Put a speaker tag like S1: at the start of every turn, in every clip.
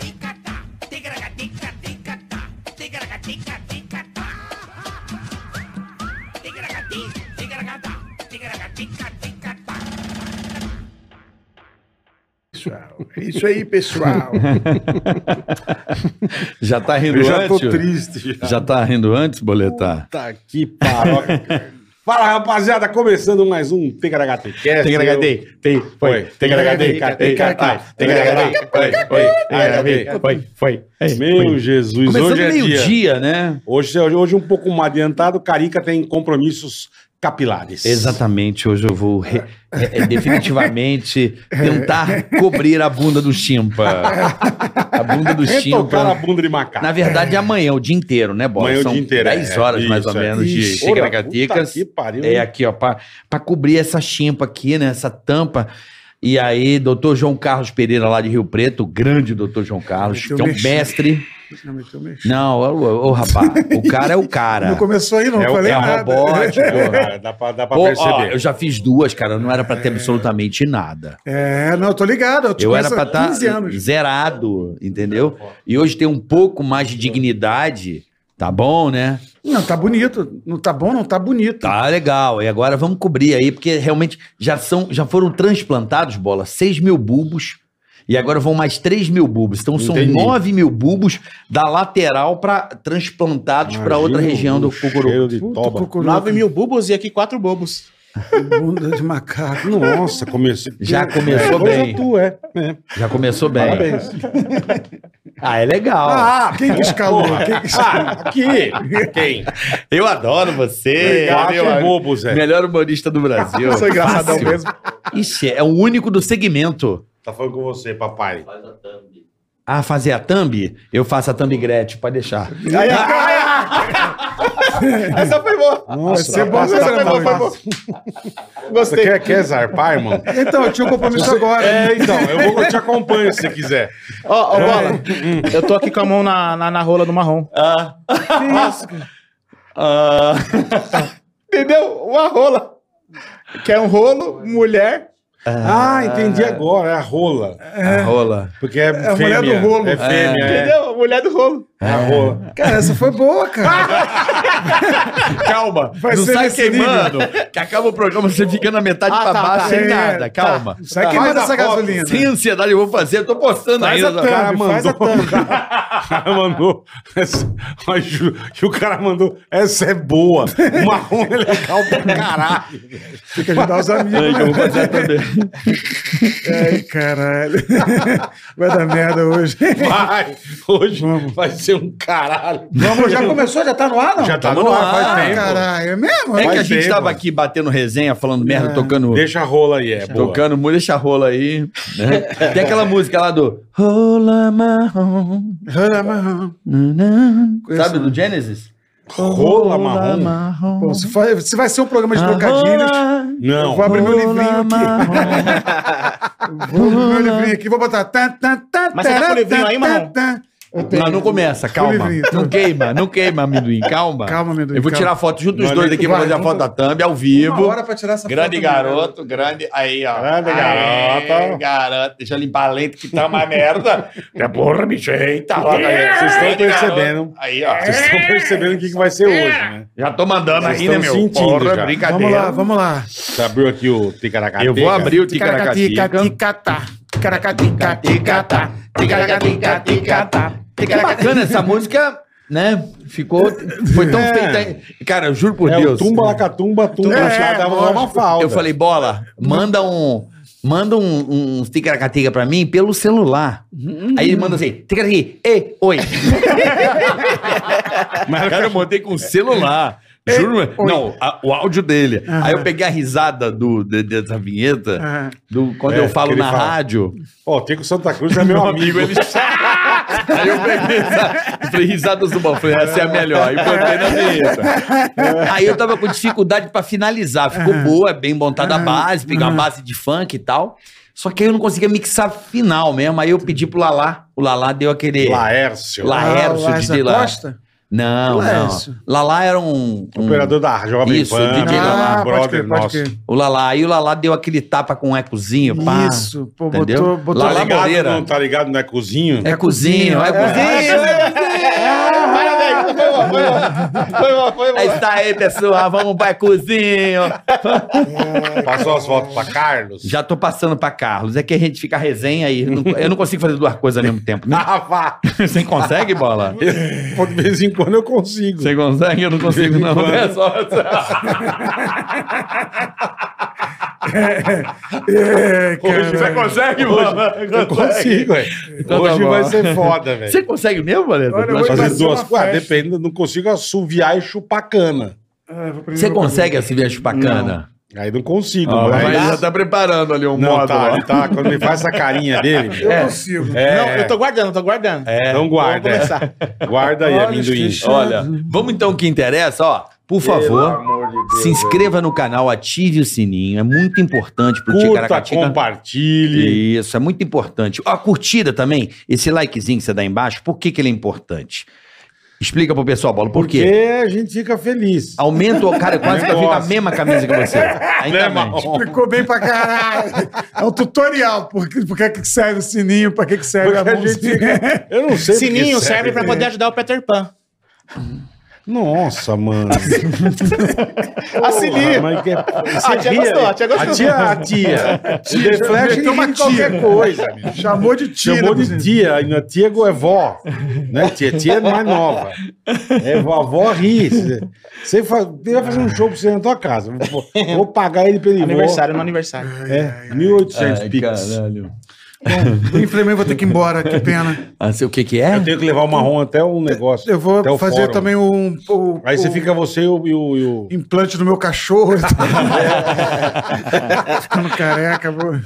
S1: ticatá. Ticaracatica, ticatá. Ticaracatica, ticatá. Ticaracati, ticaracatá. Ticaracatica, ticatá.
S2: pessoal. É isso aí, pessoal.
S3: Já tá rindo
S2: Eu já tô
S3: tio?
S2: triste. Já.
S3: tá rindo antes, boletar?
S2: Tá que paroca. Fala, rapaziada, começando mais um TKHT.
S3: Tegragadei, tem, foi, tegragadei, catei, catai, tegragadei, foi, foi, tegragadei, foi, foi.
S2: Eu- Meu Jesus,
S3: Começando
S2: hoje é dia.
S3: meio-dia, né?
S2: Hoje, é- hoje é um pouco mais adiantado, Carica tem compromissos capilares.
S3: Exatamente, hoje eu vou re- é- é definitivamente tentar cobrir a bunda do chimpa. A bunda do
S2: Retocar a
S3: chimpa. é um
S2: bunda de macaco.
S3: Na verdade, é amanhã, o dia inteiro, né, Bola?
S2: Amanhã o
S3: São
S2: dia inteiro,
S3: 10
S2: é.
S3: horas, mais ou
S2: Isso, é.
S3: menos, de
S2: Ixi, ora,
S3: xicracaticas.
S2: puta que pariu,
S3: É
S2: hein?
S3: aqui, ó, pra, pra cobrir essa chimpa aqui, né, essa tampa. E aí, doutor João Carlos Pereira, lá de Rio Preto, o grande doutor João Carlos, que é
S4: Meteu
S3: um
S4: mexe.
S3: mestre.
S4: Não, meteu o mexer.
S3: Não, ô, ô, ô, rapaz, o cara é o cara.
S4: Não começou aí, não.
S2: É o-
S4: falei
S2: é o
S4: nada.
S3: robótico.
S2: Porra, dá pra, dá pra
S3: Pô, ó,
S2: perceber.
S3: eu já fiz duas, cara, não era pra ter absolutamente nada.
S4: É, não, eu tô ligado. Eu, te
S3: Eu era
S4: conheço
S3: pra
S4: há
S3: estar
S2: tá-
S4: 15 anos.
S3: zerado, entendeu? E hoje tem um pouco mais de dignidade, tá bom, né?
S4: Não, tá bonito. Não tá bom, não tá bonito.
S3: Tá legal. E agora vamos cobrir aí, porque realmente já são, já foram transplantados, bola, 6 mil bulbos. E agora vão mais 3 mil bulbos. Então são
S2: Entendi.
S3: 9 mil bulbos da lateral para transplantados para outra
S2: Imagina
S3: região
S2: o
S3: do Cucuru.
S2: cheiro de
S4: Puta,
S2: toba.
S4: cocô,
S5: 9 mil bubos e aqui 4 bobos.
S4: Bunda de macaco.
S2: Nossa, comecei.
S3: Já começou
S2: Coisa
S3: bem.
S2: tua, é. é.
S3: Já começou bem.
S2: Parabéns.
S3: Ah, é legal.
S4: Ah, quem que escalou? Quem que escalou?
S2: Ah, Aqui. Quem?
S3: eu adoro você. meu
S2: Quatro
S3: amigo.
S2: bobos, é.
S3: Melhor humorista do Brasil.
S4: Sou engraçadão
S3: Fácil.
S4: mesmo.
S3: Ixi, é o único do segmento.
S2: Tá falando com você, papai.
S3: Ah, fazer a thumb? Eu faço a thumb Gretchen, pode deixar.
S5: Essa foi boa.
S4: Vai
S2: Nossa,
S4: ser é bom,
S2: rapaz,
S4: vai ser
S2: tá
S4: bom,
S2: bom,
S4: vai
S2: bom.
S4: ser
S2: Você
S5: Gostei.
S2: quer, quer zarpar, irmão?
S4: Então, eu tinha um compromisso agora.
S2: É, então, eu, vou, eu te acompanho se você quiser.
S5: Ó, ó, bola. É. Eu tô aqui com a mão na, na, na rola do marrom.
S3: Ah,
S5: Entendeu? Uma rola. Que é um rolo, mulher.
S2: Ah, entendi agora, é a rola.
S3: a rola.
S2: Porque é,
S4: a
S2: fêmea.
S4: mulher do rolo.
S2: É fêmea, é.
S5: Entendeu? Mulher do rolo.
S2: É a rola.
S4: Cara, essa foi boa,
S2: Ah!
S4: cara.
S3: Calma,
S4: Vai
S3: não
S4: ser
S3: sai
S4: nesse nível.
S3: queimando, que acaba o programa, você fica na metade
S5: Ah,
S3: pra
S5: tá,
S3: baixo
S5: tá.
S3: sem
S4: É,
S3: nada.
S4: tá.
S3: Calma.
S4: Sai
S2: Tá.
S4: queimando
S2: Faz a
S4: essa
S2: foto,
S4: gasolina.
S3: Sem ansiedade, eu vou fazer, eu tô postando
S2: Tá
S4: Faz a
S3: ainda.
S4: thumb,
S2: cara
S4: faz a
S2: mandou.
S4: thumb.
S2: O cara mandou. Essa, Ai, Ju- e o cara mandou. Essa é boa. O marrom é legal pra caralho.
S4: Tem que ajudar os amigos. né? Ai, caralho. Vai dar merda hoje.
S2: Vai. Hoje vai ser um caralho.
S4: Vamos, já começou? Já tá no ar, não?
S2: Já tá
S3: Tamo
S2: no
S3: no
S2: ar,
S3: ar,
S2: faz
S4: Ah,
S2: tempo.
S4: caralho, é mesmo?
S3: É que a
S2: Faz
S3: gente
S2: tempo.
S3: tava aqui batendo resenha, falando
S4: É.
S3: merda, tocando.
S2: Deixa a rola aí, é boa.
S3: Tocando Mulher deixa a rola aí. Né? Tem aquela música lá do Rola Marrom. Sabe do Genesis?
S2: Rola marrom?
S4: Bom, se, fa- se vai ser um programa de trocadilhos,
S2: Não.
S4: eu vou abrir meu livrinho aqui.
S3: aqui.
S4: Vou abrir meu livrinho aqui, vou botar. Tá, tá, tá,
S5: Mas você tá com o livrinho aí, Marrom?
S3: Mas não começa, calma.
S4: livrinho, tá?
S3: Não queima, não queima, amendoim, calma.
S4: Calma, amendoim,
S3: Eu vou
S4: calma.
S3: tirar foto junto dos
S2: Não,
S3: dois
S2: ele-
S3: aqui, vou
S4: vai,
S3: fazer a
S4: vamos-
S3: foto da thumb ao vivo.
S4: pra tirar essa
S3: Grande
S4: foto, né?
S3: garoto, grande. Aí, ó.
S2: Grande
S3: Aê,
S2: garota.
S3: Garoto, deixa eu limpar a lente que tá uma merda. É porra, bicho, eita.
S2: Olha, galera, vocês estão
S3: Grande garoto.
S2: percebendo.
S3: Aí, ó.
S2: Vocês estão percebendo o que, que vai ser hoje, né?
S3: Já tô mandando
S2: Vocês
S3: aí, né, meu?
S2: estão sentindo
S3: Porra,
S2: já.
S3: brincadeira.
S4: Vamos lá, vamos lá.
S2: Você abriu aqui o Ticaracateca.
S3: Eu vou abrir o ticaracatica. tá.
S5: Ticaracatica, ticatá. Ticaracatica, ticatá. Ticaracatica, ticatá.
S3: É que é bacana essa música, né? Ficou. Foi tão feita. Cara, eu juro por
S2: é
S3: Deus.
S2: o tumba lacatumba, tumba
S4: É,
S2: chá, dava uma
S4: lógico.
S2: falda.
S3: Eu falei, bola, manda um. Manda um, um ticaracatica pra mim pelo celular. Aí ele manda assim, ticaraqui, e, oi. Cara, eu mandei com o celular. Juro, não, a- o áudio dele. Aí eu peguei a risada do, de- dessa vinheta, do, quando
S2: É,
S3: eu falo
S2: que ele
S3: na
S2: fala.
S3: rádio.
S2: Ó, tem que o Santa Cruz é meu amigo.
S3: ele. Aí eu peguei essa- eu falei, risadas do mal. Falei, essa é a melhor. E botei na vinheta. Aí eu tava com dificuldade pra finalizar. Ficou boa, bem montada a base, peguei uma base de funk e tal. Só que aí eu não conseguia mixar final mesmo. Aí eu pedi pro Lalá. O Lalá deu aquele.
S2: Laércio.
S3: Laércio
S4: Ah,
S3: de
S4: Laércio
S3: Lalá.
S4: Costa?
S3: Não,
S4: Laércio.
S3: não. Lalá era um. um-
S2: Operador da Jovem
S3: Isso,
S2: Pan.
S3: DJ Lalá.
S4: Ah, pode
S2: brother
S4: crer, pode
S2: nosso.
S4: crer.
S3: O Lalá. Aí o Lalá deu aquele tapa com um ecozinho. Pá.
S4: Isso, pô,
S3: Entendeu?
S4: botou, botou
S3: Lá-
S2: Tá
S3: Lalá
S2: ligado,
S3: Moreira.
S2: não, tá ligado, não é cozinho?
S3: É cozinho, é cozinho.
S2: é,
S5: Parabéns, foi bom, foi bom. Foi bom, foi
S3: É
S5: bom.
S3: isso aí, pessoal. Vamos pra cozinho.
S2: É, Passou as fotos pra Carlos.
S3: Já tô passando pra Carlos. É que a gente fica resenha aí. eu não consigo fazer duas coisas ao mesmo tempo. né?
S2: Ah, vá.
S3: Você consegue, bola?
S2: De vez em quando eu consigo.
S3: Você consegue? Eu não consigo, não. É só...
S2: Hoje vai
S3: consegue,
S2: Eu consigo, é.
S3: Então tá
S2: Hoje
S3: bom.
S2: vai ser foda, velho.
S3: Você consegue mesmo, Valeta?
S4: Olha, eu
S3: Duas
S4: vou
S3: coisas?
S2: Fazer
S4: Vai ser
S2: duas
S4: uma
S2: coisas. Ah,
S4: festa.
S2: depende, não consigo assoviar e chupar cana.
S4: Ah, vou prender
S3: Você
S4: meu
S3: consegue assim? a Silvia Chupacana?
S2: Aí não consigo,
S3: Ó,
S2: mas.
S3: mas tá preparando ali um
S2: Não, tá,
S3: lá.
S2: ele tá. Quando ele faz essa carinha dele.
S4: cabelo. Eu consigo.
S2: É,
S5: Não, eu tô guardando, tô guardando.
S2: Então guarda.
S5: Vamos
S2: é. Guarda aí,
S4: Olha,
S2: amendoim.
S4: que chato.
S3: Olha, vamos então ao que interessa, ó. Por favor, se inscreva no canal, ative o sininho. É muito importante pro
S2: Curta,
S3: Ticaracatica.
S2: compartilhe.
S3: Isso, é muito importante. A curtida também, esse likezinho que você dá aí embaixo, por que, que ele é importante? Explica pro pessoal, Bola, por quê?
S2: Porque a gente fica feliz.
S3: Aumenta o cara, quase que eu fico a mesma camisa que você. tá Ainda mais.
S4: Explicou bem pra caralho. É um tutorial. Por que, por que que serve o sininho? Pra que, que serve
S2: Porque
S4: a
S2: a
S4: música?
S2: gente- Eu não sei. porque
S5: Sininho serve pra poder ajudar o Peter Pan.
S2: Nossa, mano.
S5: A sininho.
S2: Mas que-
S5: A tia gostou, a tia
S2: A
S5: gostou.
S2: tia, a tia. The Flash
S4: meteu uma
S2: ninguém qualquer
S4: tia.
S2: coisa, amigo.
S4: Chamou de né? tira.
S2: Chamou
S4: por
S2: de
S4: exemplo.
S2: tia, ainda tia é vó, né? Tia, tia é mais nova. É vovó ri. Você- Você fa- ele vai fazer um show pra você na tua casa. Vou, vou pagar ele pra ele ir
S5: Aniversário, no aniversário.
S2: É, 1800
S3: Ai,
S2: pix.
S3: caralho.
S4: Infelizmente, vou ter que ir embora. Que pena.
S3: Ah, sei o que que é?
S2: Eu tenho que levar o marrom até um negócio.
S4: Eu vou
S2: até o
S4: fazer
S2: fórum.
S4: também um, o-
S2: Aí você
S4: o
S2: fica você e o. E o, e o-
S4: implante no meu cachorro. Ficando careca. Vou...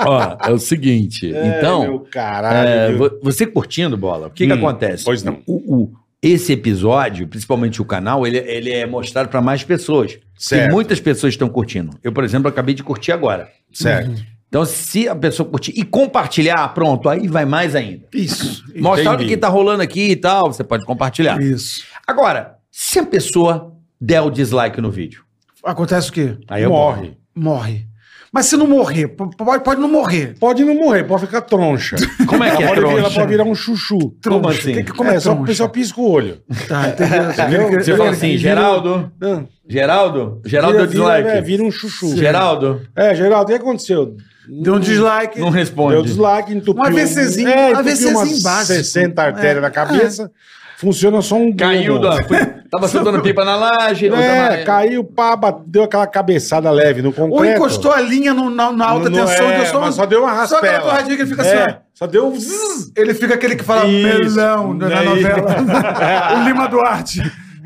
S3: Ó, é o seguinte,
S2: É, meu
S3: então,
S2: caralho.
S3: é,
S2: viu?
S3: vo- você curtindo, Bola, o que que
S2: Hum,
S3: acontece?
S2: Pois não.
S3: O- o- esse episódio, principalmente o canal, ele, ele é mostrado pra mais pessoas.
S2: Certo.
S3: E muitas pessoas estão curtindo. Eu, por exemplo, acabei de curtir agora.
S6: Uhum.
S2: Certo.
S3: Então, se a pessoa curtir e compartilhar, pronto, aí vai mais ainda.
S4: Isso.
S3: Mostrar o
S2: Entendi.
S3: que tá rolando aqui e tal, você pode compartilhar.
S4: Isso.
S3: Agora, se a pessoa der o dislike no vídeo,
S4: Acontece o quê?
S3: aí eu
S2: Morre.
S3: morro.
S4: Morre. Mas se não morrer, p- pode, pode não morrer.
S2: Pode não morrer, pode ficar troncha.
S3: Como é que é
S2: Ela pode, vir- ela
S3: troncha?
S2: pode virar um chuchu.
S3: Como
S4: Troncha.
S3: assim?
S4: Tem que comer
S2: é, só o
S4: troncha.
S2: pessoal pisca o olho.
S4: Tá, entendeu?
S3: Você fala assim, Geraldo,
S2: Ah,
S3: Geraldo, Geraldo
S2: vira,
S3: deu dislike.
S2: Vira, é, vira um chuchu.
S3: Geraldo,
S2: É, Geraldo, o que aconteceu?
S4: Deu um dislike.
S3: não responde.
S2: Deu dislike, entupiu.
S4: Um AVCzinho,
S2: é, entupiu
S4: AVCzinho
S2: umas
S4: básico.
S2: 60 artérias
S4: É,
S2: na cabeça. Funciona só um
S3: Caiu
S2: globo.
S3: da. foi- Tava soltando pipa na laje.
S2: É,
S3: tava-
S2: caiu, pá, bate- deu aquela cabeçada leve no concreto.
S4: Ou encostou a linha no- na, na alta
S2: No- no-
S4: tensão,
S2: é,
S4: deu só, um-
S2: mas só deu uma
S4: Só aquela
S2: raspela.
S4: torradinha que ele fica
S2: É,
S4: assim, ó.
S2: Só deu um zzz.
S4: Ele fica aquele que fala
S2: Isso.
S4: melão na
S2: Aí.
S4: novela. o Lima Duarte.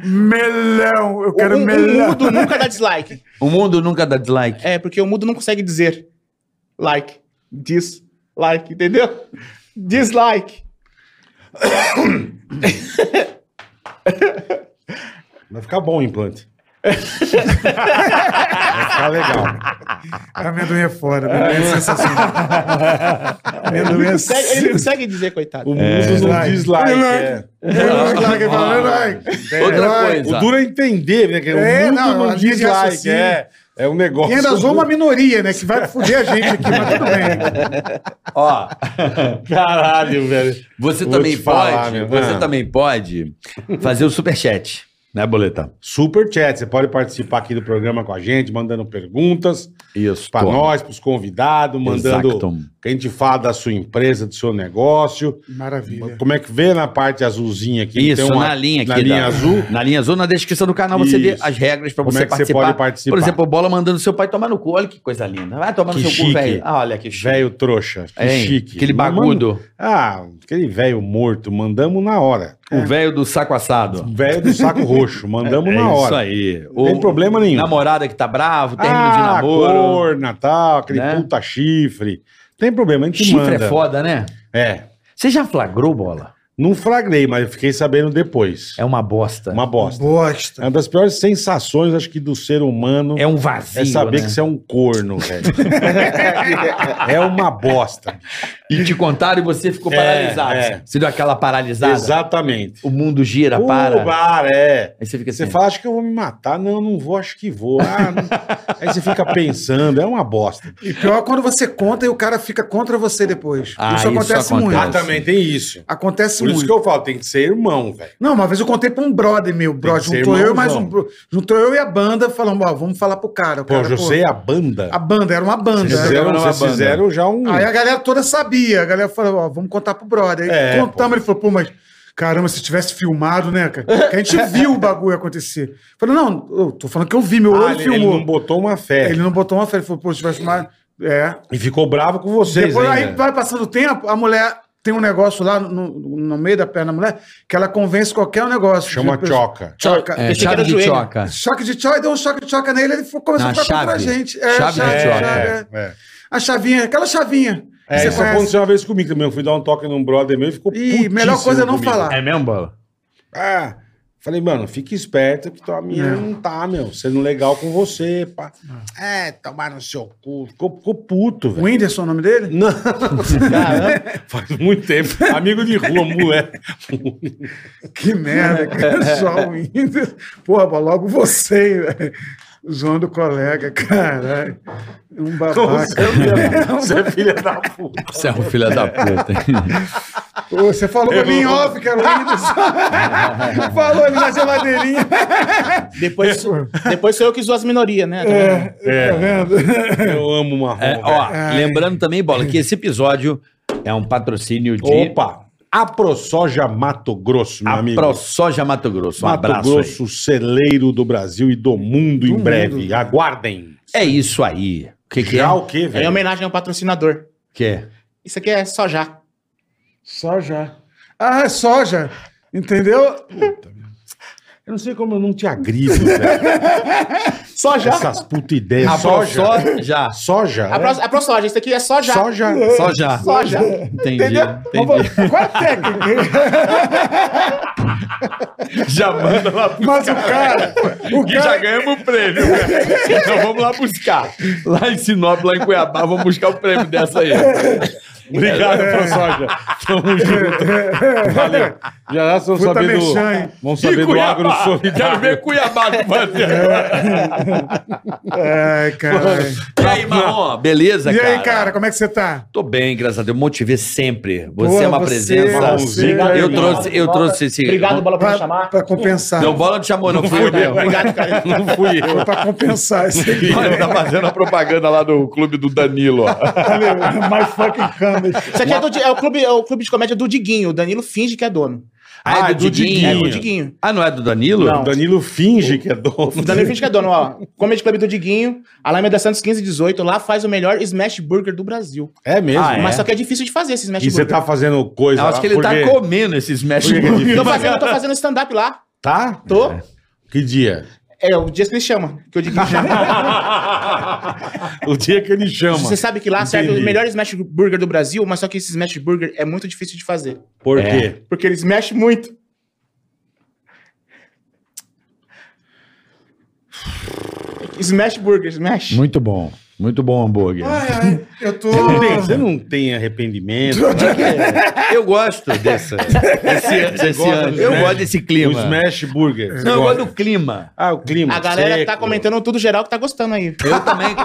S4: Melão, eu quero
S5: O- o- o
S4: melão.
S5: mudo nunca dá dislike.
S3: O mundo nunca dá dislike.
S5: É, porque o mudo não consegue dizer like, dislike, entendeu? Dislike.
S2: Vai ficar bom o implante. Vai ficar legal.
S4: A amendoim é fora, amendoim é sensacional. amendoim é
S5: Consegue- Ele não consegue dizer, coitado.
S2: O mundo não
S4: Dislike.
S2: dislike.
S4: Dislike.
S2: é.
S4: Ele fala, "Amendoim".
S3: Outra
S2: É,
S3: coisa.
S2: O duro é entender, né? Que
S4: É,
S2: o mundo
S4: não,
S2: não
S4: a linha de
S2: dislike.
S4: raciocínio.
S2: É, é um negócio.
S4: E ainda zoou uma minoria, né? Que vai foder a gente aqui, mas tudo bem.
S3: Ó,
S2: Caralho, velho.
S3: você
S2: Vou
S3: também
S2: te falar,
S3: pode.
S2: meu.
S3: Você
S2: Ah.
S3: também pode fazer o superchat. Né, Boleta?
S2: Super chat. Você pode participar aqui do programa com a gente, mandando perguntas
S3: Isso.
S2: para
S3: toma.
S2: nós, para os convidados, mandando
S3: Exactum.
S2: que a gente fala da sua empresa, do seu negócio.
S4: Maravilha.
S2: Como é que vê na parte azulzinha aqui?
S3: Isso,
S2: tem uma-
S3: na linha aqui.
S2: Na linha
S3: da-
S2: azul.
S3: Na linha azul, na descrição do canal você vê
S2: Isso.
S3: as regras pra
S2: Como
S3: você
S2: é que você
S3: participar.
S2: pode participar?
S3: Por exemplo, o Bola mandando seu pai tomar no cu. Olha que coisa linda. Vai tomar no
S2: Que
S3: seu
S2: chique.
S3: cu, velho. Ah, olha que chique.
S2: Velho trouxa. Que
S3: Hein?
S2: chique.
S3: Aquele
S2: Mas,
S3: bagudo.
S2: mano, ah, aquele velho morto. Mandamos na hora.
S3: O velho do saco assado.
S2: Velho do saco roxo. Mandamos na hora.
S3: É Isso aí.
S2: Não tem problema nenhum. Ah,
S3: Namorada que tá bravo, término de namoro.
S2: cor, Natal, aquele
S3: Né?
S2: puta chifre. Tem problema, a gente
S3: Chifre
S2: manda.
S3: é foda, né?
S2: É.
S3: Você já flagrou bola?
S2: Não flagrei, mas eu fiquei sabendo depois.
S3: É uma bosta.
S2: Uma bosta.
S4: Bosta.
S2: É uma das piores sensações, acho que, do ser humano
S3: É um vazio.
S2: é saber
S3: né?
S2: que você é um corno, velho. é uma bosta.
S3: E te contaram e você ficou
S2: É,
S3: paralisado.
S2: é.
S3: Você deu aquela paralisada.
S2: Exatamente.
S3: O mundo gira,
S2: Pô,
S3: para.
S2: para, é.
S3: Aí você fica assim.
S2: Você fala, acho que eu vou me matar. Não, não vou, acho que vou. Ah, não- Aí você fica pensando, é uma bosta.
S4: E pior é quando você conta e o cara fica contra você depois.
S3: Ah,
S4: isso,
S3: isso
S4: acontece
S3: acontece.
S4: muito.
S3: Ah, tá.
S2: também tem isso.
S4: Acontece
S2: Por
S4: muito.
S2: isso que eu falo, tem que ser irmão, velho.
S4: Não, uma vez eu contei pra um brother meu, brother,
S2: que ser
S4: juntou eu e mais um,
S2: irmãozão.
S4: bro- juntou eu e a banda, falando, ó, vamos falar pro cara. O
S2: Pô,
S4: cara,
S2: eu sei a banda.
S4: A banda, era uma banda.
S2: Vocês
S4: era-
S2: fizeram,
S3: tava na
S2: vocês
S3: é banda.
S2: fizeram já um.
S4: Aí a galera toda sabia, a galera falou, ó, vamos contar pro brother. Aí
S2: É,
S4: contamos, ele falou, pô, mas caramba, se tivesse filmado, né, cara? Porque a gente viu o bagulho acontecer. Falei, não, eu tô falando que eu vi, meu
S2: Ah,
S4: olho
S2: ele, ele
S4: filmou.
S2: não é. botou uma fé.
S4: Ele não botou uma fé, ele falou, pô, se tivesse filmado, é,
S2: E ficou bravo com vocês.
S4: Depois aí
S2: ainda.
S4: vai passando o tempo, a mulher tem um negócio lá no, no meio da perna da mulher que ela convence qualquer negócio.
S2: Chama
S4: Tipo,
S2: choca.
S4: Choca.
S3: É,
S5: Pensei que
S3: chave
S5: era
S3: de
S5: joelho.
S3: choca.
S4: Choque de choca, deu um choque de choca nele, ele ficou- começou
S3: Na
S4: a ficar contra a
S3: chave.
S4: gente. É,
S3: Chave de
S4: chave,
S3: choca.
S4: chave, é.
S2: É, é.
S4: A chavinha, aquela chavinha.
S2: É,
S4: que você
S2: isso
S4: conhece.
S2: aconteceu uma vez comigo também. Eu fui dar um toque num brother meu e ficou
S4: Ih, melhor
S2: putíssimo
S4: coisa é não
S2: comigo.
S4: falar.
S3: mesmo, bola?
S2: Ah, falei, mano, fica esperto que tua
S4: É.
S2: menina não tá, meu. Sendo legal com você, pá. É, tomar no seu cu. Ficou, ficou puto,
S4: O
S2: velho.
S4: Whindersson é o nome dele?
S2: Não, Caramba, faz muito tempo. Amigo de rua, moleque.
S4: Que merda, cara. Só o Whindersson. Porra, mas logo você, velho. Zoando o colega, caralho. Um
S2: Você é
S4: babaca.
S2: filha- você é filha da puta.
S3: Você é um filho da puta.
S4: Ô, Você falou pra mim em off, cara, o Whindersson. falou ali na geladeirinha.
S5: Depois, depois sou eu que sou as minorias, né?
S4: Tá vendo?
S2: Eu amo uma
S3: É, ó, lembrando também, bola, que esse episódio é um patrocínio de
S2: Opa! A ProSoja Mato Grosso, meu
S3: a
S2: amigo.
S3: ProSoja Mato Grosso. Um
S2: Mato
S3: abraço. aí.
S2: Grosso, celeiro do Brasil e do mundo em breve. Aguardem.
S3: É isso aí. O que, que é?
S2: Já o quê,
S5: É em
S2: velho?
S5: homenagem ao patrocinador.
S3: Que é?
S5: Isso aqui é só já.
S4: Soja. Ah, é soja. Entendeu?
S2: Eu não sei como eu não te agrido, velho.
S5: É Só já.
S2: Essas puta ideias.
S3: A
S2: soja.
S3: ProSoja.
S2: Soja?
S5: A, pro, a ProSoja, isso aqui é só já.
S2: Soja.
S3: Só já.
S5: Só já.
S3: Entendi. entendi.
S4: Qual a técnica?
S3: Já manda lá
S4: Mas o cara. O
S3: E já
S4: cara.
S3: ganhamos o prêmio. velho. então vamos lá buscar. Lá em Sinop, lá em Cuiabá, vamos buscar o prêmio dessa aí.
S2: Obrigado, ProSoja. Tamo junto. Valeu. Já já vamos
S4: Puta
S2: saber do...
S4: merchan, hein?
S3: E
S2: Vamos saber do agro
S3: Cuiabá. Quero ver Cuiabá com fazer.
S4: Ai, cara.
S3: E aí, Marrom? Beleza,
S4: E
S3: cara?
S4: aí, cara, como é que você tá?
S3: Tô bem, graças a Deus. Motivei sempre. Você
S4: Boa,
S3: é uma
S4: você,
S3: presença.
S4: você,
S3: eu
S4: cara.
S3: trouxe, eu trouxe esse.
S5: Obrigado, Bola, por me
S4: Pra,
S5: chamar.
S4: pra compensar.
S3: Não, bola de chamou, não né? fui eu.
S2: eu.
S3: mesmo.
S5: Obrigado, cara.
S2: Não fui eu.
S4: Foi pra compensar esse aqui.
S3: Olha, tá fazendo a propaganda lá do clube do Danilo, ó.
S4: Valeu. My fucking camera.
S5: Isso aqui é, do Di- é o clube, é o clube de comédia do Diguinho. O Danilo finge que é dono.
S3: Ah, é do
S5: É
S3: Diguinho.
S5: do Diguinho.
S3: Ah, não é do Danilo?
S5: Não.
S2: O Danilo finge que é dono.
S5: O Danilo finge que é dono, ó. Comedy Club do Diguinho, Alain da Santos 1518. Lá faz o melhor smash burger do Brasil.
S2: É mesmo.
S3: Ah, é?
S5: Mas só que é difícil de fazer esse smash
S2: E você
S5: burger.
S2: tá fazendo coisa
S3: Eu acho
S2: lá
S3: que ele tá
S2: porque-
S3: comendo esses mesh
S2: Porque-
S3: burger.
S5: Tô fazendo, tô fazendo stand-up lá.
S2: Tá?
S5: Tô.
S2: Que dia?
S5: É, o dia que ele chama. Que o Diguinho chama.
S2: O dia que ele chama.
S5: Você sabe que lá serve
S2: Entendi.
S5: o melhor smash burger do Brasil, mas só que esse smash burger é muito difícil de fazer.
S2: Por
S3: É.
S2: quê?
S5: Porque eles mexem muito. Smash Burger, Smash.
S3: Muito bom. Muito bom o hambúrguer.
S4: Ai, ai, eu tô.
S2: Você não tem- Você não tem arrependimento? né?
S3: Eu gosto dessa, desse, desse
S2: gosta
S3: ano.
S2: do
S3: Eu
S2: Smash?
S3: gosto desse
S2: O
S3: clima.
S2: Smash Burger.
S3: Não, eu gosto do clima.
S2: Ah, o clima.
S5: A galera
S2: seco.
S5: tá comentando tudo geral que tá gostando aí.
S3: Eu também.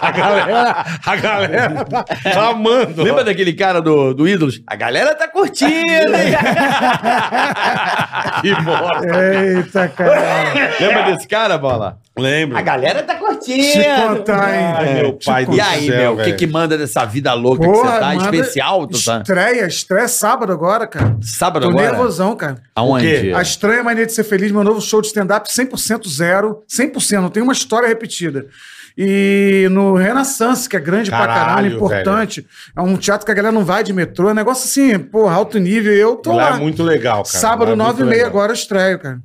S2: A galera, a galera tá, tá amando.
S3: Lembra daquele cara do, do Ídolos? A galera tá curtindo, hein?
S2: Que bosta.
S4: Eita, cara.
S3: Lembra desse cara, Bola?
S2: Lembro. É,
S5: A galera tá
S4: Te
S5: curtindo.
S4: contar, hein?
S2: Ai, meu
S4: Te
S2: pai do
S3: E
S4: contar.
S3: aí,
S2: céu,
S3: meu, o que
S2: velho.
S3: que manda dessa vida louca É, que
S4: Porra,
S3: você tá?
S4: manda-
S3: Especial, tu tá?
S4: Estreia, estreia sábado agora, cara.
S3: Sábado
S4: Tô
S3: agora?
S4: nervosão, cara.
S2: O
S3: Aonde?
S2: quê?
S4: É, A Estranha Mania de Ser Feliz, meu novo show de stand-up 100% zero, 100%, não tem uma história repetida. E no Renaissance, que é grande pra caralho,
S2: Caralho,
S4: importante. É um teatro que a galera não vai de metrô, é um negócio assim, porra, alto nível. e Eu tô
S2: Lá
S4: lá.
S2: é muito legal, cara. Lá
S4: Sábado,
S2: é muito
S4: nove e meia
S2: legal.
S4: agora, eu estreio, cara.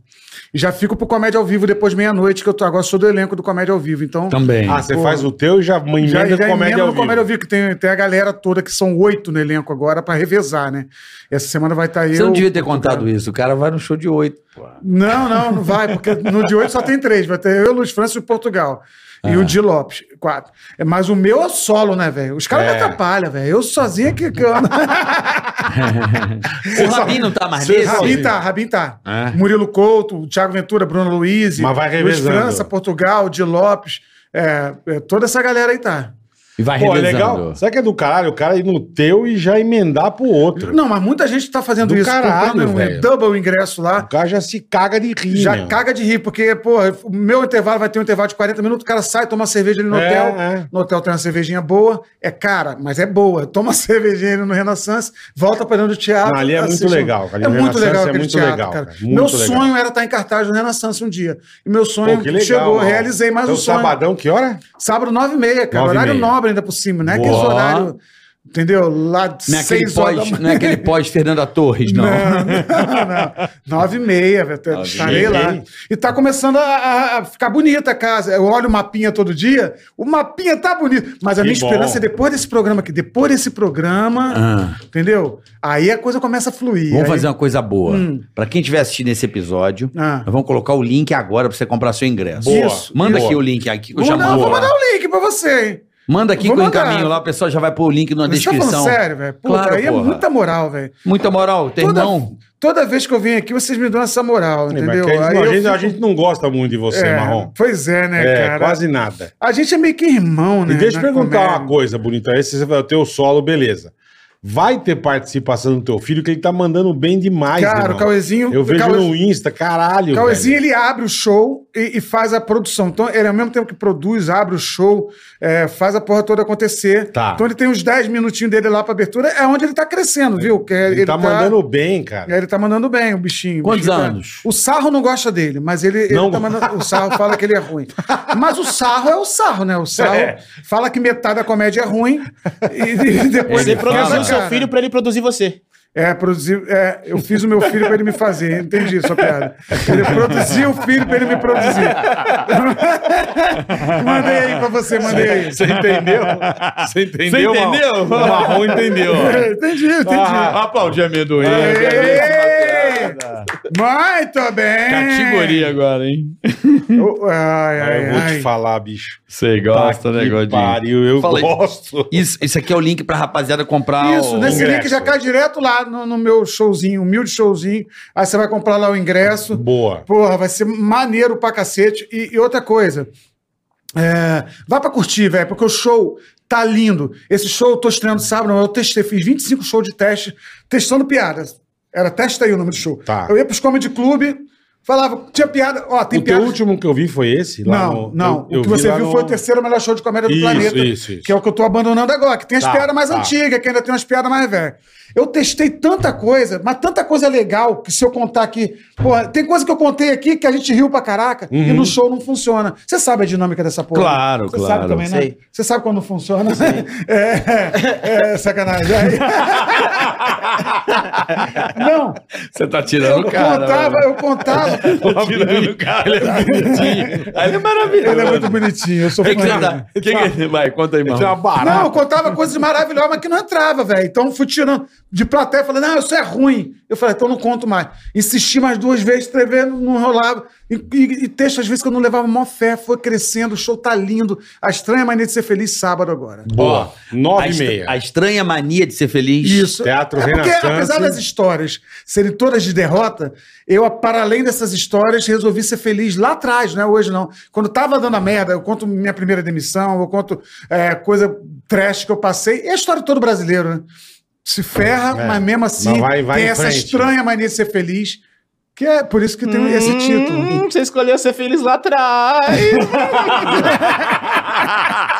S4: E já fico pro Comédia ao Vivo depois de meia-noite, que eu tô agora, sou do elenco do Comédia ao Vivo, então...
S3: Também.
S2: Ah, você
S4: Pô.
S2: faz o teu e já emenda
S4: Já, já
S2: o comédia
S4: emenda
S2: ao
S4: no
S2: vivo.
S4: Comédia ao Vivo, que tem, tem a galera toda, que são oito no elenco agora, pra revezar, né? Essa semana vai estar eu...
S3: Você não devia ter contado isso. O cara vai no show de oito.
S4: Não, não, não vai, porque no de hoje só tem três. Vai ter eu, Luiz França e Portugal. E
S2: Ah.
S4: o de Lopes, quatro. É, Mas o meu é solo, né, velho? Os caras
S2: É.
S4: me atrapalham, velho. Eu sozinho é que, que eu ando.
S3: O Rabin não tá mais
S2: Você
S3: nesse?
S4: Rabin tá, Rabin tá.
S3: É.
S4: Murilo Couto, Thiago Ventura, Bruno Luiz.
S2: Mas vai
S4: Luiz
S2: revezando.
S4: França, Portugal, de Lopes. É, é, toda essa galera aí tá.
S3: E vai
S2: Pô, é
S3: revezando.
S2: legal. Será que é do caralho o cara ir no teu e já emendar pro outro?
S4: Não, mas muita gente tá fazendo
S2: Do
S4: isso.
S2: caralho,
S4: comprando um
S2: velho.
S4: double ingresso lá.
S2: O cara já se caga de rir,
S4: Já
S2: meu.
S4: caga de rir, porque, porra, o meu intervalo vai ter um intervalo de 40 minutos, o cara sai, toma uma cerveja ali no
S2: É,
S4: hotel.
S2: é.
S4: No hotel tem uma cervejinha boa, é cara, mas é boa. Toma uma cervejinha ali no Renaissance, volta pra dentro do teatro.
S2: Não, ali é muito
S4: assiste um-
S2: legal, cara.
S4: É
S2: No
S4: muito
S2: Renaissance
S4: legal
S2: é
S4: aquele
S2: muito
S4: teatro,
S2: legal,
S4: cara.
S2: cara.
S4: meu
S2: Muito legal.
S4: sonho era estar em cartaz no Renaissance um dia. E meu sonho
S2: Pô, que legal,
S4: chegou,
S2: mano.
S4: realizei mais
S2: Então,
S4: um sonho.
S2: sabadão, que hora?
S4: Sábado, nove e meia, cara.
S2: Nove e
S4: horário
S2: meia.
S4: nobre ainda por cima, né?
S3: Boa.
S4: Que esse horário, entendeu? Lá de
S3: Não é aquele
S4: seis horas da
S3: pós,
S4: manhã.
S3: não é aquele pós Fernanda Torres, não.
S4: Não, não. Nove e meia, velho. Eu
S2: meia.
S4: estarei lá. E tá começando a, a- a ficar bonita a casa. Eu olho o mapinha todo dia, o mapinha tá bonito. Mas a
S2: Que
S4: minha
S2: bom.
S4: esperança é depois desse programa aqui, depois desse programa,
S3: Ah.
S4: entendeu? Aí a coisa começa a fluir.
S3: Vamos
S4: Aí-
S3: fazer uma coisa boa.
S4: Hum.
S3: Pra quem estiver assistindo esse episódio,
S4: Ah.
S3: nós vamos colocar o link agora pra você comprar seu ingresso.
S2: Boa,
S3: Isso. Manda
S2: boa.
S3: aqui o link aqui que eu
S4: Vou,
S3: já
S4: não,
S3: mando.
S4: vou
S3: lá.
S4: mandar o link pra você, hein?
S3: Manda aqui
S4: Vou
S3: que eu
S4: mandar.
S3: encaminho lá, o pessoal já vai pôr o link na
S4: Você tá
S3: descrição.
S4: falando sério, velho? Puta,
S3: Claro,
S4: aí
S3: porra.
S4: é muita moral, velho.
S3: Muita moral, tem
S4: Toda,
S3: irmão.
S4: toda vez que eu venho aqui, vocês me dão essa moral,
S2: Mas
S4: entendeu?
S2: que a, gente,
S4: Aí
S2: não, a
S4: eu
S2: gente- a
S4: fico-
S2: gente não gosta muito de você,
S4: É,
S2: Marrom.
S4: Pois é, né,
S2: É,
S4: cara?
S2: quase nada.
S4: A gente é meio que irmão, né?
S2: e deixa eu
S4: na
S2: perguntar
S4: comédia.
S2: uma coisa, bonita. Esse você vai ter o solo, beleza. Vai ter participação do teu filho, que ele tá mandando bem demais,
S4: Cara,
S2: irmão.
S4: o Cauezinho-
S2: Eu
S4: o
S2: vejo
S4: Cauê-
S2: no Insta, caralho.
S4: O Cauezinho,
S2: velho.
S4: ele abre o show e, e faz a produção. Então, ele ao mesmo tempo que produz, abre o show, é, faz a porra toda acontecer.
S2: Tá.
S4: Então, ele tem uns 10 minutinhos dele lá pra abertura. É onde ele tá crescendo, viu? Que é-
S2: Ele, tá, mandando bem, cara.
S4: Ele tá mandando bem, o bichinho. O
S3: Quantos
S4: bichinho tá-
S3: anos?
S4: O Sarro não gosta dele, mas ele, ele
S2: Não
S4: tá mandando... O Sarro fala que ele é ruim. Mas o Sarro é o Sarro, né? O Sarro
S2: É.
S4: fala que metade da comédia é ruim e, e depois...
S5: Você
S3: Ele fala,
S5: produziu
S4: fala,
S5: seu
S4: cara.
S5: filho pra ele produzir você.
S4: É, produziu. É, eu fiz o meu filho pra ele me fazer. Entendi sua piada. Ele produziu o filho pra ele me produzir. mandei aí pra você, mandei aí.
S2: Você entendeu?
S4: É.
S2: Você entendeu?
S3: Você entendeu?
S2: Marrom? O Marrom entendeu.
S4: Entendi, entendi.
S3: Ah, aplaudir amendoim.
S4: Ei, Muito bem.
S3: agora, hein?
S4: Oh, ai,
S2: Ah,
S4: ai,
S2: eu vou te
S4: ai.
S2: falar, bicho.
S3: Você né,
S2: Tá que Pariu, eu
S3: Fala aí.
S2: gosto.
S3: Isso, isso aqui é o link pra rapaziada comprar
S4: Isso,
S3: o...
S4: nesse link
S2: ingresso.
S4: já cai direto lá no, no meu showzinho, humilde showzinho. Aí você vai comprar lá o ingresso.
S2: Boa.
S4: Porra, vai ser maneiro pra cacete. E, e outra coisa, é, vá pra curtir, velho, porque o show tá lindo. Esse show eu tô estreando sábado, eu testei, fiz 25 shows de teste, testando piadas. Era testa aí o nome do show.
S2: Tá.
S4: Eu ia pros comedy club, falava, tinha piada, ó, tem
S2: o teu
S4: piada.
S2: último que eu vi foi esse? lá
S4: Não,
S2: no-
S4: não.
S2: eu- eu
S4: o que você
S2: lá
S4: viu
S2: no-
S4: foi o terceiro melhor show de comédia do
S2: Isso,
S4: planeta.
S2: isso, isso.
S4: Que é o que eu tô abandonando agora, que tem as
S2: Tá,
S4: piadas mais
S2: tá.
S4: antigas, que ainda tem umas piadas mais velhas. Eu testei tanta coisa, mas tanta coisa legal, que se eu contar aqui. Porra, tem coisa que eu contei aqui que a gente riu pra caraca
S2: Uhum.
S4: e no show não funciona. Você sabe a dinâmica dessa porra. né?
S3: Claro,
S4: Você
S3: claro.
S4: sabe também, né?
S5: Sei.
S4: Você sabe quando não funciona? É, é, sacanagem. Aí- não,
S3: Você tá tirando
S4: eu
S3: o cara.
S4: contava,
S3: mano.
S4: eu contava
S3: Tá Tirando o cara, ele é bonitinho. Ele é maravilhoso.
S4: Ele é muito bonitinho, eu sou
S3: O que, que
S4: fã
S3: você tá?
S4: dele.
S3: O que, que ele vai? Conta aí,
S2: Tinha uma
S3: irmão.
S4: Não,
S2: barata.
S4: eu contava coisas maravilhosas, mas que não entrava, velho. Então fui tirando de plateia, falei, não, isso é ruim. Eu falei, então não conto mais. Insisti mais duas vezes, três vezes, não rolava. E, e, e texto, às vezes, que eu não levava mó fé, foi crescendo, o show tá lindo. A estranha maneira de ser feliz sábado agora.
S2: Boa.
S3: A,
S2: Nove e
S3: estra-
S2: meia.
S3: a estranha mania de ser feliz.
S4: Isso.
S2: Teatro
S4: é porque,
S2: Renascença.
S4: apesar das histórias serem todas de derrota, eu, para além dessas histórias, resolvi ser feliz lá atrás, não é hoje não. Quando tava dando a merda, eu conto minha primeira demissão, eu conto é, coisa trash que eu passei. É a história de todo brasileiro, né? Se ferra,
S2: É.
S4: mas mesmo assim
S2: Mas vai- vai
S4: tem
S2: em
S4: essa
S2: frente.
S4: estranha mania de ser feliz, que é por isso que tem
S5: Hum.
S4: esse título.
S5: tipo, Você escolheu ser feliz lá atrás.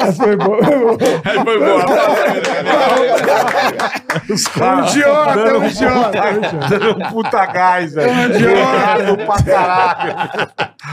S4: Essa foi boa.
S3: Aí foi boa.
S4: É um idiota, é um idiota.
S2: Dando um puta gás, velho.
S4: Idiota.
S2: Errado pra caralho.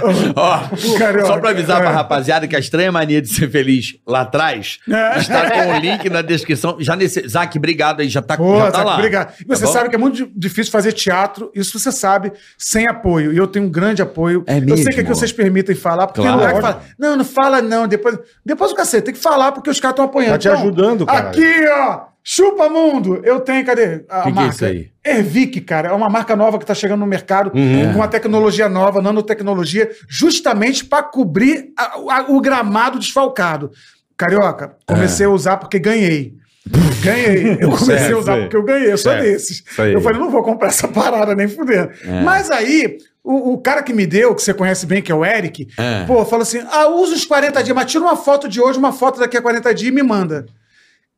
S3: Ó,
S4: Carioca.
S3: só pra avisar pra
S4: É.
S3: rapaziada que a estranha mania de ser feliz lá atrás
S4: É.
S3: está com o link na descrição. Já nesse... Zac, obrigado aí, já tá,
S4: Pô,
S3: já tá
S4: Zac,
S3: lá.
S4: Obrigado. E você
S3: Tá bom?
S4: sabe que é muito di- difícil fazer teatro, isso você sabe, sem apoio. E eu tenho um grande apoio.
S3: É
S4: Eu sei
S3: mesmo?
S4: que, é que vocês permitem falar, porque
S3: Claro.
S4: tem lugar que fala. Não, não fala, não. Depois, depois o cacete, tem que falar, porque os caras estão apanhando.
S2: Tá te ajudando, caralho.
S4: Aqui, ó! Chupa mundo! Eu tenho, cadê? A
S3: Que que é
S4: marca.
S3: isso aí?
S4: Ervic, cara, é uma marca nova que está chegando no mercado,
S3: Uhum.
S4: com uma tecnologia nova, nanotecnologia, justamente para cobrir a- a- o gramado desfalcado. Carioca,
S3: É.
S4: comecei a usar porque ganhei. Ganhei. Eu comecei
S2: Certo,
S4: a usar
S2: sei.
S4: porque eu ganhei, eu sou
S2: Certo,
S4: desses.
S3: aí.
S4: Eu falei, não vou comprar essa parada nem fudendo.
S2: É.
S4: Mas aí, o, o cara que me deu, que você conhece bem, que é o Eric,
S3: É.
S4: pô, falou assim: ah, usa os 40 dias, mas tira uma foto de hoje, uma foto daqui a 40 dias e me manda.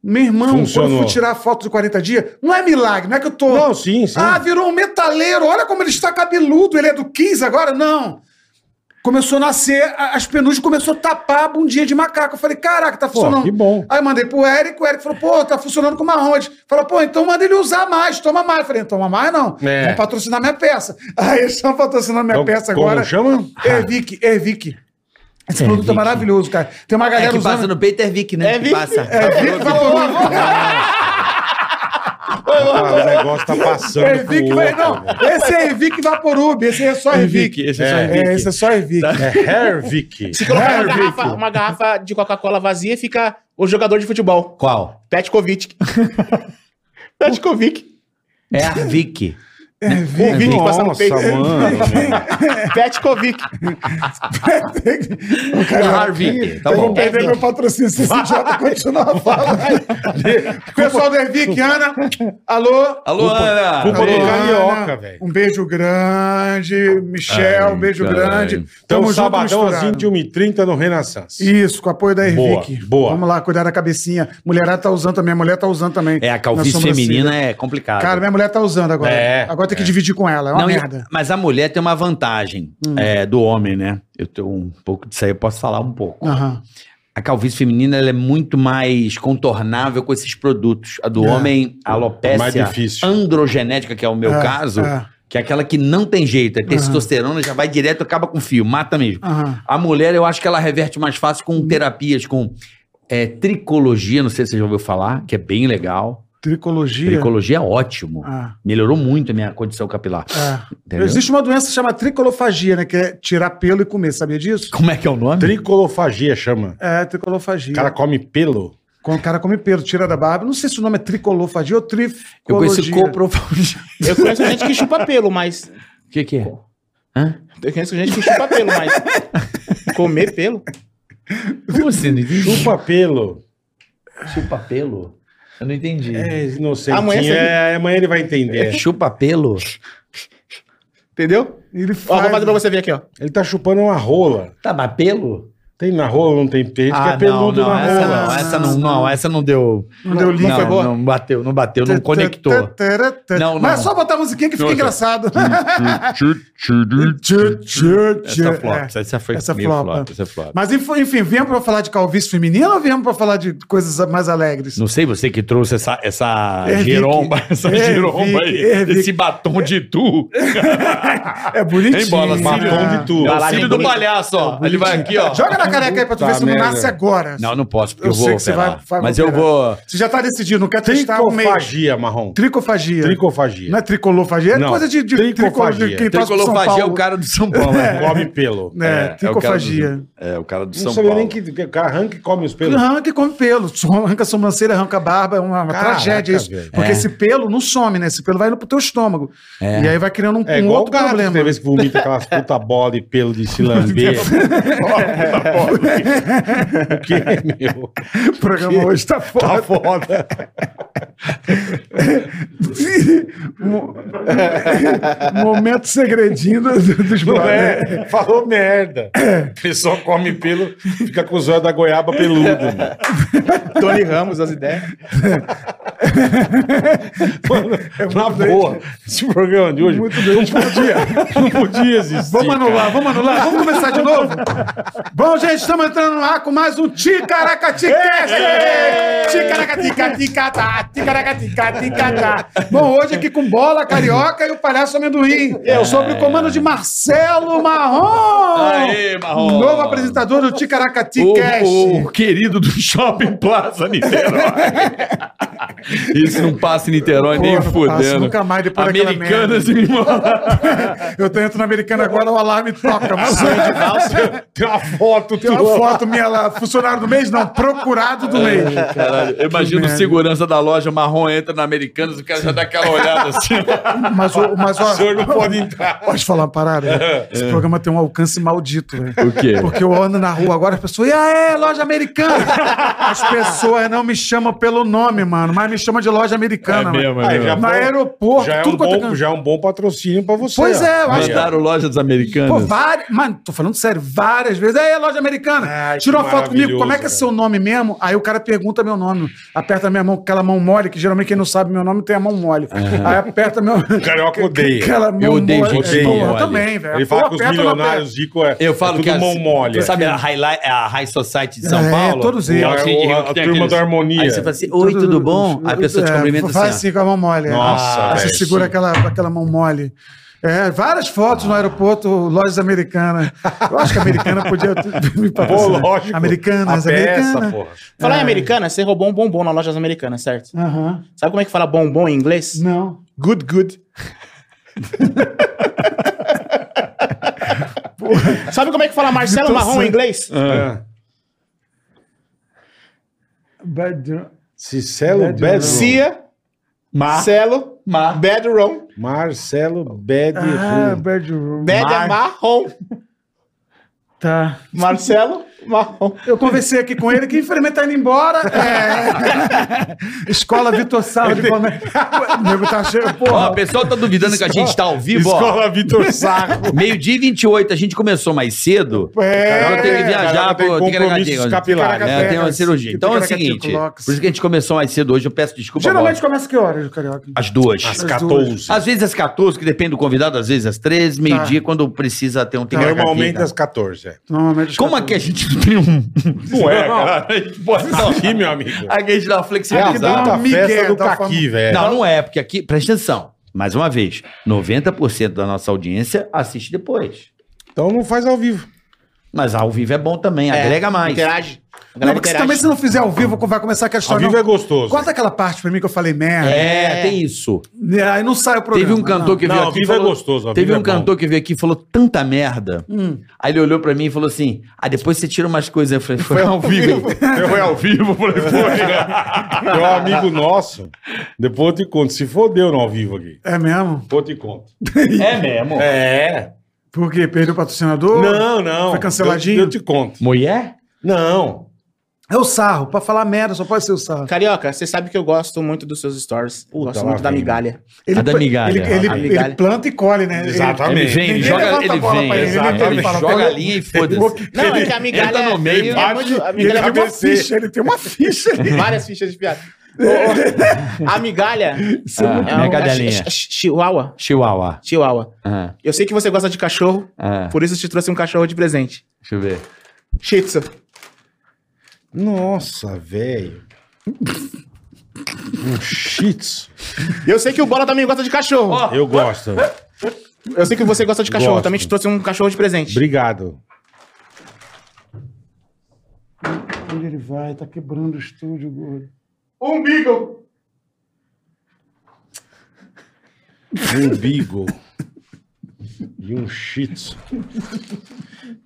S4: Meu irmão, quando
S2: Funcionou.
S4: eu fui tirar a foto de 40 dias, não é milagre, não é que eu tô.
S2: Não, sim, sim.
S4: Ah, virou um metaleiro, olha como ele está cabeludo, ele é do 15 agora? Não. Começou a nascer, a- as penugem começou a tapar a bundinha de macaco. Eu falei, caraca, tá funcionando.
S2: que bom.
S4: Aí mandei pro Eric, o Eric falou, pô, tá funcionando com marrons. Falou, pô, então manda ele usar mais, toma mais. Eu falei, não toma mais não,
S2: É.
S4: vamos patrocinar minha peça. Aí eles estão patrocinando minha
S2: Então,
S4: peça
S2: como
S4: agora. É
S2: chama?
S4: Ervic, Ervic. Esse produto é maravilhoso, cara. Tem uma
S3: É
S4: galera tá
S3: que
S4: usando...
S3: passa no Peter Vick, né?
S5: É
S3: que
S5: Vick.
S3: passa. Tá
S4: É, Vic,
S2: Ah, o negócio tá passando.
S4: É Ervic,
S2: pro
S4: vai,
S2: outro, né?
S4: não.
S2: velho.
S4: Esse é Ervic Vaporub, esse é só
S3: Ervic,
S4: Ervic.
S3: esse é só Ervic.
S4: É, esse é só Ervic.
S2: É Hervik.
S5: Se colocar uma
S4: Hervic.
S5: garrafa, uma garrafa de Coca-Cola vazia, fica o jogador de futebol.
S3: Qual?
S5: Petkovic. Petkovic.
S3: É a Vick.
S4: Ervic.
S5: Ervic. passar no
S2: Nossa,
S5: peito.
S2: mano.
S5: Petkovic.
S3: É a Vick. Tá
S4: Eu vou
S3: bom.
S4: perder meu patrocínio se esse idiota continuar falando. Pessoal do Ervic, Ana, alô.
S3: Alô, Ana.
S2: culpa
S4: Alô,
S2: do
S4: Ana.
S2: Carioca, velho.
S4: Um beijo grande, Michel,
S3: Ai,
S4: um beijo
S3: caralho.
S4: grande.
S2: Então,
S4: junto,
S2: sabadão às
S4: misturado.
S2: 21h30 no Renaissance.
S3: um-
S4: Isso, com o apoio da Ervic.
S2: Boa, boa.
S4: Vamos lá, cuidar da cabecinha. Mulherada tá usando também, a mulher tá usando também.
S3: É, a
S4: Na
S3: calvície
S4: sobrancelha.
S3: feminina é complicada.
S4: assim. Cara, minha mulher tá usando agora.
S2: É,
S4: agora tem que dividir com ela, é uma
S3: Não, e-
S4: merda. Hum.
S3: mas a mulher tem uma vantagem é, do homem, né? Eu tenho um pouco disso aí, eu posso falar um pouco.
S4: Aham.
S3: A calvície feminina ela é muito mais contornável com esses produtos. A do
S4: É.
S3: homem, a
S2: Mais
S3: alopecia
S2: difícil.
S3: androgenética, que é o meu
S4: É,
S3: caso,
S4: é.
S3: que é aquela que não tem jeito. É testosterona, já vai direto, acaba com fio, mata mesmo.
S4: Aham.
S3: A mulher, eu acho que ela reverte mais fácil com terapias, com é, tricologia, não sei se você já ouviu falar, que é bem legal.
S4: Tricologia.
S3: Tricologia é ótimo.
S4: Ah,
S3: Melhorou muito a minha condição capilar.
S4: ah.
S3: Entendeu?
S4: Existe uma doença chamada tricolofagia, né? Que é tirar pelo e comer, sabia disso?
S3: Como é que é o nome?
S2: Tricolofagia chama.
S4: É,
S2: O
S4: tricolofagia.
S2: cara come pelo.
S4: Quando o cara come pelo, tira da barba. Não sei se o nome é tricolofagia ou tricologia.
S3: Eu conheço coprofagia.
S5: Eu conheço gente que chupa pelo, mas.
S3: O que, que é? Hã?
S5: Eu conheço gente que chupa pelo, mas. Comer pelo?
S3: Como assim? Não entendi.
S2: Chupa pelo.
S3: Chupa pelo? Eu não entendi.
S2: É inocentinho.
S5: Amanhã você-
S2: É, amanhã ele vai entender.
S3: Chupa pelo?
S5: Entendeu?
S4: Ele
S5: Ó, vou
S4: faz...
S5: fazer pra você ver aqui, ó.
S2: Ele tá chupando uma rola.
S3: Tá, mas pelo?
S2: Tem na rola, não tem peito, que é
S3: Ah, não,
S2: peludo
S3: não,
S2: na
S3: essa
S2: rola.
S3: não, essa não, não, essa não deu.
S4: Não deu Tá, link,
S3: não,
S4: foi boa?
S3: Não bateu, não bateu, não conectou. Não,
S4: Não,
S3: não.
S4: Mas é só botar a musiquinha que fica
S3: Outra.
S4: engraçado.
S3: Essa é flop, essa foi
S4: É, Essa
S3: meio
S4: flopa.
S3: essa é flop.
S4: Mas enfim, enfim, viemos pra falar de calvície feminina ou viemos pra falar de coisas mais alegres?
S3: Não sei você que trouxe essa, essa
S4: É, Vicky.
S3: giromba, essa
S4: É,
S3: giromba aí,
S4: Vicky, é, Vicky.
S3: esse batom de tu.
S4: É bonitinho.
S3: Hein, bola?
S4: né?
S3: Batom
S2: de tu.
S3: É o
S5: Embalagem
S3: cílio do
S5: bonita.
S3: palhaço, ó. Ele vai aqui, ó.
S4: Joga na a careca aí pra tu
S2: Puta
S4: ver se não
S2: merda.
S4: nasce agora.
S3: Não, não posso, porque eu,
S4: Eu
S3: vou
S4: sei que você
S3: operar.
S4: vai- vai
S3: Mas eu
S4: operar.
S3: vou...
S4: Você já tá decidido, não quer testar o meio.
S2: Tricofagia, Marrom.
S4: Tricofagia.
S2: Tricofagia.
S4: Não é tricolofagia? É
S2: Não,
S4: coisa de, de
S2: tricofagia.
S4: tricolo- de quem torce pro São
S3: Tricolofagia é o
S4: Paulo.
S3: cara do São Paulo.
S2: É. Come pelo.
S4: É,
S3: o cara do-
S4: tricofagia.
S3: É, o cara do
S2: não
S3: São
S2: sabia
S3: Paulo.
S2: nem que, que arranca e come os pelos.
S4: Arranca e come pelo. So- Arranca a sobrancelha, arranca a barba. É uma, uma
S2: Caraca,
S4: tragédia isso.
S2: velho.
S4: Porque
S3: É.
S4: esse pelo não some, né? Esse pelo vai indo pro teu estômago. E aí vai criando um,
S2: É
S4: um
S2: igual o
S4: outro
S2: gato,
S4: problema.
S2: tem vez que vomita aquelas puta bola e pelo de se lamber. o que, meu?
S4: O programa hoje tá foda.
S2: Tá foda.
S4: Mo- Momento segredinho do- do- dos
S2: Não
S4: brothers.
S2: é? Falou merda. O pessoal come pelo, fica com os olhos da goiaba peludo. meu.
S5: Tony Ramos, as ideias.
S2: Mano, na boa, esse programa de hoje não podia, não podia existir.
S4: Vamos anular,
S2: cara.
S4: vamos anular, vamos começar de novo. Bom, gente, estamos entrando no ar com mais um Ticaracaticast. Ticaracatica-ticatá, ticaracatica-ticatá. Tá. Bom, hoje aqui com bola, carioca e o palhaço amendoim. Eu sob o comando de Marcelo Marrom. Um
S3: Aê, Marrom.
S4: Novo apresentador do Ticaracaticast.
S3: O, o querido do Shopping Plaza Niterói. Isso não passa em Niterói
S4: Pô,
S3: nem
S4: não
S3: fudendo.
S4: passa nunca mais depois daquela
S3: Americanas e Imola.
S4: Eu tô entrando na Americana agora, o alarme toca.
S2: Tem uma foto
S4: Tem uma foto minha lá, funcionário do mês? Não, procurado do mês.
S3: Caralho, eu imagino o
S4: merda.
S3: segurança da loja marrom entra na Americanas, o cara já dá aquela olhada assim.
S4: Mas, o, mas ó,
S2: O senhor não pode entrar.
S4: Posso falar uma parada? Esse programa tem um alcance maldito, velho.
S3: É. O quê?
S4: Porque eu ando na rua agora, as pessoas, e aí, loja americana? As pessoas não me chamam pelo nome, mano, mas me chamam de loja americana.
S3: É mesmo,
S4: mano.
S3: é
S4: Aí,
S3: mesmo.
S4: Na aeroporto,
S2: já é,
S4: tudo
S2: um
S4: quanto é
S2: bom,
S4: canto.
S2: já é um bom patrocínio pra você.
S4: Pois
S2: ó.
S4: é, eu acho que.
S3: Mandaram loja das
S4: Pô,
S3: Americanas.
S4: várias. Mano, tô falando sério, várias vezes. Aí, loja americana,
S2: Ai,
S4: tirou
S2: que
S4: uma foto comigo, como é que é
S2: maravilhoso,
S4: seu nome mesmo? Aí o cara pergunta meu nome. Aperta minha mão, com aquela mão mole, que geralmente quem não sabe meu nome tem a mão mole. Aí aperta meu.
S2: Carioca odeia.
S4: Aquela mão
S3: Eu odeio gente
S4: É,
S3: de mão
S4: porra,
S3: mole.
S4: também, velho.
S2: Ele fala
S4: Pô,
S2: que os
S4: aperta, não
S2: milionários ricos é,
S3: Eu falo
S2: é
S3: que
S2: tudo
S3: as-
S2: mão mole.
S3: Você sabe a High, Li- a High Society de São
S4: É,
S3: Paulo?
S4: todos
S3: Que
S4: eles.
S3: é o Cid Rio,
S2: A- a-
S3: que
S2: a
S3: tem
S2: turma da harmonia.
S3: Aí você fala assim, oi, tudo bom? Aí a pessoa te
S4: É,
S3: cumprimenta assim. ó.
S4: Faz assim com a mão mole. é.
S2: Nossa,
S4: Aí você
S2: velho,
S4: segura
S2: sim.
S4: aquela, aquela mão mole. É, várias fotos no aeroporto, lojas americanas. Eu acho que a americana podia me
S3: assim,
S2: Pô,
S3: né?
S4: patrocinar.
S2: lógico.
S4: Americanas,
S2: a peça,
S4: americanas.
S2: porra.
S5: Falar em americana, você roubou um bombom na lojas americanas, certo?
S4: Aham.
S5: Sabe como é que fala bombom em inglês?
S4: Não.
S5: Good, good. Sabe como é que fala Marcelo
S4: Tô
S5: Marrom
S4: sem-
S5: em inglês?
S2: É.
S4: Bad- é
S2: Cicelo Bedroom.
S5: Cia,
S3: Mar-
S5: Marcelo,
S3: Mar-
S5: Bedroom,
S2: Marcelo Bedroom.
S4: Ah, bedroom.
S5: Beda Marrom.
S4: Tá.
S5: Marcelo Marrom.
S4: Eu conversei aqui com ele que infelizmente tá indo embora. É. Escola Vitor Sala de Comércio. O nego tá cheio,
S3: Ó, o
S4: porra.
S3: pessoal tá duvidando que a gente tá ao vivo, ó.
S2: Escola Vitor Sarro.
S3: Meio-dia e 28, a gente começou mais cedo.
S4: É,
S3: agora eu tenho que viajar
S2: Caraca, tem
S3: pro
S2: compromissos capilares.
S3: É, tem uma cirurgia.
S4: Que
S3: Então é o
S4: Ticaracatica
S3: seguinte,
S4: Clocks.
S3: por isso que a gente começou mais cedo hoje, eu peço desculpa.
S4: Geralmente
S3: Bob.
S4: começa que horas, Carioca?
S3: Às duas.
S2: Às
S4: As
S2: 14.
S3: Às vezes às 14, que depende do convidado, às vezes às 13, meio-dia, quando precisa ter um ticaracatica.
S2: Normalmente às 14. é.
S4: Normalmente.
S3: Como aqui a gente não tem um...
S2: Não é, cara.
S3: A gente pode dar uma-
S2: Aqui, meu amigo.
S3: a gente dá uma
S2: É a
S3: flexibilizada.
S2: puta
S4: Miguel,
S2: festa do
S4: dá uma
S2: caqui, velho.
S3: Não, não é, porque aqui, presta atenção, mais uma vez, 90% da nossa audiência assiste depois.
S2: Então não faz ao vivo.
S3: Mas ao vivo é bom também, agrega mais.
S5: Interage. A
S3: é
S4: Não,
S3: tá
S5: galera
S4: porque se
S5: interage.
S4: também se não fizer ao vivo, vai começar aquela
S2: Ao
S4: história.
S2: vivo
S4: não.
S2: é gostoso.
S4: Corta aquela parte pra mim que eu falei merda.
S3: É, tem isso.
S4: Aí não sai o programa.
S3: Teve um cantor que
S2: Não,
S3: veio
S2: ao
S3: aqui.
S2: vivo
S3: e falou-
S2: é gostoso, ao
S3: Teve
S2: vivo
S3: um
S2: é
S3: cantor que veio aqui e falou tanta merda. Aí ele olhou pra mim e falou assim: Ah, depois você tira umas coisas. Eu falei, foi ao vivo.
S2: Eu fui ao vivo, falei, pô, é um amigo nosso. Depois eu te conto. Se fodeu no ao vivo aqui.
S4: É mesmo?
S2: Depois eu te conto.
S3: é mesmo.
S2: É.
S4: Por quê? Perdeu o patrocinador?
S2: Não, não.
S4: Foi canceladinho?
S2: Eu, eu te conto.
S3: Mulher?
S2: Não.
S4: É o sarro. Pra falar merda, só pode ser o sarro.
S5: Carioca, você sabe que eu gosto muito dos seus stories. gosto
S2: lá
S5: muito da
S2: vem.
S5: migalha.
S4: Ele,
S3: A da Tá migalha.
S4: Ele, ele-
S5: A
S4: ele
S5: migalha.
S4: planta e colhe, né? Ele-
S2: Exatamente.
S3: Ele vem, ele
S4: Ninguém
S3: joga,
S4: levanta
S3: ele
S4: a bola
S3: vem.
S4: pra ele,
S3: ele,
S4: ninguém fala,
S3: joga
S4: pega-
S3: a linha e foda-se.
S5: Não, é que a migalha
S3: Ele tá no meio,
S5: é
S3: vai-
S5: muito- a
S4: Ele, ele
S5: migalha é
S4: abre
S5: muito
S4: uma ficha, ele tem uma ficha ali.
S5: Várias fichas de piada. Ô, ô, a migalha.
S3: Ah,
S5: é
S3: minha
S5: um-
S3: cadelinha.
S5: chi- chi- Chihuahua.
S3: Chihuahua.
S5: Chihuahua.
S3: Ah,
S5: Eu sei que você gosta de cachorro,
S3: ah,
S5: por isso eu te trouxe um cachorro de presente.
S3: deixa eu ver.
S5: Shih Tzu.
S2: Nossa, velho. Um shih tzu.
S5: Eu sei que o Bola também gosta de cachorro.
S2: Eu gosto.
S5: Eu sei que você gosta de cachorro.
S2: Gosto.
S5: Também te trouxe um cachorro de presente.
S2: Obrigado.
S7: estúdio ele vai, tá quebrando o estúdio, gordo.
S5: Umbigo.
S2: Um Beagle. E um Shih Tzu.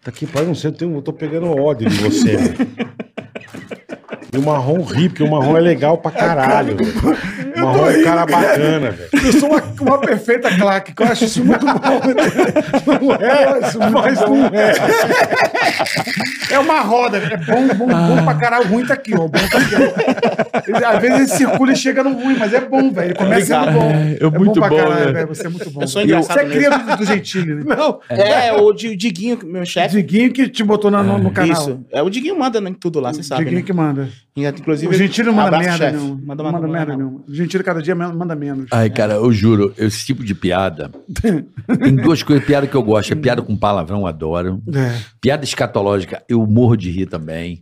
S2: Tá aqui, pai, não sei, eu, tenho, eu tô pegando ódio de você, velho. E o marrom ri, porque o marrom é legal pra caralho, velho. O marrom é um cara bacana, velho.
S4: Eu sou uma, uma perfeita claque, que eu acho isso muito bom. Não é, mas não é. É uma roda, é bom, bom,
S3: Ah.
S4: bom pra caralho, ruim tá aqui, ó. Bom tá aqui, ó. Ele- Às vezes ele circula e chega no ruim, mas é bom, velho. Ele Começa sendo bom.
S3: É, eu muito bom, né?
S4: Você é muito bom.
S5: Eu sou
S4: velho.
S5: engraçado
S4: Você é
S5: mesmo.
S4: cria do, do Gentili, né? Não,
S5: É, o Di- Diguinho, meu
S4: é
S5: chefe.
S4: Diguinho que te botou na- no, no canal.
S5: Isso. É, o Diguinho manda em tudo lá, você sabe.
S4: Diguinho
S5: né?
S4: que manda.
S5: E, Inclusive,
S4: O Gentili não manda
S5: abraço,
S4: merda
S5: chefe.
S4: nenhuma.
S5: Manda,
S4: Não manda merda
S5: nenhuma.
S4: nenhuma. O Gentili cada dia men- manda menos.
S3: Ai, cara, eu juro, esse tipo de piada. tem duas coisas, piada que eu gosto. É piada com palavrão, eu adoro.
S4: É,
S3: Piada escatológica, eu morro de rir também.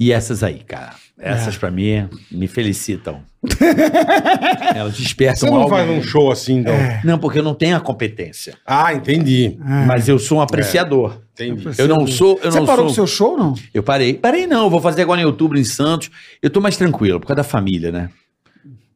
S3: E essas aí, cara. Essas,
S5: É.
S3: pra mim, me felicitam. Elas
S2: Você
S3: despertam
S2: não
S3: algo.
S2: faz um show assim, então.
S4: é.
S3: Não, porque eu não tenho a competência.
S2: Ah, entendi.
S5: É.
S3: Mas eu sou um apreciador.
S2: Entendi.
S3: Eu não sou. Eu
S4: Você
S3: não
S4: parou com o
S3: sou...
S4: seu show, não?
S3: Eu parei. Parei não, eu vou fazer agora em outubro em Santos. Eu tô mais tranquilo, por causa da família, né?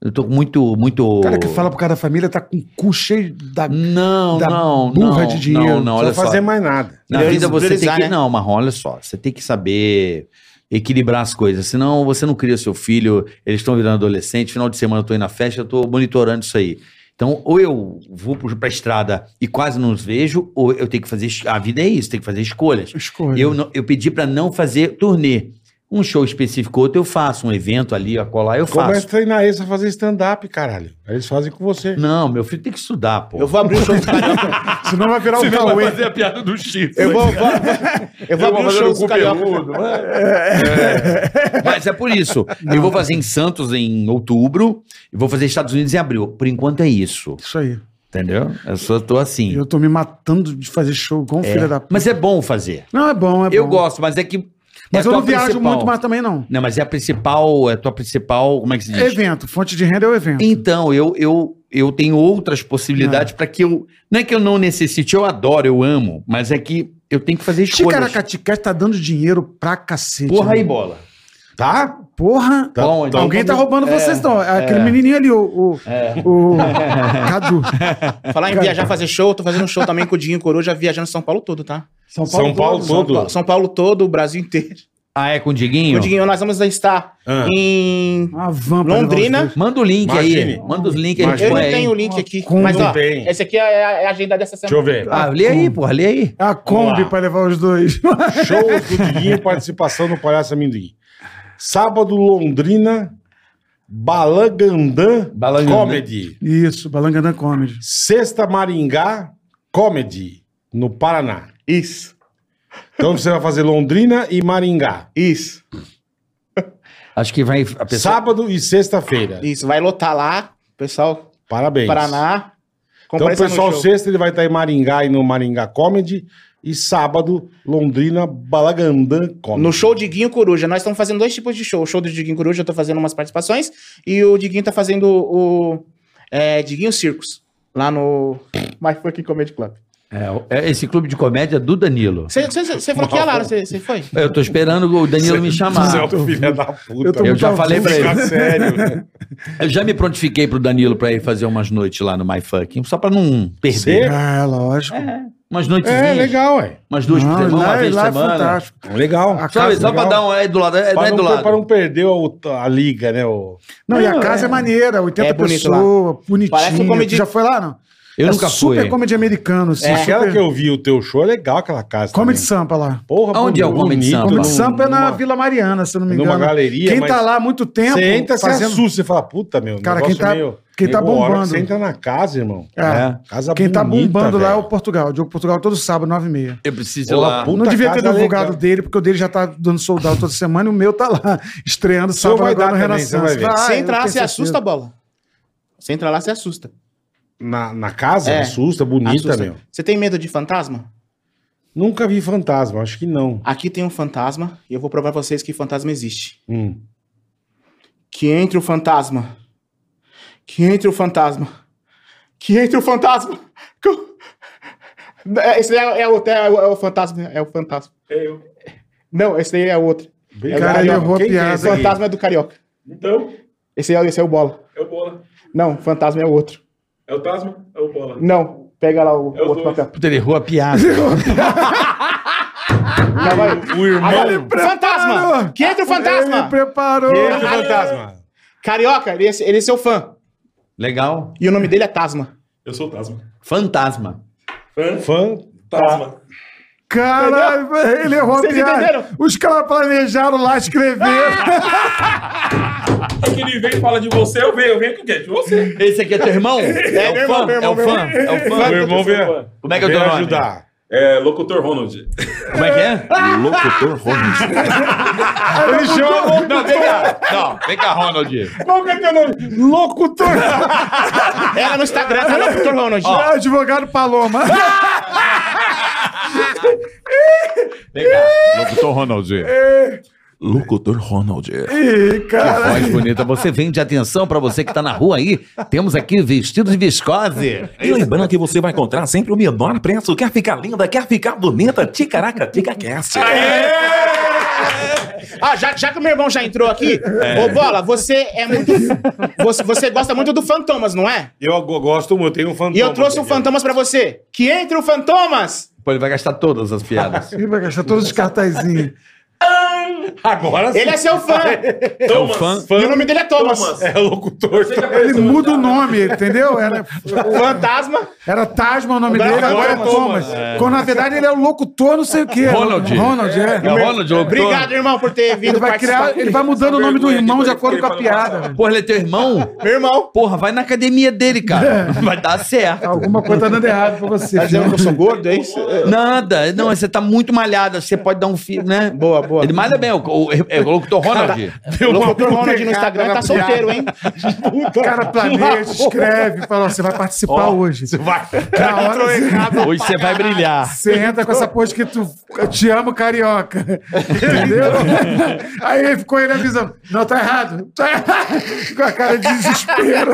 S3: Eu tô com muito, muito...
S4: O cara que fala por causa da família tá com o cu cheio da.
S3: Não,
S4: da
S3: não,
S4: burra
S3: não,
S4: de dinheiro.
S3: Não, não,
S2: Não
S3: olha
S2: vai
S3: só.
S2: fazer mais nada.
S3: Na vida você tem
S5: Priorizar,
S3: que...
S5: né?
S3: Não, Marrom, olha só. Você tem que saber equilibrar as coisas. Senão você não cria seu filho, eles estão virando adolescente. Final de semana eu tô indo na festa, eu tô monitorando isso aí. Então, ou eu vou pro- pra estrada e quase não os vejo, ou eu tenho que fazer... es- A vida é isso, tem que fazer escolhas.
S4: Escolha.
S3: Eu, não- eu pedi pra não fazer turnê. Um show específico ou outro eu faço, um evento ali, a colar eu
S4: é
S2: Começa
S3: faço.
S2: a é treinar eles a fazer stand-up, caralho. Aí eles fazem com você.
S3: Não, meu filho tem que estudar, pô.
S5: Eu vou abrir o show do Carioca.
S4: Senão vai virar um Cauê.
S3: fazer a piada do chifre.
S5: Eu vou, vou- eu vou
S2: um
S5: abrir o show do Carioca.
S3: Mas é por isso. Eu vou fazer em Santos em outubro e vou fazer Estados Unidos em abril. Por enquanto é isso,
S4: Isso aí.
S3: entendeu? Eu só tô assim.
S4: E Eu tô me matando de fazer show com filha da.
S3: Mas é bom fazer.
S4: Não, é bom, é bom.
S3: eu gosto, mas é que...
S4: Mas
S3: é a
S4: eu não
S3: tua
S4: viajo
S3: principal-
S4: muito mais também, não.
S3: Não, mas é a principal, é a tua principal, como é que se
S4: É
S3: diz?
S4: evento. Fonte de renda é o evento.
S3: Então, eu, eu, eu tenho outras possibilidades pra que eu. Não é que eu não necessite, eu adoro, eu amo, mas é que eu tenho que fazer escolhas.
S4: Ticaracatica tá dando dinheiro pra cacete.
S3: Porra aí,
S4: né?
S3: bola.
S2: Tá?
S4: Porra.
S2: Tá-
S3: Bom, então- é.
S4: Alguém tá roubando vocês, então. Aquele menininho ali, o. o, o- Cadu.
S5: Falar em viajar, fazer show, eu tô fazendo um show também com o Dinho Coruja, viajando São Paulo todo, tá?
S2: Então, São Paulo todo.
S5: São Paulo todo, o Brasil inteiro.
S3: Ah, é com o
S5: Com
S3: Diguinho?
S5: O Diguinho, nós vamos estar
S2: Ah.
S5: em...
S4: Uma van pra levar
S5: Londrina.
S3: Manda o link
S2: Imagine.
S3: aí. Manda os links aí.
S2: Imagine.
S5: Eu
S3: põe
S5: não
S3: aí.
S5: tenho o link aqui,
S4: Com-
S5: mas
S2: Não
S5: ó,
S2: tem.
S5: esse aqui é a é a agenda dessa
S2: Deixa eu
S5: semana.
S2: ver.
S3: Ah, lê aí, porra, lê aí.
S4: os dois. A Kombi
S2: Vamos lá.
S4: pra levar os dois.
S2: Show do Diguinho, participação no Palhaço Amendoim. Sábado, Londrina, Balangandã,
S3: Balangandã.
S2: Comedy.
S4: Isso, Balangandã Comedy.
S2: Sexta, Maringá, Comedy, no Paraná.
S5: Isso,
S2: Então você vai fazer Londrina e Maringá.
S5: isso,
S3: Acho que vai. A pessoa...
S2: Sábado e sexta-feira.
S5: isso. Vai lotar lá, pessoal,
S2: Parabéns.
S5: Paraná.
S2: Então,
S5: Compareça no
S2: pessoal,
S5: show.
S2: sexta ele vai estar em Maringá e no Maringá Comedy. E sábado, Londrina, Balagandã Comedy.
S5: No show Diguinho Coruja, nós estamos fazendo dois tipos de show. O show do Diguinho Coruja, eu tô fazendo umas participações. E o Diguinho tá fazendo o. é, Diguinho Circos. Lá no. My Fucking Comedy Club.
S3: É, é esse clube de comédia do Danilo.
S5: Você falou que ia lá, você foi?
S3: Eu tô esperando o Danilo me chamar.
S2: Você é um filho da puta.
S4: Eu tô
S3: Eu
S2: velho.
S4: muito
S3: já falei pra
S2: Fica
S3: ele.
S2: sério. né? velho.
S3: Eu já me prontifiquei pro Danilo pra ir fazer umas noites lá no My Fucking, só pra não perder.
S2: Você-
S3: É,
S4: Ah, lógico.
S3: Umas noitezinhas.
S2: É, legal, ué.
S3: Umas duas por
S4: Não,
S3: semana, uma
S4: lá,
S3: vez por
S4: lá é
S3: semana.
S4: fantástico.
S2: Legal.
S4: A
S3: Sabe,
S4: casa,
S3: só pra
S4: legal.
S3: dar um. É do lado. É,
S2: Pra
S3: não é
S2: não,
S3: do
S2: pra não
S3: lado.
S2: perder o- a liga, né? O...
S4: Não, e a
S5: Não,
S4: casa é,
S5: é-
S4: maneira, 80
S5: é bonito
S4: pessoas, bonitinha.
S5: Parece um comedy-
S4: Tu Já foi lá, não?
S3: Eu
S4: é
S3: nunca fui.
S4: super comedy
S3: É.
S4: americano,
S5: É.
S4: assim. super-
S2: Aquela que eu vi o teu show, é legal aquela casa.
S4: Comedy
S2: também.
S4: Sampa
S5: Tá
S4: lá.
S2: Porra,
S3: Onde é o Comedy Sampa?
S4: Comedy
S3: num-
S4: Sampa é na
S2: numa-
S4: Vila Mariana, se eu não me
S2: numa
S4: engano.
S2: galeria,
S4: Quem
S2: mas-
S4: tá lá há muito tempo
S2: Você entra, você
S4: fazendo...
S2: assusta, você fala, puta, meu.
S4: Cara,
S2: negócio
S4: quem tá- quem tá
S2: Nego, a hora que
S4: bombando.
S2: Você entra na casa, irmão.
S4: É.
S2: Casa
S4: Quem tá
S2: bonita,
S4: bombando lá é o
S2: velho.
S4: Portugal. O Diogo Portugal todo sábado, 9 h 30
S3: Eu preciso ir
S2: Porra,
S3: lá.
S2: puta
S4: Não devia ter
S2: casa
S4: divulgado o
S2: legal.
S4: dele, porque o dele já tá dando soldado toda semana e o meu tá lá, estreando
S2: seu
S4: sábado
S2: vai
S4: agora
S2: dar
S4: no
S2: também, você
S4: Renascença.
S2: vai ver.
S4: Vai,
S5: Você
S4: Ah, eu
S5: entra lá,
S4: tenho
S5: você assusta
S4: certeza.
S5: a bola. Você entra lá, você assusta.
S2: Na, na casa,
S5: É.
S2: assusta, bonita,
S5: assusta.
S2: meu.
S5: Você tem medo de fantasma?
S2: Nunca vi fantasma, acho que não.
S5: Aqui tem um fantasma e eu vou provar pra vocês que fantasma existe.
S2: Hum.
S5: Que entre o fantasma. Que entre o fantasma. Que entre o fantasma. Co- É, Esse daí é, é, outro, é, o- é o fantasma. É o fantasma. Não, esse daí é outro.
S2: Bem-
S5: É
S4: Cara, ele
S5: Carioca.
S4: errou a
S2: Quem que é
S4: piada.
S2: esse aqui?
S5: Fantasma é do Carioca.
S8: Então,
S5: Esse é, esse é o Bola.
S8: é o Bola.
S5: Não, Fantasma é o outro.
S8: É o Tasma? É o Bola.
S5: Não, pega lá o,
S8: É os
S5: outro
S8: dois.
S5: papel.
S3: Puta, ele errou a piada.
S5: Não, vai.
S2: O irmão.
S5: Fantasma! Que entra o
S4: Ele
S5: Fantasma!
S4: preparou.
S2: Quem é o fantasma?
S5: Carioca, ele, é- ele é seu fã.
S3: Legal.
S5: E o nome dele é Tasma.
S8: Eu sou o Tasma.
S3: Fantasma.
S2: Fantasma.
S8: Tasma.
S4: Caralho, ele errou a
S5: Vocês
S4: piada.
S5: entenderam?
S4: Os caras planejaram lá escrever.
S8: É que ele vem e fala de você, eu venho, eu venho com o quê? De você.
S3: Esse aqui é teu irmão? É, o fã, é o fã, é o
S2: O
S3: fã.
S2: irmão veio.
S3: Como é que é o teu
S2: veio
S3: nome?
S2: ajudar.
S8: É, locutor Ronald.
S3: Como é que é?
S6: Locutor Ronald.
S4: Ah!
S2: Ele chama.
S3: Não, vem cá. Não, vem cá, Ronald.
S2: Qual que é teu nome?
S4: Locutor.
S8: Ah!
S5: Ela no Instagram, tá lá, Dr. Ronald.
S4: é Advogado Paloma.
S3: Vem cá.
S6: Locutor Ronald. É. Locutor Ronald.
S4: Ih, cara.
S3: Voz bonita, você vende atenção pra você que tá na rua aí. Temos aqui vestido de viscose.
S6: E lembrando que você vai encontrar sempre o menor preço. Quer ficar linda, quer ficar bonita? Ticaraca, tica cast.
S5: Ah, já, já que o meu irmão já entrou aqui, ô Bola, você é muito. Você, você gosta muito do Fantomas, não é?
S2: Eu go- gosto muito, eu tenho um fantoma.
S5: E eu trouxe
S3: é.
S5: um Fantomas pra você. Que entre o Fantomas!
S3: Pô, ele vai gastar todas as piadas.
S4: Ih, vai gastar todos os cartazinhos.
S2: Agora sim.
S5: Ele é seu fã!
S8: É
S3: É
S8: Thomas.
S5: E o nome dele é Thomas.
S8: Thomas.
S2: É locutor.
S8: Você já
S4: Ele
S8: conheceu
S4: muda o
S8: Tasma?
S4: nome, entendeu? Era,
S5: Fantasma.
S4: era Tasma o nome
S5: Agora
S4: dele,
S5: é
S4: agora é
S2: Thomas.
S4: Thomas. Quando na verdade ele é o locutor, não sei o quê.
S3: Ronald.
S4: Ronald,
S3: É o
S4: é.
S3: Ronald, o
S5: Obrigado, irmão, por ter
S4: Ele
S5: vindo
S4: vai, criar, ele vai mudando o nome do irmão de acordo com a piada. velho.
S3: Porra, ele é teu irmão?
S5: Meu irmão.
S3: Porra, vai na academia dele, cara. Vai dar certo.
S4: Alguma coisa tá dando errado pra você.
S5: Tá dizendo que eu sou gordo, é isso?
S3: Nada. Não, você tá muito malhado. Você pode dar um filho, né?
S5: Boa, boa.
S3: Ele malha bem. O, o, é o locutor Ronald.
S5: O Dr. Ronald no Instagram tá solteiro, hein?
S4: O cara planeja, escreve, fala, ó, você vai participar hoje. Você vai. Na hora você-
S3: Hoje você vai brilhar.
S4: você entra com essa pose que tu eu te amo carioca. Entendeu? Aí ele ficou aí na visão. Não, tá errado. Tá errado. Com a cara de desespero.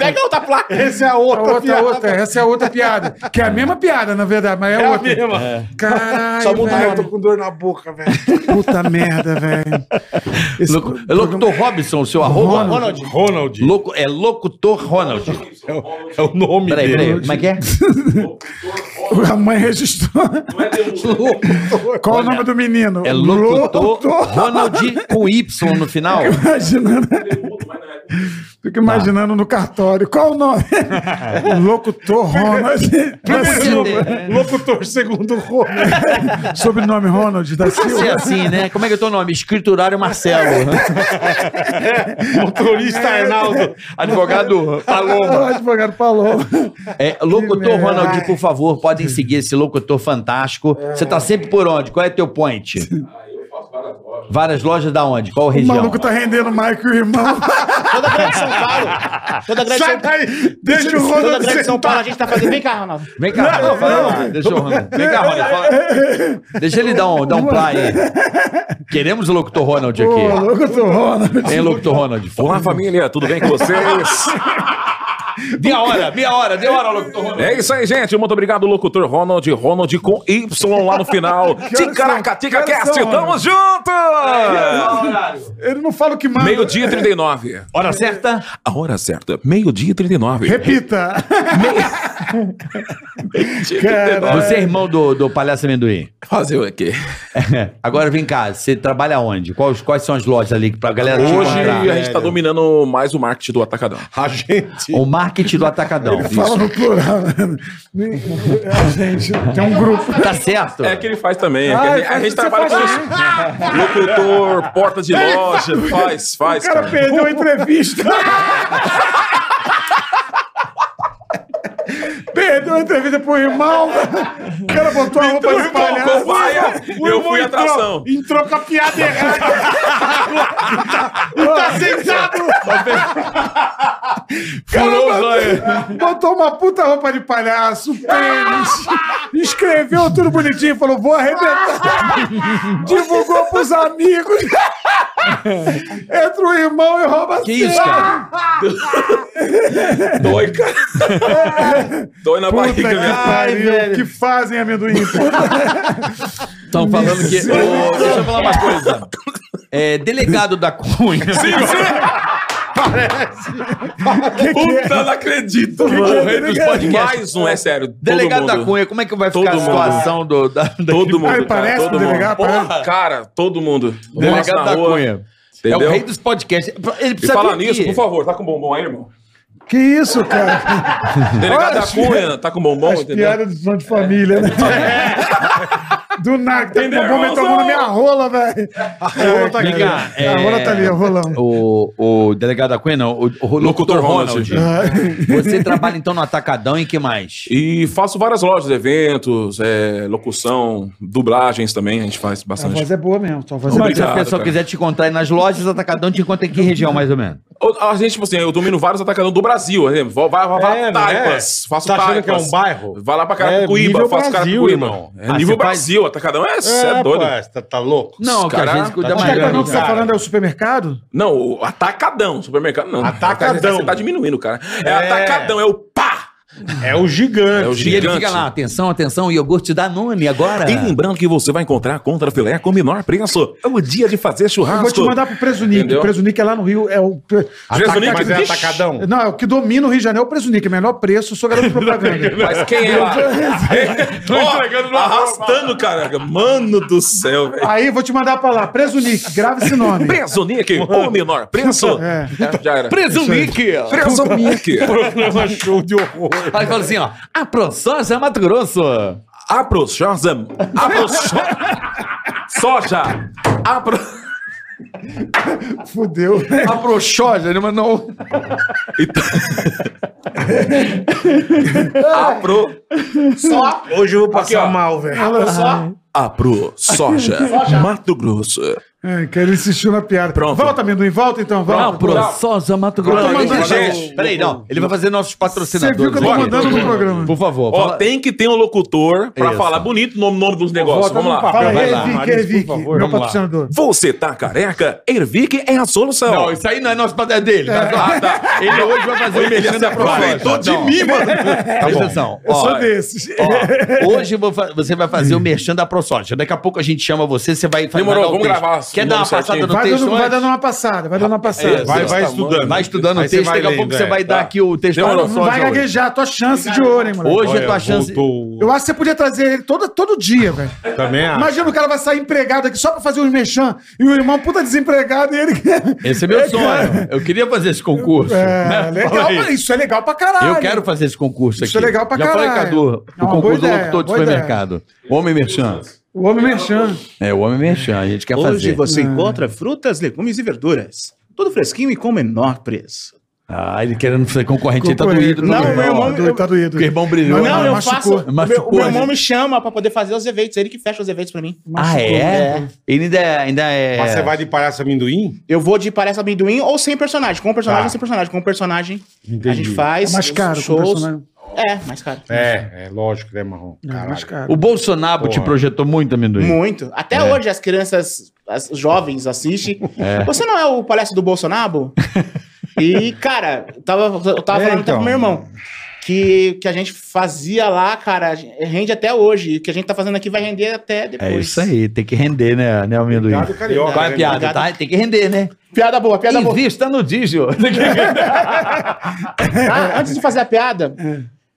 S5: Pega outra placa.
S2: Essa é a
S4: A
S2: outra,
S4: outra,
S2: piada.
S4: outra, essa é a outra piada. Que é a mesma piada, na verdade, mas é,
S2: É a
S4: outra.
S2: mesma.
S4: Caralho,
S2: Só muda o
S4: velho.
S2: nome. com dor na boca, velho.
S4: Puta merda, velho. Esse
S3: Locu- é
S4: programa-
S3: locutor Robson, o seu arroba?
S5: Ronald.
S2: Ronald.
S3: Loco, é locutor Ronald.
S2: É o, é o nome
S3: Peraí,
S2: dele.
S3: peraí. Como é que é?
S4: A mãe registrou.
S2: é né?
S4: Qual o nome do menino?
S3: É locutor Ronald com Y no final.
S4: Imaginando. Fico imaginando no cartório. Qual o nome? Locutor Ronald. da Silva.
S3: Você-
S2: Locutor segundo Ronald.
S4: Sobrenome Ronald da
S3: Você é
S4: Silva.
S3: assim, né? Como é que é o teu nome? Escriturário Marcelo.
S2: Motorista Arnaldo.
S3: Advogado
S4: O
S3: Paloma.
S4: advogado falou.
S3: É, locutor
S4: merda.
S3: Ronald, por favor, podem seguir esse locutor fantástico. Você tá sempre por onde? Qual é teu point? Várias lojas da onde? Qual
S4: O
S3: região?
S4: maluco tá rendendo mais que o irmão.
S5: Toda grande São Paulo. Toda grande São
S4: Sai
S5: Paulo.
S4: daí. Deixa o
S5: Toda
S4: Ronald
S5: grande São Paulo
S4: sentar.
S5: a gente tá fazendo. Vem cá, Ronaldo.
S3: Vem cá, Ronald, fala lá. Deixa o Ronald. Vem cá, Ronald. fala. Deixa ele dar um, dar um play aí. Queremos o locutor Ronald
S4: Pô,
S3: aqui.
S4: locutor Ronald.
S3: Tem locutor Ronald.
S6: Olá, família, tudo bem com vocês?
S3: Meia hora, meia hora, deu hora, locutor Ronald.
S6: É isso aí, gente. Muito obrigado, locutor Ronald. Ronald com Y lá no final. Ticaraca, tica cast. Tamo junto!
S4: Ele não fala o que manda.
S6: Meio-dia e 39.
S3: Hora certa?
S6: A hora certa. Meio-dia e 39.
S4: Repita.
S3: Você é irmão do, do Palhaço Amendoim.
S6: Fazer o quê?
S3: Agora vem cá, você trabalha onde? Quais, quais são as lojas ali pra galera te
S6: Hoje
S3: encontrar?
S6: a gente tá dominando mais o marketing do Atacadão.
S2: A gente.
S3: O marketing do Atacadão.
S4: Fala no plural. né? Nem- A gente tem um grupo.
S3: Tá certo?
S6: É que ele faz também.
S4: Ah,
S6: a gente,
S4: faz-
S6: a gente
S4: você
S6: trabalha com
S4: faz
S6: isso. Locutor, porta de loja. Faz, faz.
S4: O cara
S6: cara.
S4: perdeu a entrevista. perdeu a entrevista pro irmão. O cara botou a
S6: Então,
S4: roupa de palhaço.
S6: Cobaia, eu fui atração.
S4: Entrou com a piada errada.
S5: Tá sentado.
S3: Furou o zóio.
S4: Botou uma puta roupa de palhaço, um pênis. Escreveu tudo bonitinho, falou: vou arrebentar. Divulgou pros amigos. Entra o irmão e rouba
S3: Que isso,
S6: Ah!
S3: cara?
S6: Dói, cara. Dói na
S4: Puta que
S6: barriga, né?
S4: pariu,
S3: velho.
S4: que fazem amendoim.
S3: Estão falando que. Ô, deixa eu falar uma coisa. é, delegado da Cunha.
S8: Puta, não acredito.
S6: O rei dos podcasts. Mais um, é sério. todo
S3: Delegado da
S6: mundo.
S3: Cunha, como é que vai
S6: Todo
S3: ficar a
S6: mundo.
S3: situação do, da, da-
S6: Todo mundo.
S4: Ah, ele
S6: cara,
S4: parece
S6: todo
S4: um
S6: mundo.
S4: delegado,
S6: Porra,
S4: parece.
S6: Cara, todo mundo.
S3: Delegado
S6: Passa
S3: da
S6: na rua,
S3: Cunha. É
S6: Entendeu?
S3: o rei dos podcasts. Ele
S6: E
S3: precisa
S6: falar
S3: vir
S6: nisso,
S3: aqui.
S6: por favor, tá com bombom aí, irmão?
S4: Que isso, cara?
S6: Delegado da
S4: as
S6: Cunha, tá com bombom,
S4: As
S6: entendeu?
S4: piadas de som de família, né?
S3: É.
S4: Do nada, tá com
S8: Entendeu,
S4: uma bomba entrou
S8: irmãozão?
S4: na minha rola, velho. A rola tá
S3: Vem
S4: aqui.
S3: cá,
S4: A
S3: é-
S4: rola tá ali, o rolão.
S3: O, o delegado da Cunha, não. O, o
S6: Locutor
S3: locutor
S6: Ronald.
S3: Ronald. Você trabalha então no Atacadão e que mais?
S6: E faço várias lojas, eventos, é, locução, dublagens também, a gente faz
S4: A
S6: bastante.
S4: voz é boa mesmo, só fazer.
S3: Mas se a
S6: Obrigado,
S3: pessoa
S6: cara.
S3: quiser te encontrar aí nas lojas, Atacadão te encontra em que região, mais ou menos?
S6: Ou- A gente, tipo assim, eu domino vários atacadão do Brasil, por exemplo. Vai, vai, vai,
S2: É, não é?
S6: taipas. Faço
S2: Tá achando
S6: taipas.
S2: que é um bairro?
S6: Vai lá pra
S2: É
S6: Carapicuíba,
S2: nível
S6: faço
S2: Brasil,
S6: Carapicuíba.
S2: irmão. tá-
S6: É
S3: Ah,
S6: nível
S3: você faz-
S6: Brasil, atacadão é, cê é doido.
S2: pô, tá, tá louco?
S3: Não, que a
S6: cara-
S3: gente cuida
S2: tá
S4: O
S3: mais.
S4: atacadão que você tá
S2: cara.
S4: falando é o supermercado?
S6: Não, o atacadão, supermercado não.
S2: Atacadão.
S6: Você tá diminuindo, cara. É,
S2: É.
S6: atacadão, é o pá!
S2: É o gigante.
S6: É o
S3: E
S6: gigante.
S3: ele fica lá, atenção, atenção, iogurte da Nune
S2: Tá.
S3: agora.
S6: E lembrando que você vai encontrar contra filé com menor preço. É o dia de fazer
S4: Eu
S6: churrasco.
S4: vou te mandar pro Presunique.
S6: Entendeu?
S4: O Presunique é lá no Rio. É o...
S6: Jesus,
S2: Ataca- mas
S6: Nick,
S2: é
S6: vixe.
S2: atacadão.
S4: Não, é o que domina o Rio de Janeiro é o Presunique. Menor preço, sou garoto de propaganda.
S6: Mas quem é lá? Tô
S2: entregando
S6: entregando
S2: na
S6: Arrastando, caraca. Mano do céu, velho.
S4: Aí eu vou te mandar pra lá. Presunique, grava esse nome.
S6: Preso, Nick. O menor preço.
S4: É.
S6: É, já era.
S3: Preso Nick!
S6: Preso, Nick.
S2: programa é show de horror.
S3: Aí fala assim, ó, a ProSoja Mato Grosso.
S6: Apro Shazam. Apro Soja. Apro...
S4: Fudeu.
S3: A ProSoja, mas não...
S6: Apro...
S8: Só.
S2: Hoje eu vou passar
S8: Aqui, ó.
S2: mal, velho.
S8: Só.
S6: Apro Soja. Mato Grosso.
S4: É, que ele insistiu na piada.
S6: Pronto.
S4: Volta, amendoim, volta então,
S3: A
S4: volta.
S3: ProSoja Mato Grosso.
S6: Não,
S3: Ele-
S6: gente.
S3: Peraí, não, ele vai fazer nossos
S4: um Você
S3: patrocinadores.
S4: viu que eu tô
S3: aqui.
S4: mandando no programa.
S3: Por favor,
S6: Ó,
S3: fala-
S6: tem que ter um locutor pra
S3: Isso.
S6: falar bonito o nome, nome dos negócios.
S2: Volta
S6: Vamos
S2: no
S6: lá.
S2: papo.
S4: Fala
S3: Vai
S4: aí,
S3: lá,
S4: Vic,
S2: Maris,
S4: aí, Vic,
S2: por favor,
S4: meu
S2: vamos lá.
S4: patrocinador.
S6: Você tá careca? Ervic é a solução.
S3: Não, isso aí não é nosso padrão dele. mas-
S6: Ah, tá.
S3: Ele hoje vai fazer o mexendo da
S6: Aproveitou
S3: ProSoja.
S6: de
S3: Não,
S6: mim, mano.
S3: Presta atenção.
S4: Tá
S3: Ó,
S4: Eu sou desses.
S3: Ó, hoje eu vou fa- você vai fazer o merchan da ProSoja. Daqui a pouco a gente chama você, você vai fazer.
S6: Demorou, vamos gravar o
S3: Quer dar uma
S6: nome
S3: passada
S6: certinho.
S3: no
S4: Vai
S3: texto?
S4: dando, vai
S3: antes?
S4: dando uma passada, vai dando uma
S3: É,
S4: passada.
S3: isso.
S2: Vai, tá vai estudando.
S3: Vai estudando
S2: Aí
S3: o
S2: você
S3: texto,
S2: vai
S3: daqui a pouco
S2: lendo,
S3: você
S2: é.
S3: vai dar aqui o texto da
S6: Demorou.
S4: Não vai
S3: ProSoja. hoje.
S4: gaguejar, tua chance de ouro, hein, moleque.
S3: Hoje é
S2: Olha,
S3: tua chance.
S2: voltou.
S4: Eu acho que você podia trazer ele todo, todo dia, velho.
S2: Também acho.
S4: Imagina o cara vai sair empregado aqui só pra fazer uns mexã e o irmão puta desempregado e ele...
S3: Esse é meu sonho. Eu queria fazer esse concurso.
S4: É, legal, pra- isso é legal pra caralho.
S3: Eu quero fazer esse concurso aqui.
S4: Isso é legal pra
S3: Já falei,
S4: caralho.
S3: Cadu,
S4: É
S3: o
S4: uma boa
S3: concurso do
S4: ideia,
S3: locutor de
S4: boa ideia.
S3: supermercado. Homem merchan.
S4: O homem mexã.
S3: É, o homem merchan, a gente quer
S5: Hoje
S3: fazer.
S5: você
S4: Ah.
S5: encontra frutas, legumes e verduras. Tudo fresquinho e com menor preço.
S3: Ah, ele querendo ser concorrente, ele tá
S4: Concorrente.
S3: doído.
S5: Não,
S3: também.
S5: meu irmão-
S4: Tá doído, tá doído.
S3: Porque o irmão brilhou.
S4: Não,
S3: né?
S4: eu
S3: Machucou.
S5: faço.
S3: Machucou,
S5: o meu, o meu irmão
S3: né?
S5: me chama pra poder fazer os eventos. Ele que fecha os eventos pra mim.
S3: Ah,
S4: né?
S3: é? Ele ainda, ainda é.
S2: Mas você vai de palhaço amendoim?
S5: Eu vou de Parece Amendoim ou sem personagem. Com um personagem
S2: Tá.
S5: ou sem personagem. Com personagem, a
S2: Entendi.
S5: gente faz.
S4: É mais caro
S5: os
S4: com personagem.
S5: É, mais caro.
S2: É, é lógico, né, Marrom?
S4: É, mais
S2: Caralho.
S4: caro.
S3: O Bolsonaro te
S2: Porra.
S3: projetou muito, amendoim.
S5: Muito. Até hoje as crianças, as jovens assistem. Você não é o palestra do Bolsonaro? e, cara, eu tava, eu tava
S2: É,
S5: falando até
S2: então.
S5: pro meu irmão. Que, que a gente fazia lá, cara, rende até hoje. E o que a gente tá fazendo aqui vai render até depois.
S3: É isso aí, tem que render, né, né amendoim?
S2: Obrigado, carioca.
S3: Qual é a
S2: né?
S3: piada,
S5: Obrigado.
S3: tá? Tem que render, né?
S5: Piada boa, piada boa.
S3: Invista no Digio.
S5: Ah, antes de fazer a piada,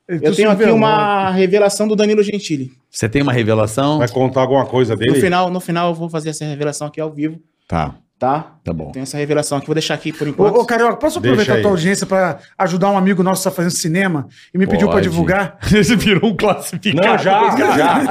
S5: eu
S4: tô
S5: tenho aqui
S4: subindo.
S5: uma revelação do Danilo Gentili.
S3: Você tem uma revelação?
S2: Vai contar alguma coisa
S5: No
S2: dele?
S5: final, no final eu vou fazer essa revelação aqui ao vivo,
S3: Tá,
S5: tá?
S3: tá bom.
S5: Tenho essa revelação aqui, vou deixar aqui por
S4: Ô,
S5: enquanto.
S4: ô, Carioca, posso
S2: Deixa
S4: aproveitar a tua
S2: aí.
S4: audiência pra ajudar um amigo nosso que tá fazendo cinema e me pediu pra
S3: Pode.
S4: divulgar?
S3: Você virou um classificado.
S2: Não, já, já.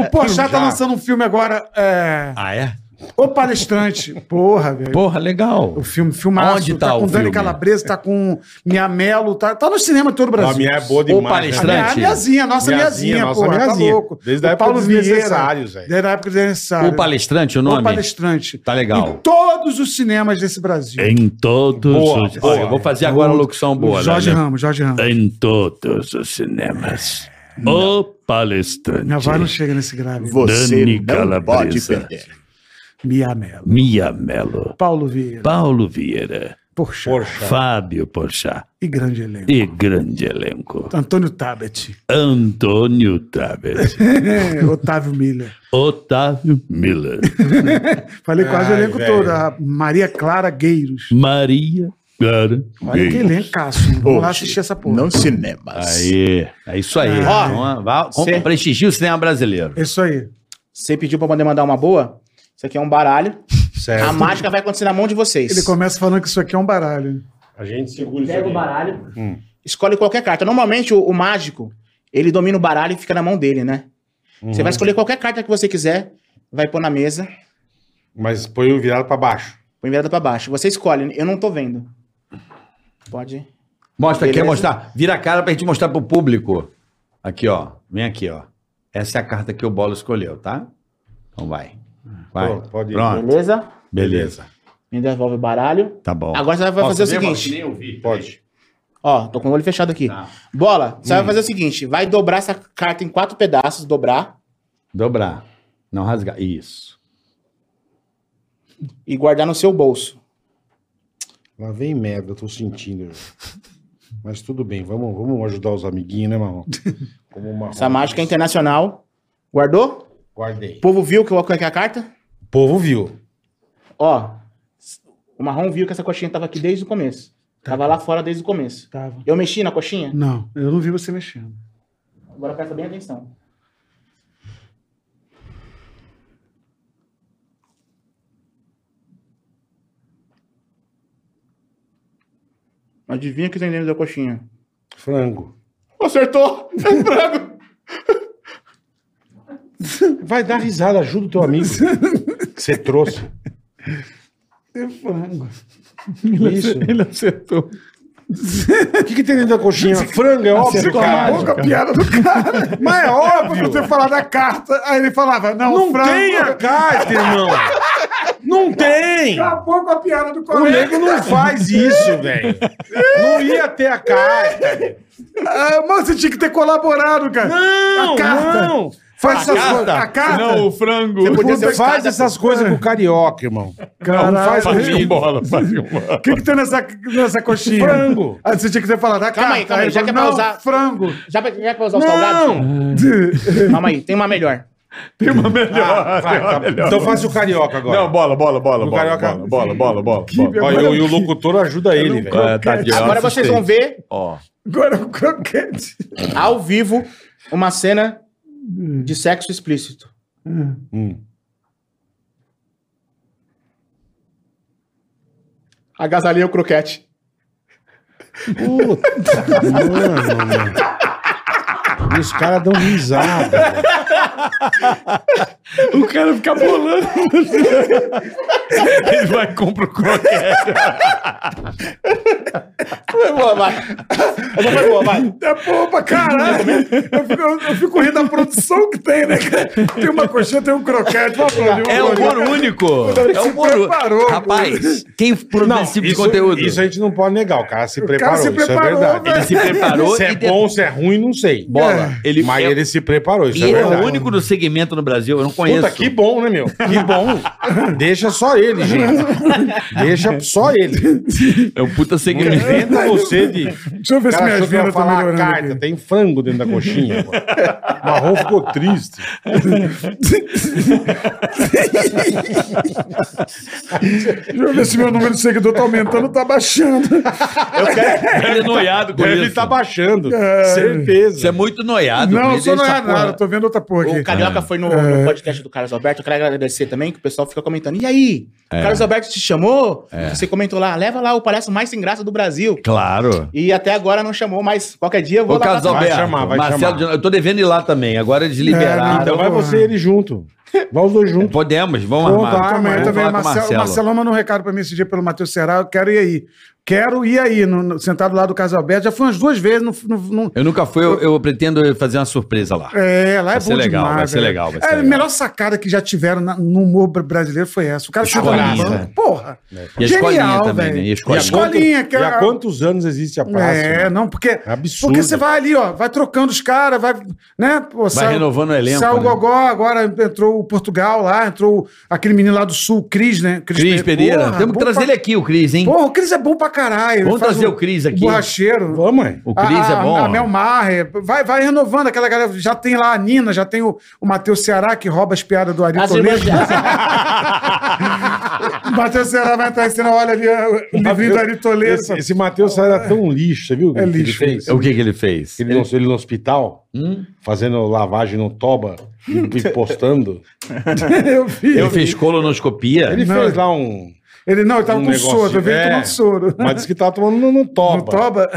S4: O Porchat tá
S2: Já.
S4: lançando um filme agora, é...
S3: Ah, é?
S4: O Palestrante. Porra, velho.
S3: Porra, legal.
S4: O filme, filmaço.
S3: Onde tá
S4: com
S3: o
S4: Dani
S3: filme?
S4: Calabresa, tá com Mia Mello, tá, tá no cinema de todo o
S2: A
S4: Brasil.
S2: minha é boa demais.
S3: Ô, palestrante.
S2: né?
S4: É a Miazinha, nossa Miazinha,
S2: Miazinha, nossa
S4: porra,
S2: Miazinha.
S4: tá louco.
S2: Desde a
S4: O
S2: época
S4: Paulo
S2: dos
S4: Vieira,
S2: Desnecessários, velho.
S4: Desde a época dos Desnecessários.
S3: O palestrante, o
S4: O
S3: nome?
S4: Palestrante.
S3: Tá legal.
S4: Em todos os cinemas desse Brasil.
S9: É
S3: Em todos
S2: Boa,
S3: os...
S2: boa.
S3: Olha, eu vou fazer agora a locução
S9: né?
S3: boa.
S4: Jorge
S3: Léo.
S4: Ramos, Jorge Ramos.
S9: em todos os cinemas. O palestrante
S4: Minha voz não chega nesse grave.
S9: Dani Calabresa,
S4: Mia Mello.
S9: Mia Mello,
S4: Paulo Vieira.
S9: Paulo Vieira,
S4: Poxa.
S3: Tá.
S9: Fábio Porchat
S4: E grande elenco.
S9: e grande elenco.
S4: Antônio Tabet. É,
S9: Antônio Tabet,
S4: Otávio Miller.
S9: Otávio Miller,
S4: Falei quase o
S2: Ai,
S4: elenco
S2: velho.
S4: todo. A Maria Clara Gueiros.
S9: Maria Clara
S4: Olha que
S9: Gueiros.
S4: elencaço. hein? Vamos lá
S9: Oxe,
S4: assistir essa porra.
S10: Não cinemas.
S3: Aí, é isso aí.
S5: Ó,
S3: Vamos- vamos
S5: cê-
S3: prestigiar o cinema brasileiro.
S4: É Isso aí.
S5: Você pediu pra poder mandar uma boa? Isso aqui é um baralho.
S2: Certo.
S5: A mágica vai acontecer na mão de vocês.
S4: Ele começa falando que isso aqui é um baralho.
S2: A gente segura isso
S5: Pega o
S2: aqui.
S5: baralho, escolhe qualquer carta. Normalmente o, o mágico, ele domina o baralho e fica na mão dele, né? Você vai escolher qualquer carta que você quiser, vai pôr na mesa,
S2: Mas põe o virado pra baixo.
S5: põe virada pra baixo. Você escolhe, eu não tô vendo. Pode.
S3: Mostra, quer
S5: Beleza.
S3: mostrar? Vira a cara pra gente mostrar pro público. Aqui, ó. Vem aqui, ó. Essa é a carta que o Bolo escolheu, tá? Então vai. Vai.
S2: Pô, pode ir.
S3: Pronto.
S5: Beleza?
S3: Beleza.
S5: Me devolve o baralho.
S3: Tá bom.
S5: Agora você vai
S3: Posso
S5: fazer o
S3: ver, Mauro?
S5: seguinte.
S3: Nem ouvi.
S2: Pode.
S5: Ó, tô com o olho fechado aqui.
S3: Tá.
S5: Bola, você vai fazer o seguinte: vai dobrar essa carta em quatro pedaços, dobrar
S3: Dobrar. Não rasgar. Isso.
S5: e guardar no seu bolso.
S2: Lá vem merda, eu tô sentindo. Mas tudo bem, vamos, vamos ajudar os amiguinhos, né, Marrom? Como o Marrom
S5: Essa mágica é internacional. Guardou?
S2: Guardei.
S5: O povo viu que eu coloquei a carta?
S2: O povo viu.
S5: Ó, o marrom viu que essa coxinha tava aqui desde o começo. Tava lá fora desde o começo.
S4: Tava.
S5: Eu mexi na coxinha?
S4: Não, eu não vi você mexendo.
S5: Agora presta bem atenção. Adivinha o que tem dentro da coxinha?
S2: Frango.
S5: Acertou! É frango!
S2: Vai dar risada, ajuda o teu amigo. que você trouxe.
S4: É frango.
S2: Isso.
S4: Ele acertou.
S2: O que, que tem dentro da coxinha? Frango, é óbvio,
S4: Acertou a
S2: cara.
S4: boca, piada do cara. Mas é óbvio você falar da carta. Aí ele falava, não,
S2: Não
S4: frango.
S2: tem a carta, irmão. Não tem.
S4: Acabou com a piada do
S2: O
S4: colega.
S2: nego não faz isso, velho. Não ia ter a carta.
S4: Ah, mas você tinha que ter colaborado, cara.
S2: Não,
S4: a carta.
S2: não.
S4: Faz essas coisas. A carta.
S9: Não, o frango.
S5: Podia ser
S2: Não faz
S5: escada,
S2: essas coisas com o carioca, irmão.
S4: Caralho.
S2: Não faz
S6: um
S4: Fazia
S2: comigo.
S9: bola, fazia bola.
S4: O que, que tem nessa, nessa coxinha?
S2: Frango.
S4: Aí você tinha que ter falado da
S5: Calma
S4: carta.
S5: aí, calma aí,
S4: ele
S5: já
S4: falou,
S5: que é pra
S4: não,
S5: usar-
S4: frango.
S5: Já pra, já pra usar o salgado?
S2: Não.
S5: Calma aí, tem uma melhor.
S9: Tem uma melhor.
S2: Ah,
S9: tem
S2: vai,
S9: uma
S2: tá bom.
S9: melhor.
S2: Então faz o carioca agora.
S9: Não, bola, bola, bola,
S2: O
S9: bola,
S2: carioca-
S9: bola, bola, bola, bola, bola.
S2: Ó, e, o- e o locutor ajuda ele, velho.
S3: É, tá de
S5: Agora vocês vão ver
S3: Ó.
S4: Agora o croquete.
S5: ao vivo uma cena de sexo explícito.
S3: Hum.
S5: Agasalhei o croquete.
S2: Mano, mano. E os caras dão risada.
S9: O cara fica bolando. Ele vai e compra o croquete.
S5: Foi boa, vai. Essa foi boa, vai.
S4: É boa pra caralho. Eu fico, eu- eu fico rindo da produção que tem, né? cara? Tem uma coxinha, tem um croquete. Uma frango,
S3: É
S4: um
S3: humor único. É
S4: se
S3: humor
S4: preparou,
S3: único. Rapaz, quem produz esse tipo de conteúdo?
S2: Isso é a gente não pode negar. O cara se
S4: cara
S2: preparou.
S4: se
S2: isso
S4: preparou,
S2: é verdade.
S4: velho.
S3: Ele se preparou
S2: Se é
S3: e de-
S2: bom, se é ruim, não sei.
S3: bola. Ele
S2: Mas
S3: é-
S2: ele se preparou, isso
S3: e
S2: é
S3: ele é
S2: verdade.
S3: o único do segmento no Brasil, eu não conheço.
S2: Puta, que bom, né, meu? Que bom. Deixa só ele, gente. Deixa só ele.
S3: É um puta segmento.
S2: Inventa você de.
S4: Deixa eu ver se
S2: Cara,
S4: minha
S2: achou que eu
S4: agenda
S2: ia
S4: tá
S2: falar a
S4: melhorando.
S2: carta.
S4: aqui.
S2: Tem frango dentro da coxinha. pô. Marrom ficou triste.
S4: Deixa eu ver se meu número de seguidor tá aumentando ou tá baixando.
S3: Ele é noiado com
S2: Deve
S3: isso.
S2: estar tá baixando.
S4: É.
S2: Certeza.
S3: Você é muito noiado.
S4: Não, eu
S3: Luiz,
S4: sou não
S3: essa
S4: é
S3: porra.
S4: nada. eu Tô vendo outra porra aqui.
S5: O
S3: Ah.
S5: Carioca foi no, no podcast do Carlos Alberto. Eu quero agradecer também, que o pessoal fica comentando. E aí?
S3: É.
S5: O Carlos Alberto te chamou? Você comentou lá, leva lá o palhaço mais sem graça do Brasil.
S3: Claro.
S5: E até agora não chamou, mas qualquer dia eu vou
S3: Ô,
S5: lá. pra-
S3: Carlos Alberto,
S2: chamar, vai
S3: Marcelo,
S2: chamar.
S3: de- eu tô devendo ir lá também. Agora eles liberaram.
S2: Então vai você e ele junto. Vai os dois juntos.
S3: Podemos, vamos
S2: Pô,
S3: armar.
S2: tá,
S4: Também,
S2: mas
S3: Vamos
S4: também.
S3: falar com o
S4: Marcelo, Marcelo. mandou um recado pra mim esse dia pelo Matheus Será. Eu quero ir aí. Quero ir aí, no, no- sentado lá do Casa Alberto. Já fui umas duas vezes. No, no- no-
S3: Eu nunca fui, eu, eu pretendo fazer uma surpresa lá.
S4: É, lá
S3: Vai
S4: é bom
S3: ser legal,
S4: demais.
S3: vai ser
S4: velho.
S3: legal, vai ser
S4: É, A
S3: legal.
S4: melhor sacada que já tiveram na- no humor br- brasileiro foi essa. O cara senta no
S3: Escolinha. né?
S4: banco. Porra.
S3: E a escolinha
S4: Genial,
S3: também,
S4: velho.
S3: né? E a
S2: E há
S3: escolinha.
S4: Escolinha,
S2: quanto-
S4: que é
S2: e há
S4: a-
S2: quantos anos existe a praça?
S4: É, não, porque.
S2: né? Absurdo.
S4: Porque você vai ali, ó, vai trocando os caras, vai. Né? Pô,
S3: renovando o elenco,
S4: Saiu
S3: né?
S4: o Gogó, agora entrou entrou o Portugal lá, entrou aquele menino lá do Sul, o Cris, né?
S3: Cris Pereira.
S4: Porra,
S3: Temos que
S4: bom
S3: trazer
S4: pra-
S3: ele aqui, o Cris, hein?
S4: Porra, o Cris é bom pra caralho. Ele
S3: Vamos
S4: faz
S3: trazer o Cris aqui.
S4: Borracheiro.
S2: Vamos, hein?
S3: O Cris
S4: A-
S3: é bom.
S4: A, a Mel Maher. Vai, vai renovando aquela galera. Já tem lá a Nina, já tem o, o Matheus Ceará, que rouba as piadas do Ari
S5: As
S4: Toledo.
S5: irmãs já.
S4: O Matheus Ceará vai entrar em cena, olha ali é, o livrinho do Ari Toledo.
S2: Esse, esse Matheus era tão lixo, você viu? o que
S4: É
S2: ele
S4: lixo
S2: fez?
S3: O que, que ele fez?
S2: Ele, no, ele no hospital,
S3: Hum?
S2: fazendo lavagem no toba e, e postando.
S4: Eu vi.
S3: Ele fez colonoscopia.
S2: Ele
S4: Não.
S2: fez lá um.
S4: Ele não, ele tava
S2: Um
S4: com
S2: negocinho,
S4: soro, eu vi ele
S2: é.
S4: tomando soro.
S2: Mas disse que tava tomando no, no toba.
S4: No toba?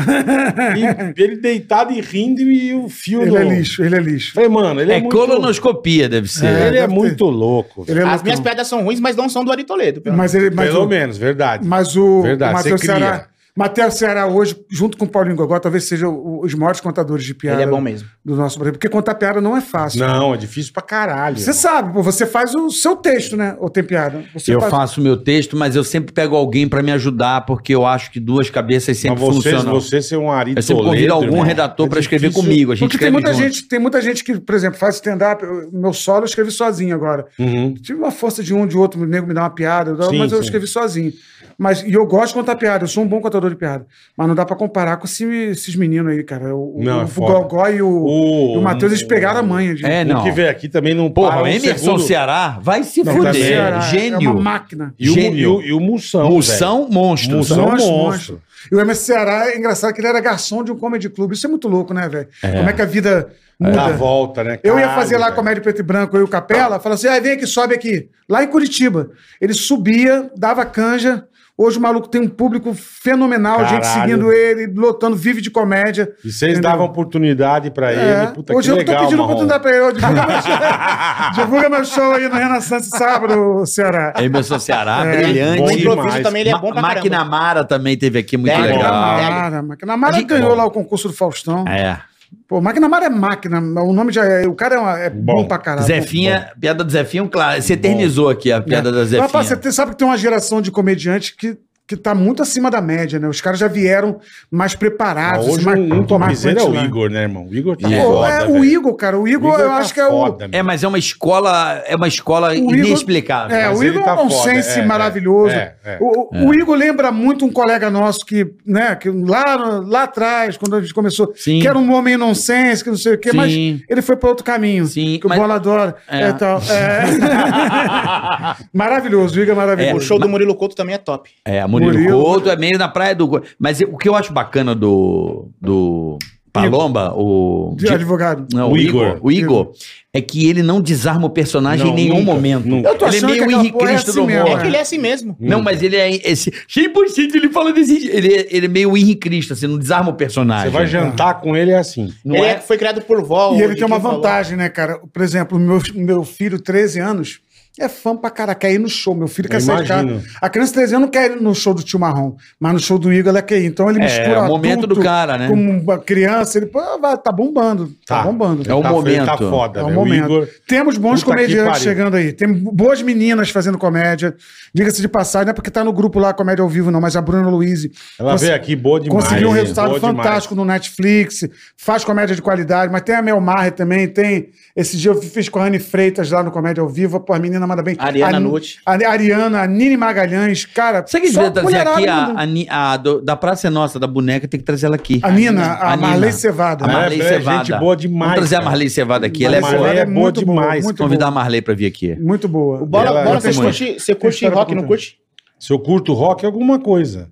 S2: E ele deitado e rindo e o fio
S4: Ele
S2: do-
S4: é lixo, ele é lixo.
S2: Falei, mano, ele é,
S3: É
S2: muito.
S3: colonoscopia, deve ser.
S2: Ele é muito louco.
S4: Ele é um
S5: As
S4: louco.
S5: minhas piadas são ruins, mas não são do Ari Toledo. pelo
S4: Mas ele. Mas
S2: Pelo
S4: o,
S2: menos, verdade.
S4: mas o,
S2: Verdade,
S4: o Matheus
S2: você cria.
S4: Ceará. Matheus Ceará hoje, junto com o Paulinho Gogó, talvez seja o- os maiores contadores de
S5: menos.
S4: piada
S5: Ele é bom mesmo.
S4: do nosso Brasil. Porque contar piada não é fácil.
S2: Não, é difícil pra caralho.
S4: Você sabe, pô, você faz o seu texto, né? Ou tem piada.
S2: é
S4: Você
S3: eu
S4: faz-
S3: faço meu texto, mas eu sempre pego alguém pra me ajudar, porque eu acho que duas cabeças
S2: Mas
S3: sempre
S2: você,
S3: funcionam.
S2: você ser um Ari
S3: eu sempre
S2: Toledo,
S3: convido algum
S2: irmão,
S3: redator
S2: é
S3: pra escrever
S2: difícil.
S3: comigo. A gente
S4: Porque tem
S3: escreve
S4: muita
S3: junto.
S4: gente, tem muita gente que, por exemplo, faz stand-up. eu- Meu solo eu escrevi sozinho agora.
S2: Uhum.
S4: Tive uma força de um, de outro, o nego me dá uma piada, eu dou-
S2: Sim,
S4: mas eu
S2: sim.
S4: escrevi sozinho. Mas, e eu gosto de contar piada, eu sou um bom contador de piada. Mas não dá pra comparar com esse- esses meninos aí, cara. O,
S2: Não,
S4: o,
S2: é
S4: o
S2: foda.
S4: Gogó e o,
S2: O-
S4: e o Matheus, eles pegaram a manha. De,
S3: É,
S2: O
S3: não.
S2: que veio aqui também não
S3: Porra,
S2: para
S3: o
S2: um
S3: Emerson
S2: segundo.
S3: Ceará vai se
S4: Não,
S3: fuder.
S4: tá certo. É
S3: Gênio.
S4: uma máquina.
S2: E o, e
S3: Gênio.
S2: o, e o Mussão.
S3: Moção, monstro.
S2: velho. Mussão é um
S4: Monstro,
S2: monstro.
S4: E o MS Ceará, é engraçado que ele era garçom de um comedy clube. Isso é muito louco, né, velho? Como é que a vida muda.
S2: Dá a volta, né?
S4: Eu ia
S2: Caralho,
S4: fazer lá é
S2: velho. Tá.
S4: comédia preto e branco, eu e o Capela, falava assim, ah, vem aqui, sobe aqui. Lá em Curitiba. Ele subia, dava canja. Hoje o maluco tem um público fenomenal, gente
S2: Caralho.
S4: seguindo ele, lotando, vive de comédia.
S2: E vocês
S4: Entendeu?
S2: davam oportunidade pra
S4: É.
S2: ele. Puta
S4: Hoje
S2: que
S4: eu
S2: legal,
S4: tô pedindo
S2: Marrom.
S4: oportunidade pra ele. ó, Divulga meu show, divulga meu show aí no Renaissance sábado, Ceará.
S2: É
S3: Emerson Ceará,
S4: É,
S5: O
S3: brilhante.
S2: bom
S5: improviso
S2: demais.
S5: também ele é bom pra
S3: Máquina
S5: caramba.
S3: Mara também teve aqui, muito
S5: É,
S3: legal.
S4: Maquinamara, Maquinamara
S3: Mas,
S4: ganhou
S3: bom.
S4: lá o concurso do Faustão.
S3: É.
S4: Pô, Maquinamara é máquina, o nome já é. O cara é, uma- é bom, pra caralho. é
S3: Zefinha, piada do Zefinha, um claro. Você eternizou aqui a piada da Zefinha.
S4: Rapaz, É. você tem- sabe que tem uma geração de comediantes que, que tá muito acima da média, né? Os caras já vieram mais
S2: Ah,
S4: preparados.
S2: hoje
S4: mais,
S2: um, um topzera é o
S4: punchline.
S2: Igor, né, irmão? O Igor tá
S4: Pô,
S2: foda,
S4: é,
S2: velho.
S4: o Igor, cara. O Igor,
S2: Igor
S4: eu
S2: tá
S4: acho que é o.
S2: foda,
S3: É,
S2: meu.
S3: mas é uma escola, é uma escola
S4: Igor-
S3: inexplicável.
S4: É,
S2: Mas
S4: o
S2: ele
S4: Igor
S2: tá
S4: é um
S2: foda,
S4: sense
S2: é, é,
S4: maravilhoso.
S2: é, é.
S4: o, o Igor lembra muito um colega nosso que, né, que lá, no- lá atrás, quando a gente começou,
S3: Sim.
S4: que era um homem nonsense, que não sei o quê, mas
S3: Sim.
S4: ele foi para outro caminho.
S3: Sim,
S4: que
S3: mas-
S4: o Bola adora.
S3: É.
S4: É, tal, é. maravilhoso, o Igor é
S5: O
S4: maravilhoso.
S5: show do Murilo Couto também é top.
S3: É, a Murilo,
S4: Murilo.
S3: Couto é meio na praia do. Mas o que eu acho bacana do. do Palomba, o.
S4: De advogado.
S3: Não,
S2: O
S3: o, Igor.
S2: Igor.
S3: O Igor. É que ele não desarma o personagem
S2: Não,
S3: em nenhum
S2: nunca,
S3: momento.
S2: nunca. Eu
S4: tô
S3: ele é
S4: achando
S3: meio
S4: que aquela porra é
S3: Henrique
S4: assim
S3: do
S4: mesmo,
S3: humor.
S4: né?
S5: É que ele é assim mesmo.
S3: Não, mas ele é esse. 100% ele fala desse. Ele, é- ele é meio Henri Cristo, assim, não desarma o personagem.
S2: Você vai jantar com ele é assim.
S3: Não
S5: ele
S3: é?
S5: é- foi criado por Vol.
S4: E ele
S5: de
S4: tem uma
S5: quem falou.
S4: vantagem, né, cara? Por exemplo, meu, meu filho, 13 anos, é fã pra caraca, quer ir no show. Meu filho quer
S2: Eu
S4: sair de casa.
S2: imagino.
S4: A criança de 13 anos não quer ir no show do tio Marrom, mas no show do Igor ela quer ir. Então ele
S3: É,
S4: mistura
S3: é o momento
S4: adulto
S3: do cara, né?
S4: com uma criança, ele pô, vai, tá bombando, tá, bombando.
S3: É o
S2: Ele tá-
S3: momento.
S2: Ele tá foda,
S4: É o
S2: velho.
S4: momento.
S2: Igor...
S4: Temos bons
S2: Puta que
S4: comediantes
S2: pariu.
S4: chegando aí. Tem boas meninas fazendo comédia. Diga-se de passagem, não é porque tá no grupo lá, Comédia ao Vivo, não, mas a Bruna Luiz.
S2: Ela veio aqui boa demais.
S4: Conseguiu um resultado
S2: boa demais.
S4: fantástico no Netflix, faz comédia de qualidade, mas tem a Mel Maher também, tem. Esse dia eu fiz com a Rani Freitas lá no Comédia ao Vivo, pô, a menina manda bem.
S5: Ariana
S4: a,
S5: Nutt.
S4: A, a Ariana, a Nini Magalhães, cara.
S3: Você que
S4: só
S3: devia trazer
S4: mulherada
S3: aqui a,
S4: mandando.
S3: a Ni- a do- da Praça é Nossa, da boneca, tem que trazer ela aqui.
S4: A Nina, a
S3: Nina.
S4: Marley Cevada.
S3: A Marley
S2: É, é,
S3: Cevada.
S2: gente boa
S3: Vamos
S2: demais,
S3: trazer a
S2: cara.
S3: Marley Cevada aqui, ela
S2: Ela
S3: é
S2: Marley
S3: boa.
S2: é boa demais.
S4: Boa, muito,
S3: Convidar a
S4: boa,
S3: Marley pra vir aqui.
S4: muito boa.
S5: O Bola,
S2: Ela-
S5: bola
S2: ela
S5: você,
S3: tem
S5: curte, você curte
S4: história pra
S5: rock, não
S4: contar.
S5: curte?
S2: Se eu curto rock, é alguma coisa.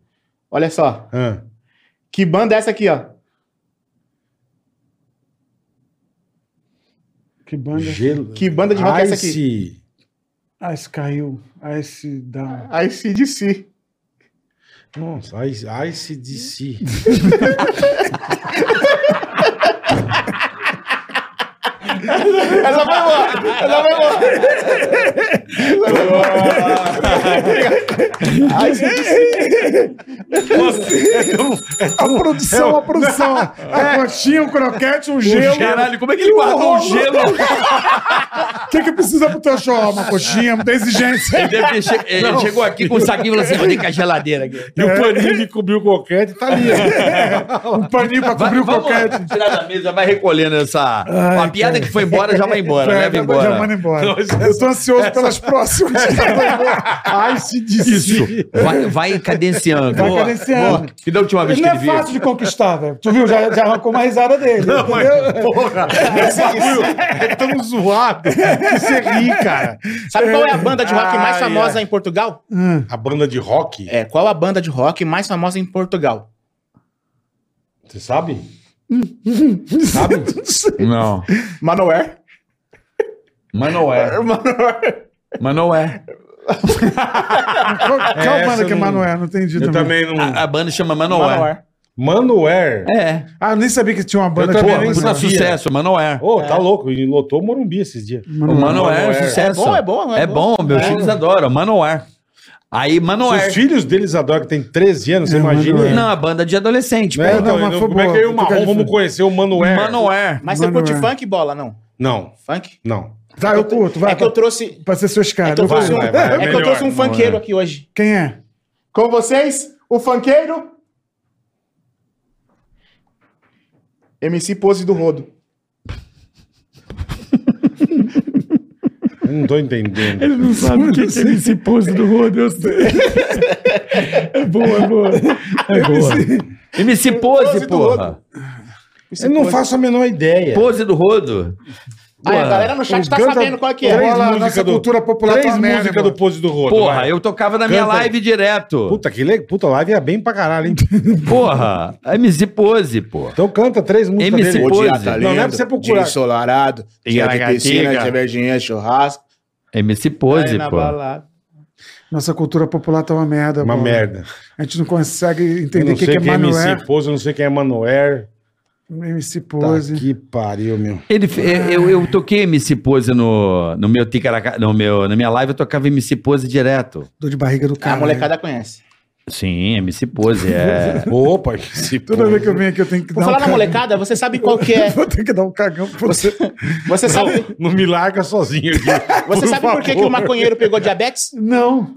S5: Olha só.
S2: Ah.
S5: Que banda é essa aqui, ó?
S4: Que banda.
S2: Gelo.
S5: Que banda de rock é essa aqui?
S2: Ice.
S4: Ice caiu. Ah, Ice down.
S5: Aí se disse.
S2: Nossa, Ice, Ice DC.
S5: Ela vai embora. Ela vai embora. Aí se disse.
S4: A produção, a produção. É A coxinha, um croquete, um gelo.
S3: Caralho, como é que ele guardou o gelo?
S4: O que, que precisa pro teu show? Uma coxinha, muita exigência.
S3: Ele deve ter che- ele chegou aqui com o saquinho e falou assim: vou ter que a geladeira aqui.
S7: E o paninho de cobrir o coquete tá ali.
S4: Um paninho pra
S3: Vai,
S4: cobrir o
S3: vamos
S4: coquete.
S3: tirar da mesa, vai recolhendo essa. a piada que foi embora já vai embora,
S4: É,
S3: leva
S4: já-
S3: embora.
S4: Já manda embora. Eu tô ansioso pelas próximas.
S7: Ai, se disse.
S3: Vai, vai cadenciando.
S4: Vai
S3: Boa,
S4: cadenciando.
S3: boa. Que da última vez
S4: Ele
S3: que
S4: não
S3: ele
S4: é
S3: viu.
S4: fácil de conquistar, velho. Tu viu? Já, já arrancou uma risada dele. entendeu?
S7: É tão zoado que você ri, cara.
S5: Sabe qual é a banda de rock mais
S7: Ai,
S5: famosa em Portugal?
S2: A banda de rock,
S5: É, qual a banda de rock mais famosa em Portugal?
S2: você sabe?
S3: Não.
S5: Manoel.
S3: Mas não é. Mas não é.
S4: Qual, qual
S2: essa
S4: banda que é
S2: eu não-
S4: Manoel? Não entendi
S2: Eu
S4: também.
S2: também não.
S3: A, a banda chama Manoel.
S5: Manoel.
S2: Manoel.
S3: É.
S4: Ah, eu nem sabia que tinha uma banda
S2: Eu
S4: que
S2: também
S4: era
S2: nem
S3: Puta
S4: Manoel.
S2: sabia.
S3: sucesso, Manoel.
S2: Ô, tá louco, e lotou o Morumbi esses dias.
S3: O Manoel é sucesso.
S5: É bom, é bom, é
S3: É bom, meus filhos adoram. Manoel. Aí, Manoel.
S2: Se os filhos deles adoram, que tem 13 anos, você imagina.
S4: Manoel.
S3: Não, a banda de adolescente,
S2: Né?
S3: pô.
S4: não,
S2: Então,
S4: mas
S2: não-
S4: foi
S2: como é
S4: boa.
S2: que eu e o Marrom
S4: Fica
S2: vamos
S4: diferente.
S2: conhecer o Manoel?
S3: Manoel.
S5: Mas você curte
S4: Manoel.
S5: funk, bola, não?
S2: Não,
S5: Funk?
S2: não.
S4: Tá, eu curto. Vai,
S5: é que eu trouxe.
S4: pra ser seus
S5: É
S4: caras.
S5: que eu
S4: Eu
S5: trouxe um,
S4: vou-
S2: vai, vai,
S5: é que eu
S2: melhor,
S5: trouxe um
S2: Manoel.
S5: funkeiro aqui hoje.
S4: Quem é?
S5: Com vocês, o funkeiro. MC Pose do Rodo.
S2: Eu Não tô entendendo.
S9: Ele não sabe o que, que é esse pose do Rodo, eu sei. É boa, é boa. É boa.
S3: MC Pose, porra.
S2: Eu não faço a menor ideia.
S3: Pose do Rodo.
S5: Ah, a galera no chat tá
S2: Canta
S5: sabendo qual é que é.
S2: três
S4: Rola a
S2: músicas
S4: nossa cultura popular
S2: Três
S4: tá merda,
S2: músicas
S4: irmão.
S2: do Pose do Rodo.
S3: Porra,
S2: vai.
S3: eu tocava na minha
S2: Canta aí.
S3: live direto.
S2: Puta, que legal. Puta, live é bem pra caralho, hein?
S3: Porra. MC Pose, porra.
S2: Então canta três músicas
S3: MC
S2: dele.
S3: Pose.
S2: Não, não é pra você procurar.
S5: Dia ensolarado, dia de
S3: Tiragatica.
S5: piscina, cervejinha, churrasco.
S3: MC Pose,
S5: Aí na
S3: porra.
S5: balada.
S4: Nossa cultura popular tá uma merda.
S2: Uma
S4: pô.
S2: merda.
S4: A gente não consegue
S2: Eu
S4: entender
S2: não
S4: o que,
S2: sei
S4: que é
S2: quem é
S4: Manoel.
S2: MC Pose, eu não sei quem é Manoel.
S4: MC
S2: Tá
S4: Pose.
S2: que pariu, meu.
S3: Ele, fe- eu, eu toquei MC Pose no, no meu ticaraca, no meu, na minha live eu tocava MC Pose direto.
S4: Dor de barriga do cara.
S5: A molecada conhece.
S3: Sim, MC Pose é.
S2: Opa, MC
S4: Toda
S2: Pose.
S4: vez que eu venho aqui eu tenho que
S5: Por
S4: dar
S5: falar
S4: um
S5: na
S4: cagão.
S5: molecada, você sabe qual que é.
S4: Eu tenho que dar um cagão. pra você.
S5: Você sabe,
S2: Não me larga sozinho aqui.
S5: você sabe por que, que o maconheiro pegou diabetes?
S4: Não,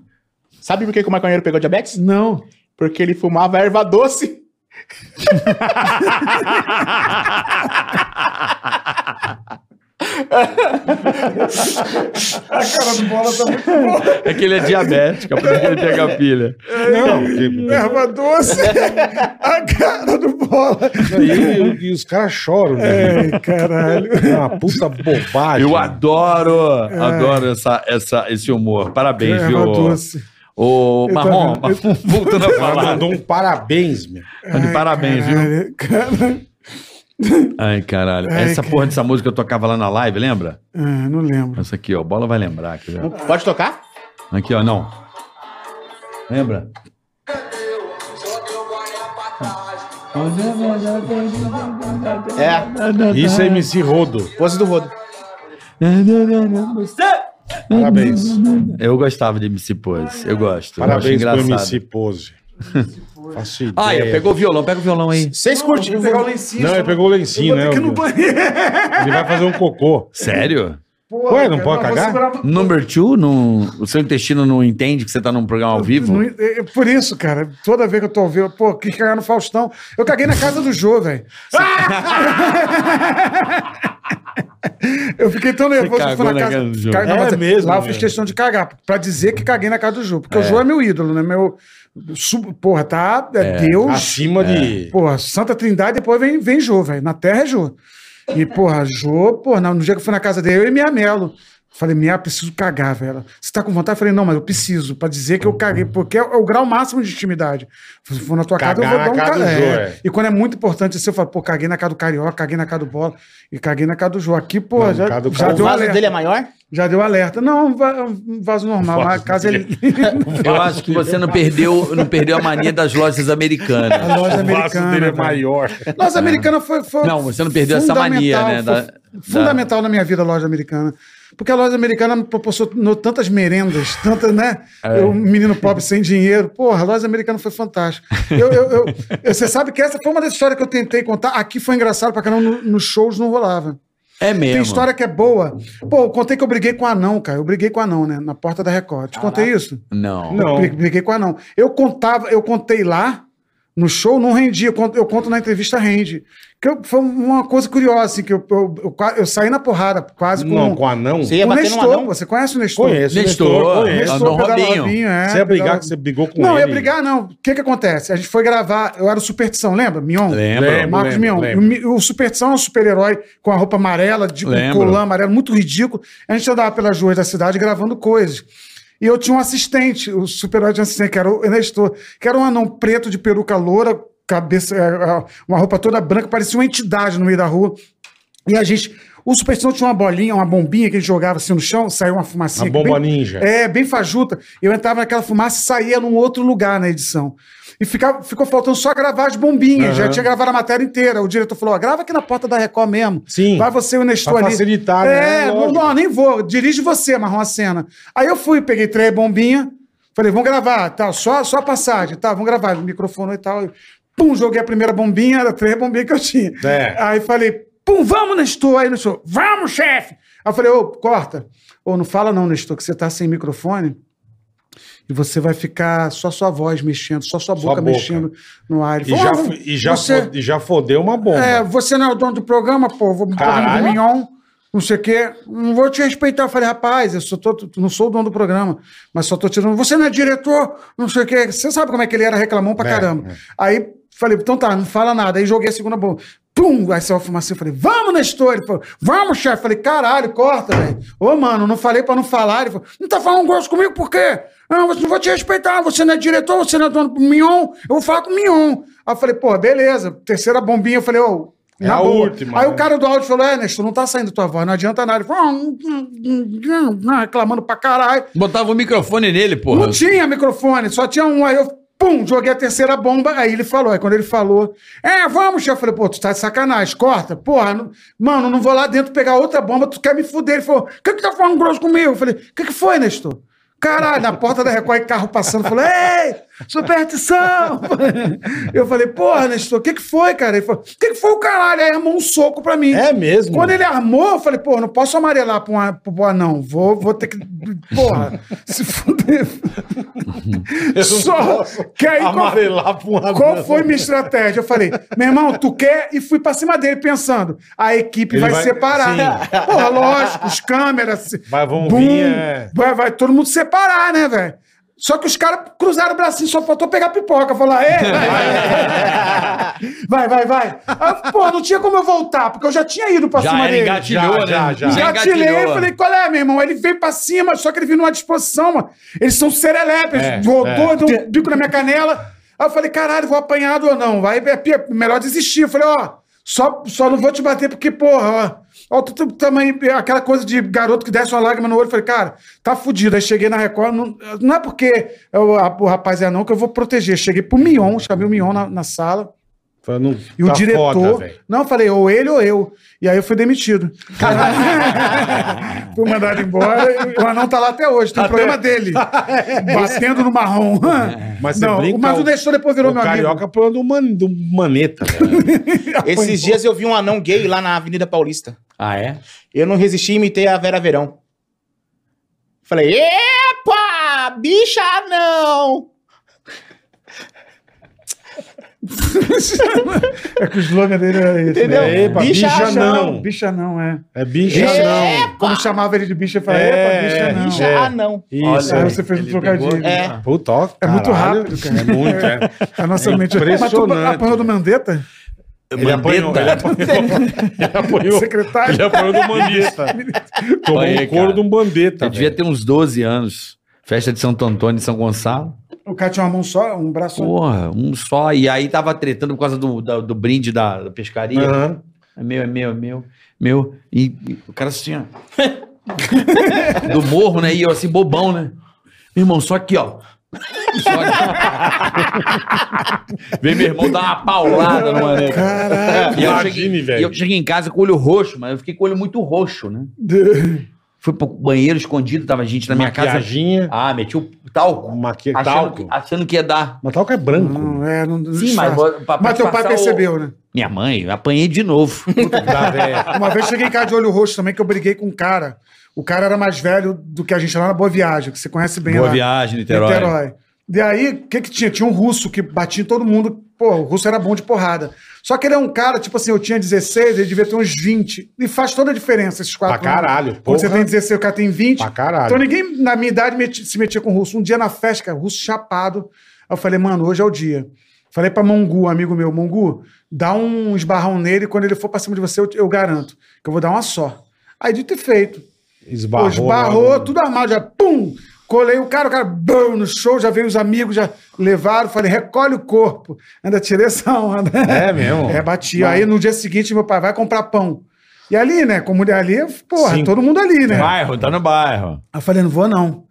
S5: Sabe por que, que o maconheiro pegou diabetes?
S4: não.
S5: Porque ele fumava erva doce.
S3: É que ele é diabético, é por isso que ele pega a pilha.
S2: Não, que-
S4: Erva doce. A cara do bola.
S2: e, e os caras choram, né?
S4: Ai, caralho.
S2: É uma puta bobagem.
S3: Eu adoro,
S4: É.
S3: adoro essa, essa, esse humor. Parabéns,
S4: Erva
S3: viu?
S4: doce.
S3: Ô,
S4: É, Eu
S3: Marrom,
S4: tava- eu-
S3: voltando a
S2: Ela
S3: falar.
S2: mandou um parabéns, meu.
S3: Tá de parabéns, viu?
S4: Caralho, cara.
S3: Ai, caralho.
S4: É. Ai,
S3: Essa porra dessa música eu tocava lá na live, lembra?
S4: Ah, não lembro.
S3: Essa aqui, ó. Bola vai lembrar. Aqui, ó.
S5: Pode tocar?
S3: aqui ó não. Lembra?
S5: É,
S2: Isso é MC Rodo.
S5: pose do rodo.
S2: Parabéns.
S3: Eu gostava de MC Pose. Eu gosto. eu acho
S2: Parabéns pro
S3: engraçado.
S2: MC Pose. Faço ideia.
S3: Ah, eu pegou o violão. Pega o violão aí.
S5: Vocês curtem.
S2: Não, ele pegou o lencinho, né? Ele vai fazer um cocô.
S3: Sério?
S2: Ué, não pode cagar?
S3: Number two, não- o seu intestino não entende que você tá num programa ao vivo?
S4: Não- é- é por isso, cara, toda vez que eu tô ouvindo, pô, quis cagar no Faustão. Eu caguei na casa do Jô, velho. eu fiquei tão nervoso que eu
S3: cagou
S4: fui na
S3: na
S4: casa.
S3: casa do Jô.
S4: Cara, não,
S2: É
S4: mas
S2: mesmo,
S4: lá eu fiz
S2: velho.
S4: questão de cagar, pra dizer que caguei na casa do Jô. Porque o Jô é meu ídolo, né? Meu. sub- porra, tá. É, Deus.
S2: Acima de.
S4: Porra, Santa Trindade depois vem, vem Jô, velho. Na terra é Jô. E, porra, Jô, porra, no dia que eu fui na casa dele, eu e Mia Melo. Falei, Mia, preciso cagar, velho. Você tá com vontade? Eu falei, não, mas eu preciso, pra dizer que eu caguei, porque é, o- é o grau máximo de intimidade. Se eu for na tua casa, eu
S2: Cagar
S4: vou dar um
S2: na casa
S4: cara.
S2: do Jô,
S4: é.
S2: é.
S4: E quando é muito importante isso, eu falo, pô, caguei na casa do Carioca, caguei na casa do Bola, e caguei na casa do Jô. Aqui, pô,
S2: Não,
S4: já,
S2: casa do
S4: já
S2: Carioca.
S5: O
S4: deu
S5: vaso
S4: alerta.
S5: dele é maior?
S4: Já deu alerta. Não, um va- um vaso normal, a casa é...
S3: Eu acho que você não perdeu, não perdeu a mania das lojas americanas.
S4: A loja
S2: O vaso
S4: americana.
S2: dele é
S4: velho.
S2: maior.
S4: Loja americana foi, foi
S3: Não, É. você não perdeu essa mania, né,
S4: fundamental,
S3: da-
S4: foi fundamental na minha vida, a loja americana. Porque a loja americana me proporcionou tantas merendas, tantas, né?
S3: É.
S4: Eu, um menino pobre sem dinheiro. Porra, a loja americana foi fantástica. Eu, eu, eu- eu- você sabe que essa foi uma das histórias que eu tentei contar. Aqui foi engraçado pra caramba, no- nos shows não rolava.
S3: É mesmo.
S4: Tem história que é boa. Pô, eu contei que eu briguei com o anão, cara. Eu briguei com o anão, né? Na porta da Record. Te contei isso?
S3: Não.
S4: Não. Briguei com o anão. Eu contava, eu contei lá no show, não rendi. Eu conto, eu conto na entrevista, rende. Que eu- foi uma coisa curiosa, assim, que eu, eu, eu qua- eu saí na porrada quase com,
S2: Não, com um- anão?
S5: Você ia
S4: o
S5: bater num
S4: Nestor.
S5: anão?
S4: Você conhece o Nestor?
S2: Conheço.
S3: Nestor,
S2: conheço.
S3: Nestor
S4: pedala
S3: Robinho.
S4: Robinho, é,
S2: né? Você ia brigar,
S4: pedala-
S2: que você brigou com
S4: não,
S2: ele.
S4: ia brigar, não. O que que acontece? A gente foi gravar, eu era o Superstição, lembra? Mion?
S3: Lembro.
S4: É, Marcos
S2: lembro,
S4: Mion.
S2: lembro.
S4: O Mi- O, Superstição é um super-herói com a roupa amarela, de com
S3: Lembro.
S4: colã amarelo, muito ridículo. A gente andava pelas ruas da cidade gravando coisas. E eu tinha um assistente, o super-herói de assistente, que era o Nestor, que era um anão preto de peruca loura, cabeça, é, é, uma roupa toda branca, parecia uma entidade no meio da rua. E a gente. O Superstição tinha uma bolinha, uma bombinha que a gente jogava assim no chão, saiu uma fumacinha.
S2: Uma
S4: que
S2: bomba ninja.
S4: É, bem fajuta. Eu entrava naquela fumaça e saía num outro lugar na edição. E ficava, ficou faltando só gravar as bombinhas. Já tinha gravado a matéria inteira. O diretor falou: ó, grava aqui na porta da Record mesmo.
S2: Sim.
S4: Vai você e o Nestor
S2: Pra
S4: ali.
S2: facilitar, né?
S4: é,
S2: É,
S4: não,
S2: lógico.
S4: não, nem vou. Dirige você, Marrom a cena. Aí eu fui, peguei três bombinhas. Falei, vamos gravar, tal, só, só a passagem, tá, vamos gravar, microfone e tal. E, pum, joguei a primeira bombinha, era três bombinhas que eu tinha.
S2: É.
S4: Aí falei, pum, vamos, Nestor. Aí Nestor, vamos, chefe. Aí eu falei, ô, corta. Ô, não fala não, Nestor, que você tá sem microfone e você vai ficar só sua voz mexendo, só sua boca,
S2: boca.
S4: mexendo no ar. Ele
S2: E já,
S4: falou, "Ah,
S2: e, já
S4: você-
S2: fode- e já fodeu uma bomba.
S4: é, você não é o dono do programa, pô, vou me pagar
S2: Caralho.
S4: um mignon, não sei o quê. Não vou te respeitar. Eu falei, rapaz, eu só tô, tu- não sou o dono do programa, mas só tô tirando. Você não é diretor, não sei o quê. Você sabe como é que ele era reclamão pra
S2: É,
S4: caramba. Aí falei, então tá, não fala nada. Aí joguei a segunda bomba. Pum! Aí saiu a fumacinha. Eu falei, vamos, Nestor. Ele falou, vamos, chefe. Eu Falei, caralho, corta, velho. Ô, mano, não falei pra não falar. Ele falou, não tá falando grosso comigo por quê? Não, você não vou te respeitar. Você não é diretor, você não é dono do Mignon. Eu vou falar com o Mignon. Aí eu falei, pô, beleza. Terceira bombinha. Eu falei, ô,
S2: É
S4: na
S2: a
S4: boa.
S2: última,
S4: Aí
S2: né?
S4: o cara do áudio falou: É, Nestor, não tá saindo tua voz, não adianta nada. Ele falou, "Ah, hum, hum, hum, hum", reclamando pra caralho.
S3: Botava o microfone nele, porra.
S4: Não tinha microfone, só tinha um. Aí eu, pum, joguei a terceira bomba. Aí ele falou. Aí quando ele falou, é, vamos, chefe. Eu falei, pô, tu tá de sacanagem, corta. Porra, não- mano, não vou lá dentro pegar outra bomba, tu quer me fuder. Ele falou, o que que tá falando grosso comigo? Eu falei, o que que foi, Nestor? Caralho, na porta da Record, carro passando, falou, ei, superstição! Eu falei, porra, Nestor, o que que foi, cara? Ele falou, o que que foi o caralho? Aí armou um soco pra mim.
S2: É mesmo?
S4: Quando ele armou, eu falei, pô, não posso amarelar pro, a- pro anão, vou, vou ter que, porra, se fuder.
S2: Uhum.
S4: Só que aí qual,
S2: Amarelar
S3: um
S2: pra uma
S4: qual foi minha estratégia? Eu falei, meu irmão, tu quer? E fui pra cima dele pensando, a equipe
S2: Ele
S4: vai,
S2: vai-
S4: separar.
S2: sim.
S4: Porra, lógico, os câmeras. se-
S2: Vai, vão
S4: Bum,
S2: vir, é.
S4: vai, vai todo mundo separar, né, velho? Só que os caras cruzaram o bracinho, só faltou pegar pipoca, falar, "Ei, vai, vai, vai, vai, vai. Aí, pô, não tinha como eu voltar, porque eu já tinha ido pra
S3: Já
S4: cima
S3: era
S4: dele.
S3: engatilhou,
S2: Já, já,
S3: né?
S2: já.
S4: Engatilhei,
S3: engatilhou.
S4: falei, qual é, meu irmão? Ele veio pra cima, só que ele veio numa disposição, mano. Eles são serelepes,
S2: É,
S4: rodou,
S2: é.
S4: deu um bico na minha canela. Aí eu falei, caralho, vou apanhado ou não? Aí, é pi- melhor desistir. Eu falei, ó, só, só não vou te bater porque, porra, ó, ó tu, tu, também, é aquela coisa de garoto que desce uma lágrima no olho. Eu falei, cara, tá fudido. Aí cheguei na Record, não, não é porque eu- a- o rapaz é não que eu vou proteger. Cheguei pro Mion, chamei o Mion na- na sala.
S2: Foi, não,
S4: E o
S2: tá
S4: diretor.
S2: foda, velho.
S4: não, eu falei, ou ele ou eu. E aí eu fui demitido. fui mandado embora. e O anão tá lá até hoje. Tem o problema dele. Batendo no marrom.
S2: É. Mas você
S4: não,
S2: brinca,
S4: mas o
S2: o-
S4: Nestor depois virou
S2: o
S4: meu
S2: carioca pulando do, man, do maneta, velho.
S5: Esses dias eu vi um anão gay lá na Avenida Paulista.
S3: Ah, é?
S5: Eu não resisti e imitei a Vera Verão. Falei, epa, bicha não!
S4: amigo. É que o slogan dele era esse.
S5: Entendeu?
S4: né?
S2: É, Epa, bicha não.
S4: Bicha não, é.
S2: É bicha, não.
S4: Como chamava ele de bicha, eu falei,
S2: É,
S4: epa, bicha
S2: é,
S4: não.
S5: Bicha
S2: é.
S5: anão.
S2: Isso.
S4: Aí
S2: é.
S4: você fez um trocadinho.
S5: É.
S2: Puta, ó,
S4: É muito
S2: caralho.
S4: rápido, cara.
S2: É muito, é.
S4: A nossa
S2: É
S4: mente... Mas tu
S2: impressionante.
S4: apanhou do Mandetta?
S3: É
S2: Ele apanhou, ele apanhou. Ele apanhou.
S4: Secretário?
S2: Ele apanhou do bandista. Tomou
S3: Apanhei,
S2: um couro
S3: cara.
S2: de um bandeta.
S3: Eu devia
S2: velho.
S3: ter uns 12 anos. Festa de Santo Antônio e São Gonçalo.
S4: O cara tinha uma mão só, um braço só.
S3: Porra, um só. E aí tava tretando por causa do, da- do brinde da, da pescaria.
S2: Aham.
S3: É meu, é meu, é meu, meu. E, e o cara assim, ó. do morro, né? E eu assim, bobão, né? Meu irmão, só aqui, ó. Só aqui. Vem meu irmão dar uma paulada no mané. E eu,
S2: Imagine,
S3: cheguei,
S2: velho.
S3: e eu cheguei em casa com o olho roxo, mas eu fiquei com o olho muito roxo, né? Fui pro banheiro escondido, tava gente na minha casa.
S2: Maquiaginha,
S3: Ah, meti o talco.
S2: maqui...
S3: Achando que, Hum.
S2: talco.
S3: achando que ia dar.
S2: Mas talco é branco.
S4: Não, é, não, não
S3: Sim, mas.
S4: disfarça.
S3: pra- pra
S4: Mas teu pai
S3: disfarçar o-
S4: percebeu, né?
S3: Minha mãe, apanhei de novo.
S2: Tá, velho.
S4: Uma vez cheguei em casa de olho roxo também, que eu briguei com um cara. O cara era mais velho do que a gente lá na Boa Viagem, que você conhece bem lá.
S3: viagem,
S4: Niterói. E aí, o que que tinha? Tinha um russo que batia em todo mundo. Pô, o russo era bom de porrada. Só que ele é um cara, tipo assim, eu tinha 16, ele devia ter uns 20. E faz toda a diferença esses quatro.
S2: Pra
S4: anos.
S2: caralho,
S4: Quando você
S2: porra.
S4: tem 16, o cara tem 20.
S2: Pra caralho.
S4: Então ninguém na minha idade meti- se metia com russo. Um dia na festa, cara, russo chapado. Aí eu falei, mano, hoje é o dia. Falei pra Mongu, um amigo meu, Mongu, dá um esbarrão nele quando ele for pra cima de você, eu, eu garanto. Que eu vou dar uma só. Aí dito e feito.
S2: Esbarrou.
S4: Pô, esbarrou,
S2: lá no-
S4: tudo armado, já pum! Colei o cara, o cara bum, no show, já veio os amigos, já levaram, falei, recolhe o corpo. Ainda tirei essa onda.
S2: É mesmo?
S4: É, bati. Aí no dia seguinte, meu pai vai comprar pão. E ali, né, como ali, porra,
S2: Sim.
S4: todo mundo ali, né?
S3: Bairro, tá no bairro.
S4: Aí eu falei, não vou não.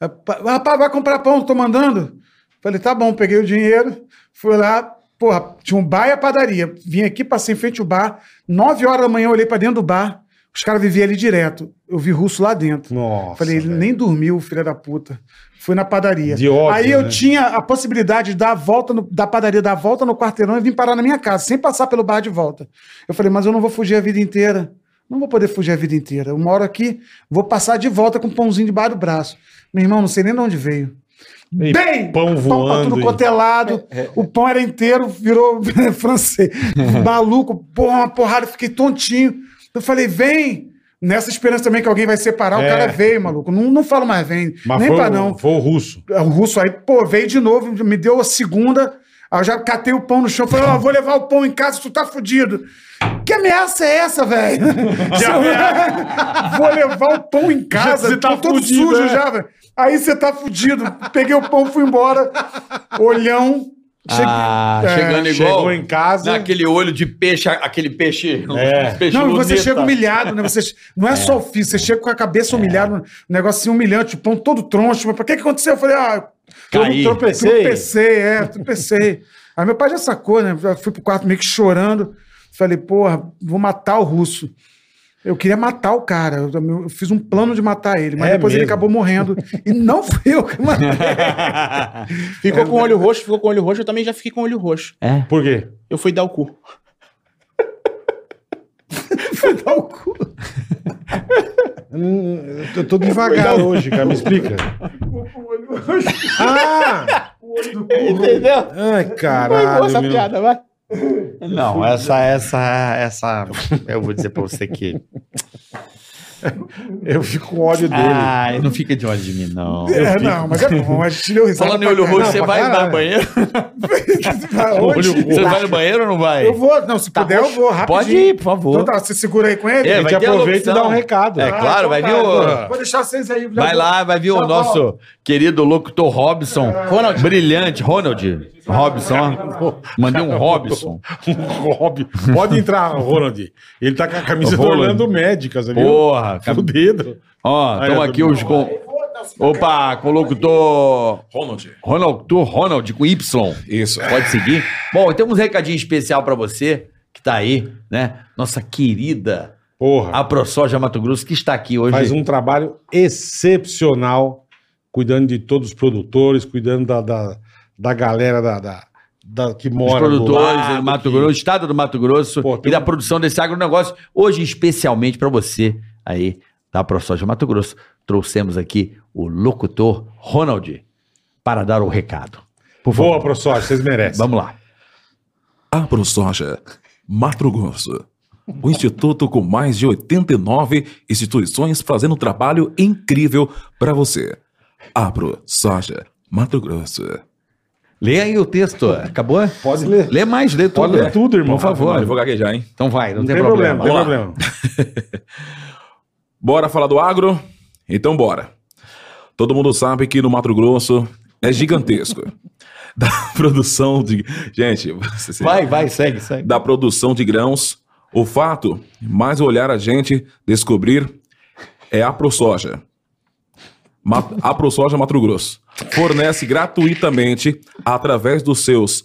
S4: Aí, pa- Rapaz, vai comprar pão, tô mandando. Falei, tá bom, peguei o dinheiro, fui lá, porra, tinha um bar e a padaria. Vim aqui, passei em frente ao bar, nove horas da manhã eu olhei pra dentro do bar, os caras viviam ali direto. Eu vi russo lá dentro.
S2: Nossa,
S4: Falei, ele
S2: velho.
S4: nem dormiu, filha da puta. Fui na padaria.
S2: De ódio,
S4: Aí eu
S2: né?
S4: tinha a possibilidade de dar a volta no- da padaria, dar a volta no quarteirão e vir parar na minha casa, sem passar pelo bar de volta. Eu falei, mas eu não vou fugir a vida inteira. Não vou poder fugir a vida inteira. Eu moro aqui, vou passar de volta com um pãozinho debaixo do braço. Meu irmão, não sei nem de onde veio.
S2: E
S4: Bem!
S2: pão
S4: pra
S2: voando.
S4: tudo
S2: e-
S4: cotelado.
S2: É,
S4: O pão era inteiro, virou francês. Maluco, porra, uma porrada, fiquei tontinho. Eu falei, vem! Nessa esperança também que alguém vai separar,
S2: É.
S4: o cara veio, maluco. Não, não falo mais, vem.
S2: Mas
S4: Nem
S2: foi, um
S4: pra
S2: o-
S4: não.
S2: foi o russo.
S4: É, O russo aí, pô, veio de novo, me deu a segunda. Aí eu já catei o pão no chão, falei, ó, vou levar o pão em casa, tu tá fudido. Que ameaça é essa, velho? Se eu- vou levar o pão em casa,
S2: Você tá
S4: tô todo
S2: fudido,
S4: sujo
S2: é.
S4: já, velho. Aí você tá fudido. Peguei o pão, fui embora. Olhão. Cheguei...
S3: Ah,
S4: É,
S3: chegando igual.
S2: Chegou em casa.
S3: Naquele olho de peixe, aquele peixe.
S2: É.
S3: os peixes
S4: Não, e você
S3: luneta.
S4: chega humilhado, né? Você, não é, só o físico, você chega com a cabeça humilhada, um negócio assim, humilhante, o pão todo troncho. Mas pra que que aconteceu? Eu falei, ah,
S3: Caí.
S2: Eu não tropecei.
S4: Tropecei, é, tropecei. Aí meu pai já sacou, né? Eu fui pro quarto meio que chorando. Falei, porra, vou matar o russo. Eu queria matar o cara. Eu, eu fiz um plano de matar ele, mas
S2: É
S4: depois ele
S2: mesmo?
S4: acabou morrendo. E não fui eu que matei.
S5: Ficou com o olho roxo, ficou com o olho roxo, eu também já fiquei com o olho roxo.
S2: Por quê?
S5: Eu fui dar o cu.
S4: Dá o cu.
S2: Hum, Eu tô devagar hoje, cara. Me explica. Ah!
S5: Entendeu?
S2: Ai,
S5: Foi boa
S2: caralho.
S5: essa
S2: meu.
S5: piada, vai.
S10: Não, essa, essa, essa. Eu vou dizer pra você que.
S2: Eu fico com ódio dele.
S3: Ah,
S10: Ai, não fica de olho de mim, não.
S4: É, não, mas é bom. A gente deu risada.
S3: Falando em
S4: pra
S3: olho roxo,
S4: caralho.
S3: você vai
S2: caralho.
S3: no banheiro?
S2: Tá,
S3: tá
S4: Vai, onde?
S3: Você vai no banheiro ou não vai?
S4: Eu vou, não, se
S3: Tá
S4: puder, eu vou rapidinho.
S3: Pode ir, por favor.
S4: Então tá, você segura aí com ele?
S3: É,
S2: A
S3: vai
S2: gente
S3: ter a
S2: aproveita e
S3: opção.
S2: dá um recado.
S3: É claro,
S2: tá,
S3: vai vir o.
S4: Vou deixar vocês aí. já
S3: Vai
S4: vou.
S3: lá, vai vir o
S4: Já
S3: nosso
S4: volto.
S3: querido locutor Robson. Ronald. Brilhante, Ronald. Robson, ó. Mandei um Robson.
S2: O Rob. Pode entrar, Ronald. Ele tá com a camisa do
S3: Roland.
S2: Orlando Médica, você viu?
S3: Porra.
S2: O
S3: cab-
S2: dedo.
S3: Ó,
S2: Aí,
S3: estão
S2: ó,
S3: aqui os com. Opa, com o locutor.
S8: Ronald.
S3: Ronald, tu, Ronald com Y.
S8: Isso.
S3: Pode seguir. Bom, temos um recadinho especial pra você que tá aí, né? Nossa querida
S2: Porra.
S3: a ProSoja Mato Grosso que está aqui hoje.
S2: Faz um trabalho excepcional, cuidando de todos os produtores, cuidando da, da, da galera da, da, da- que
S3: Os
S2: mora do
S3: produtores
S6: né,
S2: lado,
S3: do Mato
S2: que-
S3: Grosso, estado do Mato Grosso
S2: Pô,
S3: e
S2: tem
S3: da
S2: um-
S3: produção desse agronegócio. Hoje, especialmente pra você aí da ProSoja Mato Grosso, trouxemos aqui o locutor Ronald para dar o recado.
S2: Por favor. Boa, ProSoja, vocês merecem.
S3: Vamos lá.
S6: AproSoja, Mato Grosso. O instituto com mais de 89 instituições fazendo um trabalho incrível para você. Apro Soja, Mato Grosso.
S3: Lê aí o texto. Acabou?
S2: Pode ler.
S3: Lê mais, lê tudo.
S2: Pode ler tudo, irmão.
S3: Por favor.
S6: eu vou gaguejar, hein?
S3: Então vai, não,
S2: Não
S3: tem,
S2: tem problema,
S3: problema.
S2: não tem
S3: Vamos lá.
S2: problema.
S6: Bora falar do agro? Então bora. Todo mundo sabe que no Mato Grosso é gigantesco. Da produção de. Gente, você-
S3: Vai, vai, segue, segue.
S6: da produção de grãos, o fato mais olhar a gente descobrir é a ProSoja. Ma- A ProSoja Mato Grosso fornece gratuitamente, através dos seus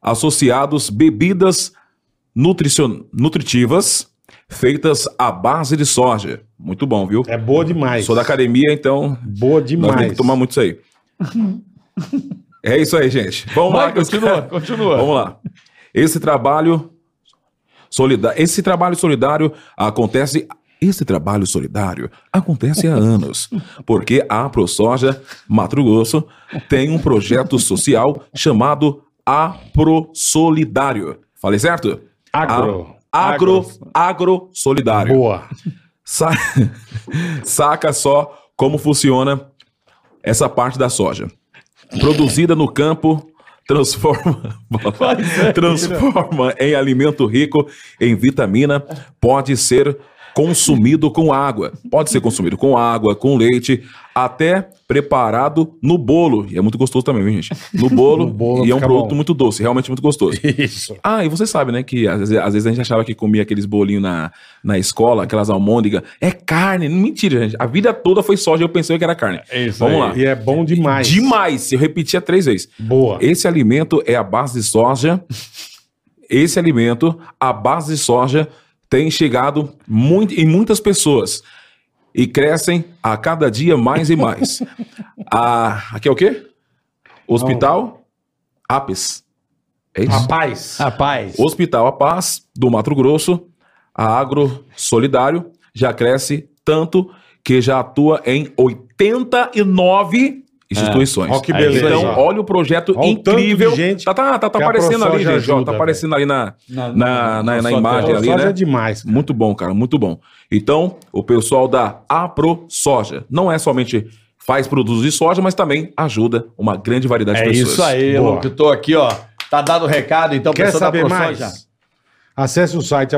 S6: associados, bebidas nutricion- nutritivas feitas à base de soja. Muito bom, viu?
S2: É boa demais.
S6: Sou da academia, então.
S2: Boa
S6: Nós temos
S2: demais.
S6: que tomar um muito isso aí. É isso aí, gente. Vamos lá.
S9: Vai, continua, continua.
S6: Vamos lá. Esse trabalho solidário, esse trabalho solidário acontece esse trabalho solidário acontece há anos, porque a ProSoja Mato Grosso tem um projeto social chamado AproSolidário. Falei certo?
S2: Agro.
S6: A- agro, agro solidário.
S2: Boa.
S6: Sa- Saca só como funciona essa parte da soja. Produzida no campo, transforma, transforma em alimento rico em vitamina, pode ser consumido com água. Pode ser consumido com água, com leite, até preparado no bolo. E é muito gostoso também, viu, gente? No bolo,
S2: No bolo
S6: e é um
S2: fica
S6: produto
S2: bom.
S6: muito doce, realmente muito gostoso.
S2: Isso.
S6: Ah, e você sabe, né, que às vezes, às vezes a gente achava que comia aqueles bolinhos na, na escola, aquelas almôndegas. É carne. Mentira, gente. A vida toda foi soja e eu pensei que era carne. Vamos lá.
S2: E é bom demais.
S6: Demais. Eu repetia três vezes.
S2: Boa.
S6: Esse alimento é a base de soja. Esse alimento, a base de soja, tem chegado muito, em muitas pessoas. E crescem a cada dia mais e mais. a, aqui é o quê? Hospital Apes. É isso?
S2: Rapaz.
S3: Rapaz.
S6: Hospital A Paz do Mato Grosso, a Agro Solidário, já cresce tanto que já atua em 89 instituições.
S2: Ó que beleza.
S6: Então, olha o projeto
S2: Ó o tanto de
S6: incrível.
S2: gente
S6: tá, tá, tá, tá
S2: que a
S6: aparecendo ali,
S2: ProSoja
S6: gente. ó,
S2: ajuda,
S6: tá aparecendo ali na,
S3: Na-
S6: na, na, na
S3: na-
S6: imagem
S3: soja-
S6: ali,
S2: soja
S6: né?
S2: é demais. cara.
S6: Muito bom, cara, muito bom. Então, o pessoal da Apro Soja não é somente faz produtos de soja, mas também ajuda uma grande variedade
S3: É
S6: de pessoas.
S3: isso aí,
S2: Boa.
S3: Luke. Eu tô aqui, ó. Tá dado o recado, então,
S2: Quer
S3: pessoal da
S2: saber
S3: ProSoja.
S2: mais? Acesse o site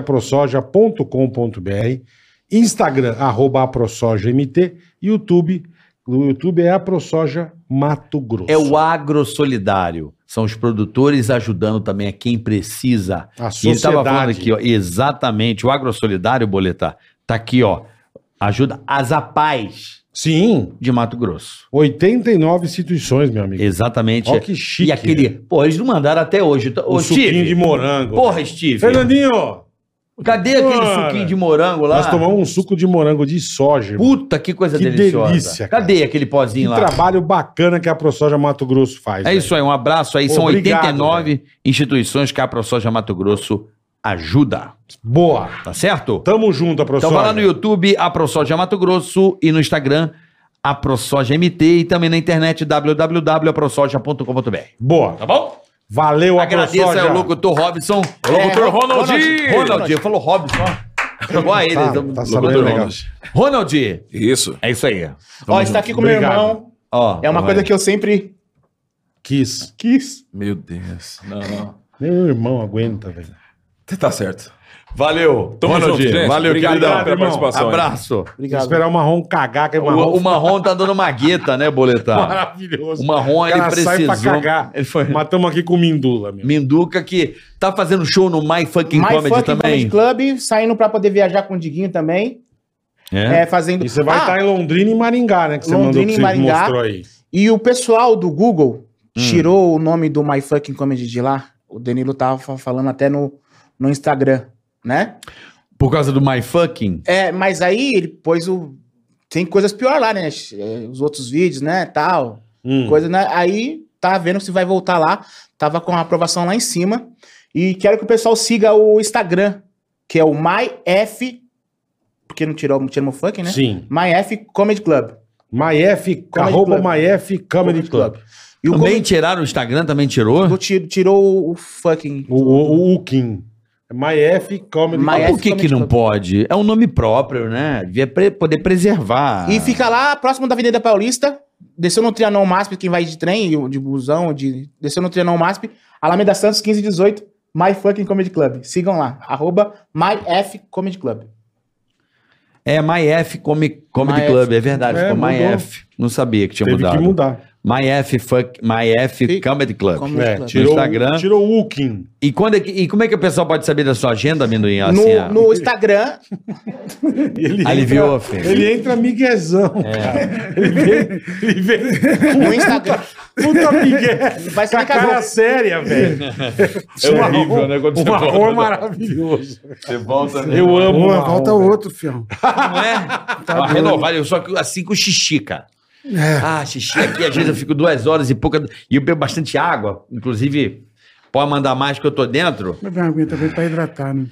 S2: aprosoja.com.br, Instagram, arroba aprosojamt, YouTube, o YouTube é aprosoja Mato Grosso.
S3: É o agro solidário. São os produtores ajudando também a quem precisa.
S2: A
S3: E ele estava falando
S2: sociedade.
S3: aqui, ó, exatamente, o agro solidário, Boletar, tá aqui, ó. Ajuda as APAES
S2: Sim,
S3: de Mato Grosso.
S2: 89 instituições, meu amigo.
S3: Exatamente.
S2: Ó que chique. né?
S3: e aquele. Pô, eles não mandaram até hoje. Então,
S2: O
S3: Ô,
S2: suquinho
S3: Steve.
S2: de morango.
S3: Porra, Steve.
S2: Fernandinho,
S3: Cadê aquele
S2: Cara.
S3: suquinho de morango lá?
S2: nós tomamos um suco de morango de soja. irmão.
S3: Puta, que coisa
S2: Que
S3: deliciosa.
S2: delícia, cara.
S3: Cadê aquele
S2: Que
S3: pozinho lá?
S2: trabalho bacana que a ProSoja Mato Grosso
S3: É
S2: faz. velho.
S3: isso aí, um abraço aí. São
S2: Obrigado,
S3: 89 instituições que a ProSoja Mato Grosso ajuda,
S2: Boa.
S3: tá certo?
S2: Tamo junto, a ProSoja.
S3: Então vai lá no YouTube, a ProSoja Mato Grosso e no Instagram, a ProSoja MT e também na internet, www.aprosoja.com.br.
S2: Boa.
S8: Tá bom?
S2: Valeu, a
S3: Agradeço
S2: ProSoja.
S3: ao locutor Robson. É,
S6: Doutor Ronaldinho!
S3: Ronaldinho, falou Robson. ó. Jogou a ele.
S2: Tá,
S3: então,
S2: tá
S3: locutor
S2: sabendo legal.
S3: Ronald. Ronaldinho.
S6: Isso.
S3: É isso aí.
S5: Ó, está aqui com meu
S2: Obrigado.
S5: irmão.
S3: Ó,
S5: É uma
S3: vai.
S5: coisa que eu sempre
S2: Quis.
S5: quis.
S6: Meu Deus. Não, não.
S2: Meu irmão aguenta, velho.
S6: Você tá certo.
S3: Valeu.
S6: Tamo
S3: Ronaldinho.
S6: junto, gente.
S3: Valeu,
S6: Obrigado
S3: queridão.
S6: pela participação aí.
S3: Abraço.
S2: Vou Esperar o marrom cagar, que é marrom.
S3: O, o Marrom tá dando uma gueta, né, Boletar?
S2: Maravilhoso.
S3: O Marrom,
S2: O
S3: ele
S2: cara sai pra
S3: precisou.
S2: cagar.
S3: Ele foi.
S2: Matamos aqui com mindula, meu.
S3: Minduca, que tá fazendo show no My Fucking
S5: My
S3: Comedy
S5: Fucking
S3: também.
S5: Comedy Club, saindo pra poder viajar com o Diguinho também.
S3: É.
S5: É, fazendo.
S2: E você vai
S5: Ah,
S2: estar em Londrina e Maringá, né? Que você
S5: Londrina
S2: mandou que
S5: e
S2: você
S5: Maringá.
S2: mostrou aí.
S5: E o pessoal do Google tirou o nome do My Fucking Comedy de lá. O Danilo tava fa- falando até no, no Instagram, né?
S3: Por causa do My Fucking.
S5: É, mas aí ele pôs o. Tem coisas pior lá, né? É, Os outros vídeos, né? Tal.
S2: Hum.
S5: Coisa, né? Aí tá vendo se vai voltar lá. Tava com a aprovação lá em cima. E quero que o pessoal siga o Instagram, que é o MyF. Porque não tirou, não tirou o funk, né?
S2: Sim.
S5: MyF Comedy Club.
S2: Maef,
S5: Comedy
S2: arroba
S5: Club.
S2: Maef Comedy
S5: Comedy Club.
S2: Club.
S5: E o
S3: também
S5: Comedy
S3: tiraram o Instagram, também tirou?
S5: Club tirou, tirou o fucking.
S2: O, o, o Kim. Maef Comedy
S5: Ma-
S3: Mas
S5: Mas
S3: por que, que
S5: Comedy
S3: não
S5: Club.
S3: pode? É um nome próprio, né? Devia pre- poder preservar.
S5: E fica lá próximo da Avenida Paulista. Desceu no Trianon MASP, quem vai de trem, de busão, de... desceu no Trianon MASP, Alameda Santos 1518, My Fucking Comedy Club. Sigam lá, arroba MyF Comedy Club.
S3: É MyF Comi- Comedy
S5: My
S3: Club, é verdade.
S2: É,
S3: ficou
S2: mudou.
S3: MyF. Não sabia que tinha
S2: Teve
S3: mudado.
S2: que mudar.
S3: MyF fuck, MyF
S5: Fi-
S3: Comedy Club.
S5: Comedy
S2: É,
S5: Club.
S2: tirou,
S3: Instagram.
S2: tirou o Kim.
S3: E, quando é que- e como é que o pessoal pode saber da sua agenda, amendoim? Assim,
S5: No,
S3: a-
S5: no Instagram,
S2: Ele
S3: Aliviou a
S2: entra,
S3: ofensa.
S2: Ele entra miguezão, cara. Ele vem, ele vem
S5: no Instagram,
S7: Puta Miguel.
S5: Vai
S7: Com a
S5: explicar
S7: cara
S5: agora.
S7: séria, velho.
S6: É horrível, né? Quando
S7: Um
S6: você
S7: marrom
S6: volta.
S7: maravilhoso.
S6: Você volta, né?
S7: Eu amo.
S4: Pô,
S7: o marrom,
S4: volta
S7: velho.
S4: outro, fião.
S3: Não é? Tá renovado, eu só que assim com xixi, cara. Ah, xixi aqui, às vezes eu fico duas horas e pouca. E eu bebo bastante água, inclusive. Pode mandar mais que eu tô dentro.
S4: Bebe uma aguinha também pra hidratar, né?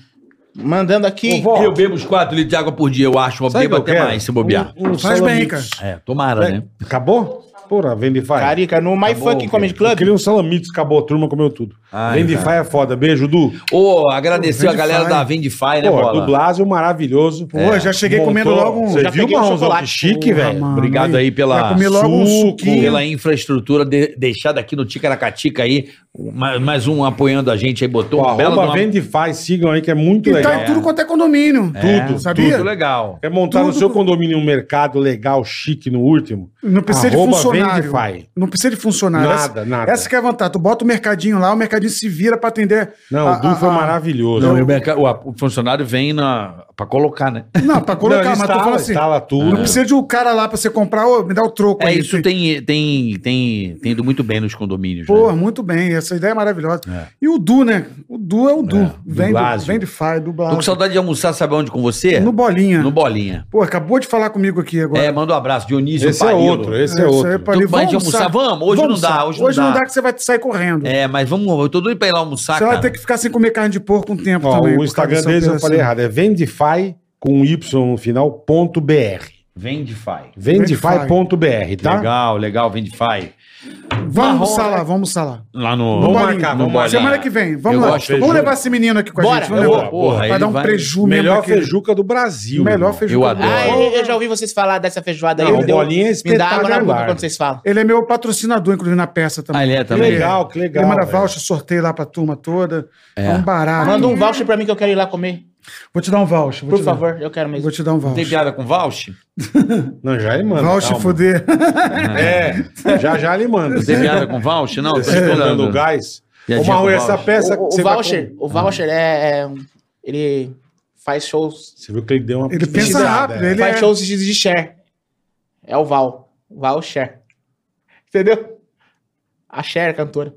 S5: Mandando aqui.
S3: eu bebo uns 4 litros de água por dia, eu acho. Eu
S2: Sabe
S3: bebo
S2: o que
S3: até
S2: é? eu quero?
S3: mais, se bobear.
S7: Um- um
S4: Faz bem,
S7: salamix.
S4: cara.
S3: É, tomara, né?
S2: Acabou? Porra, Vendify.
S5: Carica, no
S2: Tá
S5: My
S3: Acabou,
S5: Fucking Comedy
S2: Eu
S5: Club.
S2: queria um salamitos, acabou, a turma comeu tudo.
S3: Ai,
S2: Vendify é foda. Beijo, Du.
S3: Ô, agradecer a galera da Vendify, né,
S2: Pô, do
S3: Bola? É,
S2: Blasio, é maravilhoso.
S4: Pô, já cheguei comendo logo um-
S2: Você
S5: já
S2: viu,
S5: peguei um
S2: Marronzão? Que
S5: chocolate.
S2: chique, velho.
S4: mano,
S3: Obrigado aí
S4: Já
S3: pela,
S4: comi logo um
S2: suco,
S4: suquinho.
S3: pela infraestrutura de- deixada aqui no Ticaracatica aí. Mais, mais um apoiando a gente aí, botou um
S2: Pô,
S3: uma bela...
S2: arroba
S3: numa-
S2: Vendify, sigam aí, que é muito
S4: E tá
S2: legal.
S4: em tudo quanto é condomínio.
S3: É,
S4: tudo, sabia?
S3: Tudo legal.
S2: É montar no
S4: tudo-
S2: seu condomínio um mercado legal, chique, no último.
S4: Não precisa de
S2: Arroba
S4: funcionário.
S2: Vendify.
S4: Não precisa de funcionário.
S2: Nada,
S4: essa,
S2: nada.
S4: Essa que é a vantagem. Tu bota o mercadinho lá, o mercadinho se vira pra atender.
S2: Não,
S4: a-
S2: o Du
S4: a-
S2: foi
S4: a-
S2: maravilhoso.
S3: Não, e o, merca- o- o funcionário vem na... pra colocar, né?
S4: Não, pra
S2: Não, ele
S4: colocar, mas tu
S2: instala,
S4: fala assim.
S2: instala
S4: Não
S2: tudo.
S4: precisa de um cara lá pra você comprar, ô, me dá o troco
S3: É,
S4: aí.
S3: isso tem, tem, tem, tem ido muito bem nos condomínios.
S4: Pô,
S3: né?
S4: muito bem, essa ideia é maravilhosa. E o Du, né? O Du é o Du. vem, do,
S2: Blasio.
S4: vem de Fai, do
S3: Tô com
S4: Blasio.
S3: saudade de almoçar, sabe onde com você?
S4: No Bolinha.
S3: No Bolinha.
S4: Pô, acabou de falar comigo aqui agora.
S3: É, manda um abraço, Dionísio
S2: Esse é
S3: Parilo.
S2: outro, esse é
S4: isso aí,
S2: outro.
S4: pra ali,
S3: Então, vai de almoçar? Vamos, hoje não dá,
S4: almoçar.
S3: hoje não dá.
S4: que você vai sair correndo.
S3: É, mas vamos, eu tô doido pra ir lá almoçar,
S4: você vai
S3: cara.
S4: ter que ficar sem comer carne de porco um tempo
S2: Ó,
S4: também.
S2: o Instagram deles eu
S4: assim.
S2: falei errado, é Vendify com Y no final, ponto BR.
S3: Vendify.
S2: Vendify.br, tá?
S3: Legal, legal, Vendify.
S4: Vamos almoçar lá, vamos almoçar lá.
S3: Lá no.
S2: Vamos
S4: Bolinha.
S2: marcar,
S3: Bolinha.
S2: vamos marcar.
S4: Semana que vem, vamos
S3: Eu
S4: lá.
S3: gosto de
S4: vamos
S3: feiju.
S4: levar esse menino aqui com a
S5: Bora,
S4: gente. Vamos
S3: eu
S4: levar.
S3: vou, porra,
S4: vai
S3: ele
S4: dar um
S3: vai-
S4: preju mesmo.
S2: Melhor
S4: daquele.
S2: feijuca do Brasil.
S4: Melhor
S2: irmão.
S4: feiju.
S3: Eu
S4: do
S3: adoro.
S4: Brasil.
S5: Ah, eu, eu já ouvi vocês falar dessa feijoada aí.
S2: Não,
S5: me deu-
S2: bolinha é
S5: Me dá água na boca
S2: espetacular.
S5: quando vocês falam.
S4: Ele é meu patrocinador, inclusive, na peça também.
S3: Ah, ele é
S2: Que
S3: também. é.
S2: legal, que legal.
S4: Ele manda
S2: velho.
S4: voucher, sorteio lá pra turma toda. É, um barato.
S5: Manda um voucher pra mim que eu quero ir lá comer.
S4: Vou te dar um voucher. vou
S5: Por
S4: te dar.
S5: favor, eu quero mesmo.
S4: Vou te dar um
S3: Tem
S4: voucher.
S3: piada com Valsh?
S2: Não, já ele manda.
S4: Voucher
S2: calma.
S4: fuder.
S2: É, já já ele manda.
S3: Tem piada com Valsh? Não, tô
S2: Você tá dando
S3: esperando.
S2: gás?
S3: E a
S2: Ô,
S3: dica
S2: Marrom,
S3: com
S2: essa
S3: voucher?
S2: peça...
S5: o, o
S2: você vai
S5: voucher,
S2: com-
S5: o voucher é, é um- Ele faz shows.
S2: Você viu que ele deu uma...
S4: Ele pensa
S2: pesquisada,
S4: rápido,
S2: é.
S4: ele
S5: faz
S4: é...
S5: shows de, de share. É o Val. Val Cher. Entendeu? A Cher, cantora.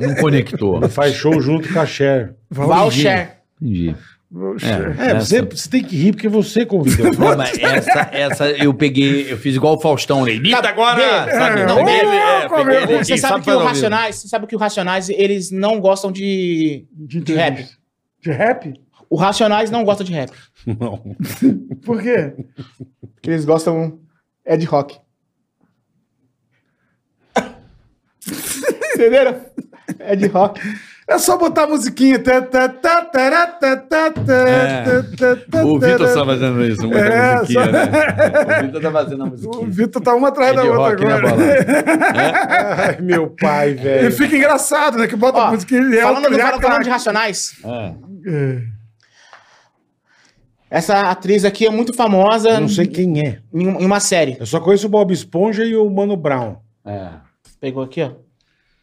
S3: Não conectou.
S2: Ele faz show junto com a Cher.
S5: Val Cher.
S3: Entendi.
S2: É, você, você tem que rir porque você convidou.
S3: Não, mas essa, essa eu peguei, eu fiz igual o Faustão, né? Imita agora! Sabe? Não,
S4: Ô,
S3: dele, é,
S4: louco,
S3: peguei
S4: meu.
S3: dele,
S5: Você sabe que
S3: fazer ao
S4: um
S5: o
S3: vivo.
S5: Racionais, você sabe que o Racionais, eles não gostam de, de rap.
S4: De rap?
S5: O Racionais não gosta de rap.
S2: Não.
S4: Por quê?
S5: Porque eles gostam é de rock. Entenderam? É de rock.
S4: É só botar a musiquinha. Tá, tá, tá, tará, tá, tá, tá,
S3: É.
S4: tá, tá, tá,
S3: O Vitor
S4: tá.
S3: tá fazendo isso, muita
S4: É,
S3: musiquinha,
S4: só-
S3: né? O Vitor tá fazendo a musiquinha.
S4: O Vitor tá uma atrás
S3: É
S4: da
S3: de
S4: outra
S3: rock, né,
S4: agora.
S3: Bola?
S2: Ai, meu pai,
S4: e
S2: velho.
S4: fica engraçado, né? Que bota a
S5: Ó,
S4: musiquinha e ela
S5: falando,
S4: já
S5: falando,
S4: tá-
S5: falando de Racionais. Essa atriz aqui é muito famosa
S2: Eu não sei quem é.
S5: em, um- em uma série.
S2: Eu só conheço o Bob Esponja e o Mano Brown.
S3: É,
S5: Pegou aqui, ó.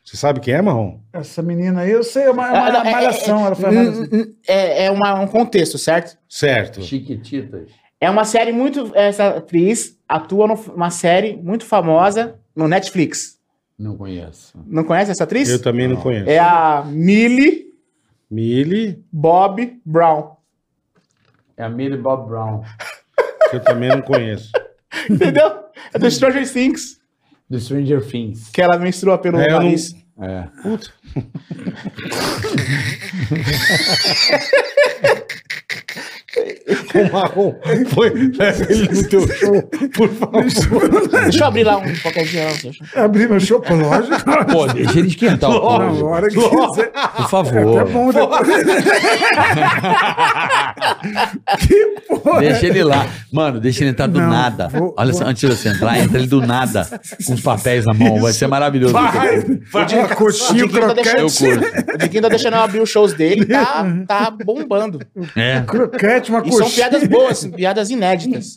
S2: Você sabe quem é, Marrom?
S4: Essa menina aí, eu sei, é uma, é uma
S5: Ah, não, é-
S4: malhação.
S5: é-
S4: ela foi uma malhação.
S5: Hum, hum, É, é uma- um contexto, certo?
S2: Certo.
S3: Chiquititas.
S5: É uma série muito. Essa atriz atua numa série muito famosa no Netflix.
S3: Não conheço.
S5: Não conhece essa atriz?
S2: Eu também não, conheço.
S5: É a Millie
S2: Millie,
S5: Bob Brown.
S3: É a Millie Bob Brown.
S2: que eu também não conheço.
S5: Entendeu? É do Stranger Things.
S3: Do Stranger Things.
S5: Que ela menstrua pelo
S2: É, eu não-
S5: nariz.
S3: É.
S2: Puta. o Marrom foi. Leva ele no teu show, por favor.
S5: Deixa eu abrir lá um qualquer dia. não, deixa eu-
S4: Abri meu show, pô, lógico.
S3: Pô, deixa ele esquentar o
S4: Na
S3: povo.
S4: hora que quiser.
S3: Por favor.
S4: Até bom depois. que porra.
S3: Deixa ele lá. Mano, deixa ele entrar do
S4: Não,
S3: nada.
S4: vou-
S3: Olha só, antes de você entrar, entra ele do nada com os papéis na mão. Vai ser maravilhoso.
S4: Uma coxinha, um
S5: Diquinho tá
S4: croquete.
S3: Eu
S5: deixando,
S3: curto.
S5: o Diquinho tá deixando eu abrir os shows dele. Tá, tá bombando.
S3: É.
S4: Croquete, uma
S5: E são assim,
S4: coxinha.
S5: piadas boas, piadas inéditas.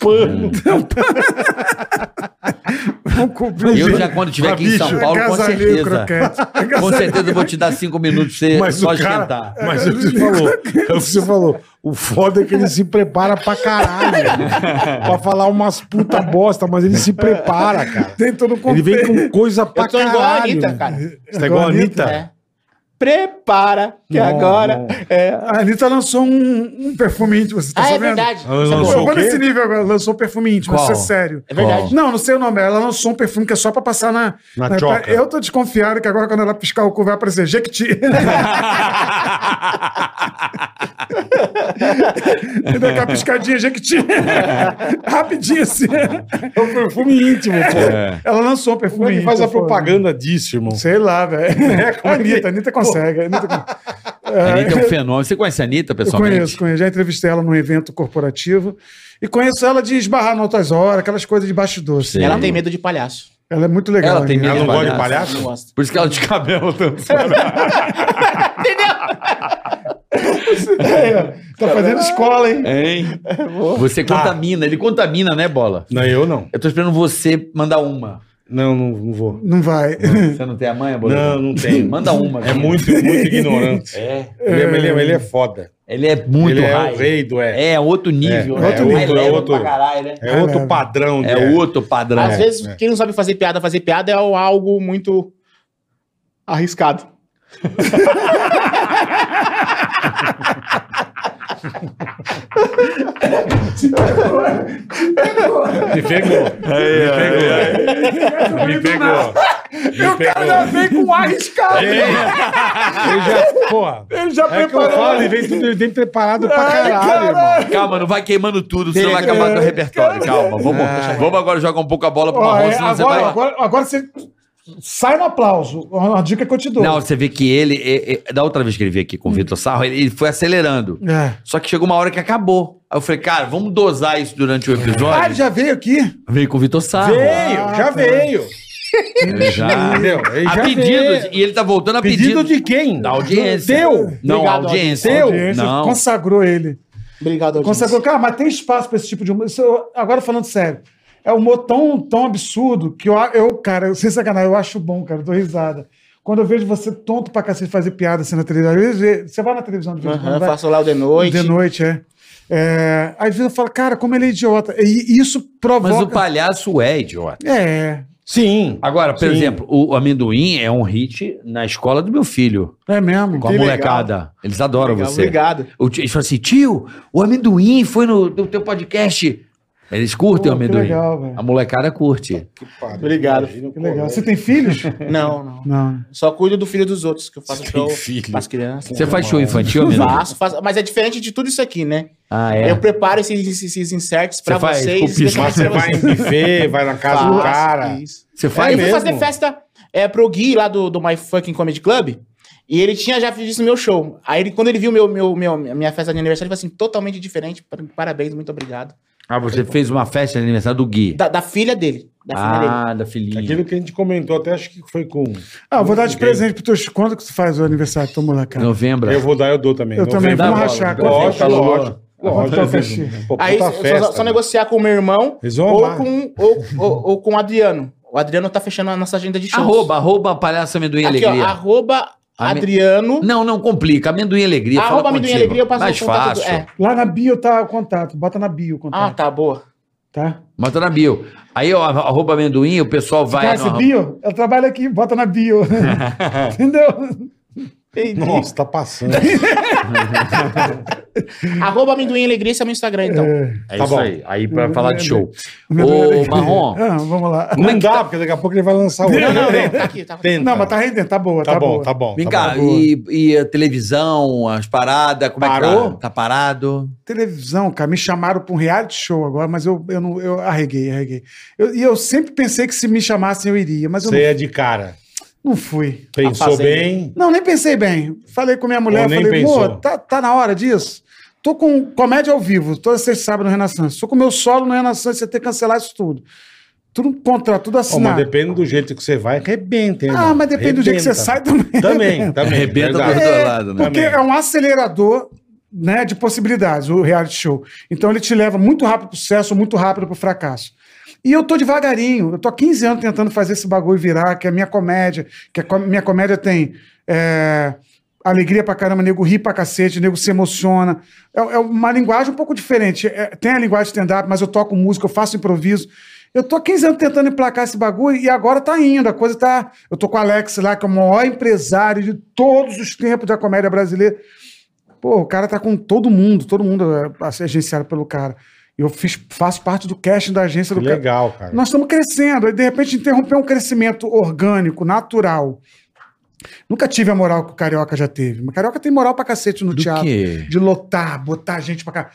S4: Vamos cumprir.
S3: Eu já, quando estiver aqui em São Paulo, com
S4: Agasalhei o
S3: certeza.
S4: croquete.
S3: Com certeza eu vou te dar cinco minutos pra você
S2: Mas
S3: só
S2: o cara,
S3: esquentar.
S2: mas é o que você falou, é o que você falou. O foda é que ele se prepara pra caralho. né? pra falar umas puta bosta, mas ele se prepara, cara.
S4: Tem todo um o
S2: Ele
S4: contexto.
S2: vem com coisa pra
S5: Eu tô igual a
S2: caralho.
S5: Anitta, cara.
S2: Você tá igual a Anitta?
S5: É. Prepara, que agora. É...
S4: A Ah, Anitta lançou um, um perfume íntimo, você tá
S5: Ah, é
S4: sabendo?
S5: verdade.
S2: Ela lançou
S4: Pô,
S2: o
S4: agora
S2: quê?
S4: nesse nível agora, lançou um perfume íntimo,
S3: Qual?
S4: isso é sério.
S5: É verdade.
S4: Não, não sei o nome, ela lançou um perfume que é só pra passar na...
S2: Na choca.
S4: Eu tô desconfiado que agora quando ela piscar o cu vai aparecer Jequiti. E daqui a piscadinha Jequiti. Rapidinho assim.
S2: É um perfume íntimo, pô.
S4: Ela lançou um
S2: Como
S4: perfume
S2: é que
S4: íntimo.
S2: faz a
S4: pô.
S2: propaganda disso, irmão?
S4: Sei lá, velho. É com a Anitta, a Anitta consegue. a Anitta consegue.
S3: A Anitta é um fenômeno. Você conhece a Anitta
S4: Eu
S3: pessoalmente?
S4: conheço, conheço. Já entrevistei ela num evento corporativo. E conheço ela de esbarrar em altas horas, aquelas coisas de bastidor. assim.
S5: Ela tem medo de palhaço.
S4: Ela é muito legal.
S3: Ela tem
S4: amiga.
S3: medo
S2: Ela não gosta de
S3: palhaço.
S5: Ela
S2: palhaço?
S5: não gosta.
S3: Por isso que ela é de cabelo tanto.
S4: Tá fazendo escola, hein?
S3: Hein? Você contamina. Ele contamina, né, Bola?
S2: Não, eu não.
S3: Eu tô esperando você mandar uma.
S2: Não, não, não vou.
S4: Não vai.
S3: Você não tem a manha, Bola?
S2: Não, não tenho.
S3: Manda uma.
S2: É
S3: cara.
S2: muito, muito ignorante.
S3: É.
S2: Ele é, ele é- ele é foda.
S3: Ele é muito
S2: ele é
S3: high.
S2: o rei do é.
S3: É, outro nível.
S2: É,
S3: né?
S2: é outro nível, é
S3: eleva
S2: outro-
S3: pra caralho, né?
S2: É outro padrão. de-
S3: É outro padrão.
S5: Às vezes,
S2: é.
S5: quem não sabe fazer piada, fazer piada é algo muito arriscado.
S2: Me
S3: É,
S2: pegou. Me pegou. Me pegou.
S4: vem com ar arriscado.
S2: Ele ele já, porra.
S4: Ele já
S2: É que eu falo, ele vem, tudo, ele vem preparado pra caralho, irmão.
S3: Calma, não vai queimando tudo, senão vai acabar teu repertório. Calma, vamos,
S2: é.
S3: vamos agora jogar um pouco a bola pro
S4: Ó,
S3: Marrom,
S4: é,
S3: senão você
S4: agora,
S3: vai...
S4: agora, agora você sai no aplauso. Uma uma dica que eu te dou.
S3: Não, você vê que ele, é, é, da outra vez que ele veio aqui com o Vitor Sarro, ele, ele foi acelerando.
S4: É.
S3: Só que chegou uma hora que acabou. Aí eu falei, cara, vamos dosar isso durante o
S4: Ah, ele
S3: episódio.
S4: já veio aqui?
S3: Veio com o Vitor Sarro.
S2: Veio, já veio.
S3: Ele já.
S2: Entendeu? Ele
S3: Ah, A
S2: já
S3: pedidos,
S2: veio.
S3: e ele tá voltando a
S2: Pedido
S3: pedido.
S2: de quem?
S3: Da audiência.
S2: Teu.
S3: Não,
S5: Obrigado,
S3: audiência.
S2: Teu.
S4: Audiência
S3: Não.
S4: Consagrou ele.
S5: Obrigado, audiência.
S4: Consagrou. Cara, mas tem espaço pra esse tipo de humor. Isso eu- agora falando sério. É um humor tão, tão absurdo que eu, eu, cara, eu, sem sacanagem, eu acho bom, cara, eu dou risada. Quando eu vejo você tonto pra cacete fazer piada assim na televisão, às vezes vê- você vai na televisão de vez em
S5: Aham,
S4: quando, vai?
S5: faço lá o de noite.
S4: De noite, é. é. Às vezes eu falo, cara, como ele é idiota. E isso
S3: Mas
S4: provoca.
S3: o palhaço é idiota.
S4: É,
S2: Sim.
S3: Agora, por
S2: Sim.
S3: exemplo, o Amendoim é um hit na escola do meu filho,
S4: é mesmo.
S3: com a
S5: Que legal.
S3: molecada. Eles adoram
S5: Legal,
S3: você.
S5: Obrigado.
S3: O tio, eles falam assim, tio, o Amendoim foi no, no teu podcast. Eles curtem o
S4: Pô, que
S3: Amendoim.
S4: legal, velho.
S3: a molecada curte.
S5: Obrigado.
S4: Que legal. Você tem filhos?
S5: Não, não.
S4: Não.
S5: Só cuido do filho dos outros, que eu faço
S2: Então,
S5: show pras crianças.
S3: Você faz show infantil, Amendoim?
S5: Faço, faço, mas é diferente de tudo isso aqui, né?
S3: Ah, é.
S5: Eu preparo esses, esses- esses inserts pra
S3: Você faz
S5: vocês.
S3: com piso,
S5: especialmente
S2: Mas você
S5: pra
S2: vai em buffet, vai na casa do
S5: Faço,
S2: cara.
S5: isso.
S3: Você
S5: Aí
S3: faz
S5: eu fui
S3: mesmo?
S5: fazer festa é, pro Gui lá do, do My Fucking Comedy Club. E ele tinha já visto meu show. Aí ele, quando ele viu meu, meu, meu, minha festa de aniversário, ele falou assim: totalmente diferente. par- Parabéns, muito obrigado.
S3: Ah, você fez uma festa de aniversário do Gui.
S5: Da, da filha dele. Da filha dele. Tá
S3: ah, da filhinha.
S2: Aquilo que a gente comentou, até acho que foi com. um.
S4: Ah, eu vou dar de
S2: Ninguém.
S4: presente pro teu. Quando que tu faz o aniversário do teu moleque? cara?
S3: Novembro.
S2: Eu vou dar, eu dou também.
S4: Eu também,
S3: Dá
S4: vamos
S3: bola,
S4: rachar.
S3: dá
S4: cara.
S3: bola.
S2: Lógico, lógico.
S4: Vamos
S2: Lógico,
S4: assim. pra
S2: lógico.
S4: festa.
S2: Pô,
S5: Aí
S2: puta
S5: só- um
S2: festa,
S5: só, só
S2: né?
S5: negociar com o meu irmão
S2: Eles vão
S5: ou
S2: amar.
S5: com, ou, ou- ou com o Adriano. O Adriano tá fechando a nossa agenda de shows.
S3: Arroba, arroba palhaço Amendoim
S5: Aqui, ó,
S3: Alegria.
S5: arroba
S3: Ame-
S5: Adriano.
S3: Não, não complica. Amendoim é Alegria.
S4: Ah,
S3: fala
S5: arroba Amendoim
S4: é
S3: contigo.
S5: Alegria, eu passo
S3: Mais
S5: o contato.
S3: fácil.
S5: É.
S4: Lá na bio tá o contato. Bota na bio o
S5: Ah,
S4: contato.
S5: tá, boa.
S4: Tá?
S3: Bota na bio. Aí, ó, arroba amendoim, o pessoal vai.
S4: Cara, esse
S3: no-
S4: bio, eu trabalho aqui, bota na bio. Entendeu?
S5: assim.
S2: Nossa, tá passando.
S5: Arroba Amendoim Alegria, esse é meu Instagram, então.
S3: É
S2: Tá
S3: isso
S2: bom.
S3: aí. Aí pra falar
S4: é
S3: de show.
S4: Amendoim
S3: Ô, Marrom.
S4: Ah, vamos lá.
S2: Não dá, porque daqui a pouco ele vai lançar o.
S5: Não, não, não. Tá aqui, tá aqui.
S2: Tenta.
S4: Não, mas tá rendendo, tá boa, tá,
S2: Tá bom,
S4: boa.
S2: tá bom.
S3: Vem
S2: tá
S3: cá,
S2: bom.
S3: e, e a televisão, as paradas, como é
S2: Parou?
S3: que tá? Tá parado?
S4: televisão, cara, me chamaram para um reality show agora, mas eu, eu, não, eu arreguei, arreguei. Eu- e eu sempre pensei que se me chamassem eu iria, mas eu
S2: Você é de cara.
S4: não, não fui.
S2: Pensou
S5: fazenda.
S2: bem.
S4: Não, nem pensei bem. Falei com minha mulher,
S2: Ou nem
S4: falei,
S2: pensou.
S4: amor, tá, tá na hora disso? Tô com comédia ao vivo, toda sexta e sábado no Renaissance. Tô com meu solo no Renaissance, você tem que cancelar isso tudo. Tudo contra, tudo
S2: Ó, mas
S4: assinado.
S2: depende do jeito que você vai, arrebenta, hein,
S4: ah,
S2: irmão?
S4: mas depende do dia que você
S2: Arrebenta.
S4: sai também.
S2: Também,
S4: Tá
S2: também.
S3: Arrebenta
S2: verdade.
S3: por dois lados, né?
S4: Porque é um acelerador né, de possibilidades, o reality show. Então ele te leva muito rápido para o sucesso, muito rápido para o fracasso. E eu tô devagarinho, eu tô há 15 anos tentando fazer esse bagulho virar, que é a minha comédia, que a co- minha comédia tem é, alegria pra caramba, nego ri pra cacete, nego se emociona. É, é uma linguagem um pouco diferente. É, tem a linguagem stand-up, mas eu toco música, eu faço improviso. Eu tô há 15 anos tentando emplacar esse bagulho e agora tá indo, a coisa tá... Eu tô com o Alex lá, que é o maior empresário de todos os tempos da comédia brasileira. Pô, o cara tá com todo mundo, todo mundo é agenciado pelo cara. Eu fiz, faço parte do casting da agência do cara.
S2: Legal, cara.
S4: Nós estamos crescendo, aí de repente interromper um crescimento orgânico, natural. Nunca tive a moral que o Carioca já teve. Mas Carioca tem moral pra cacete no teatro.
S3: quê?
S4: De lotar, botar gente pra cá.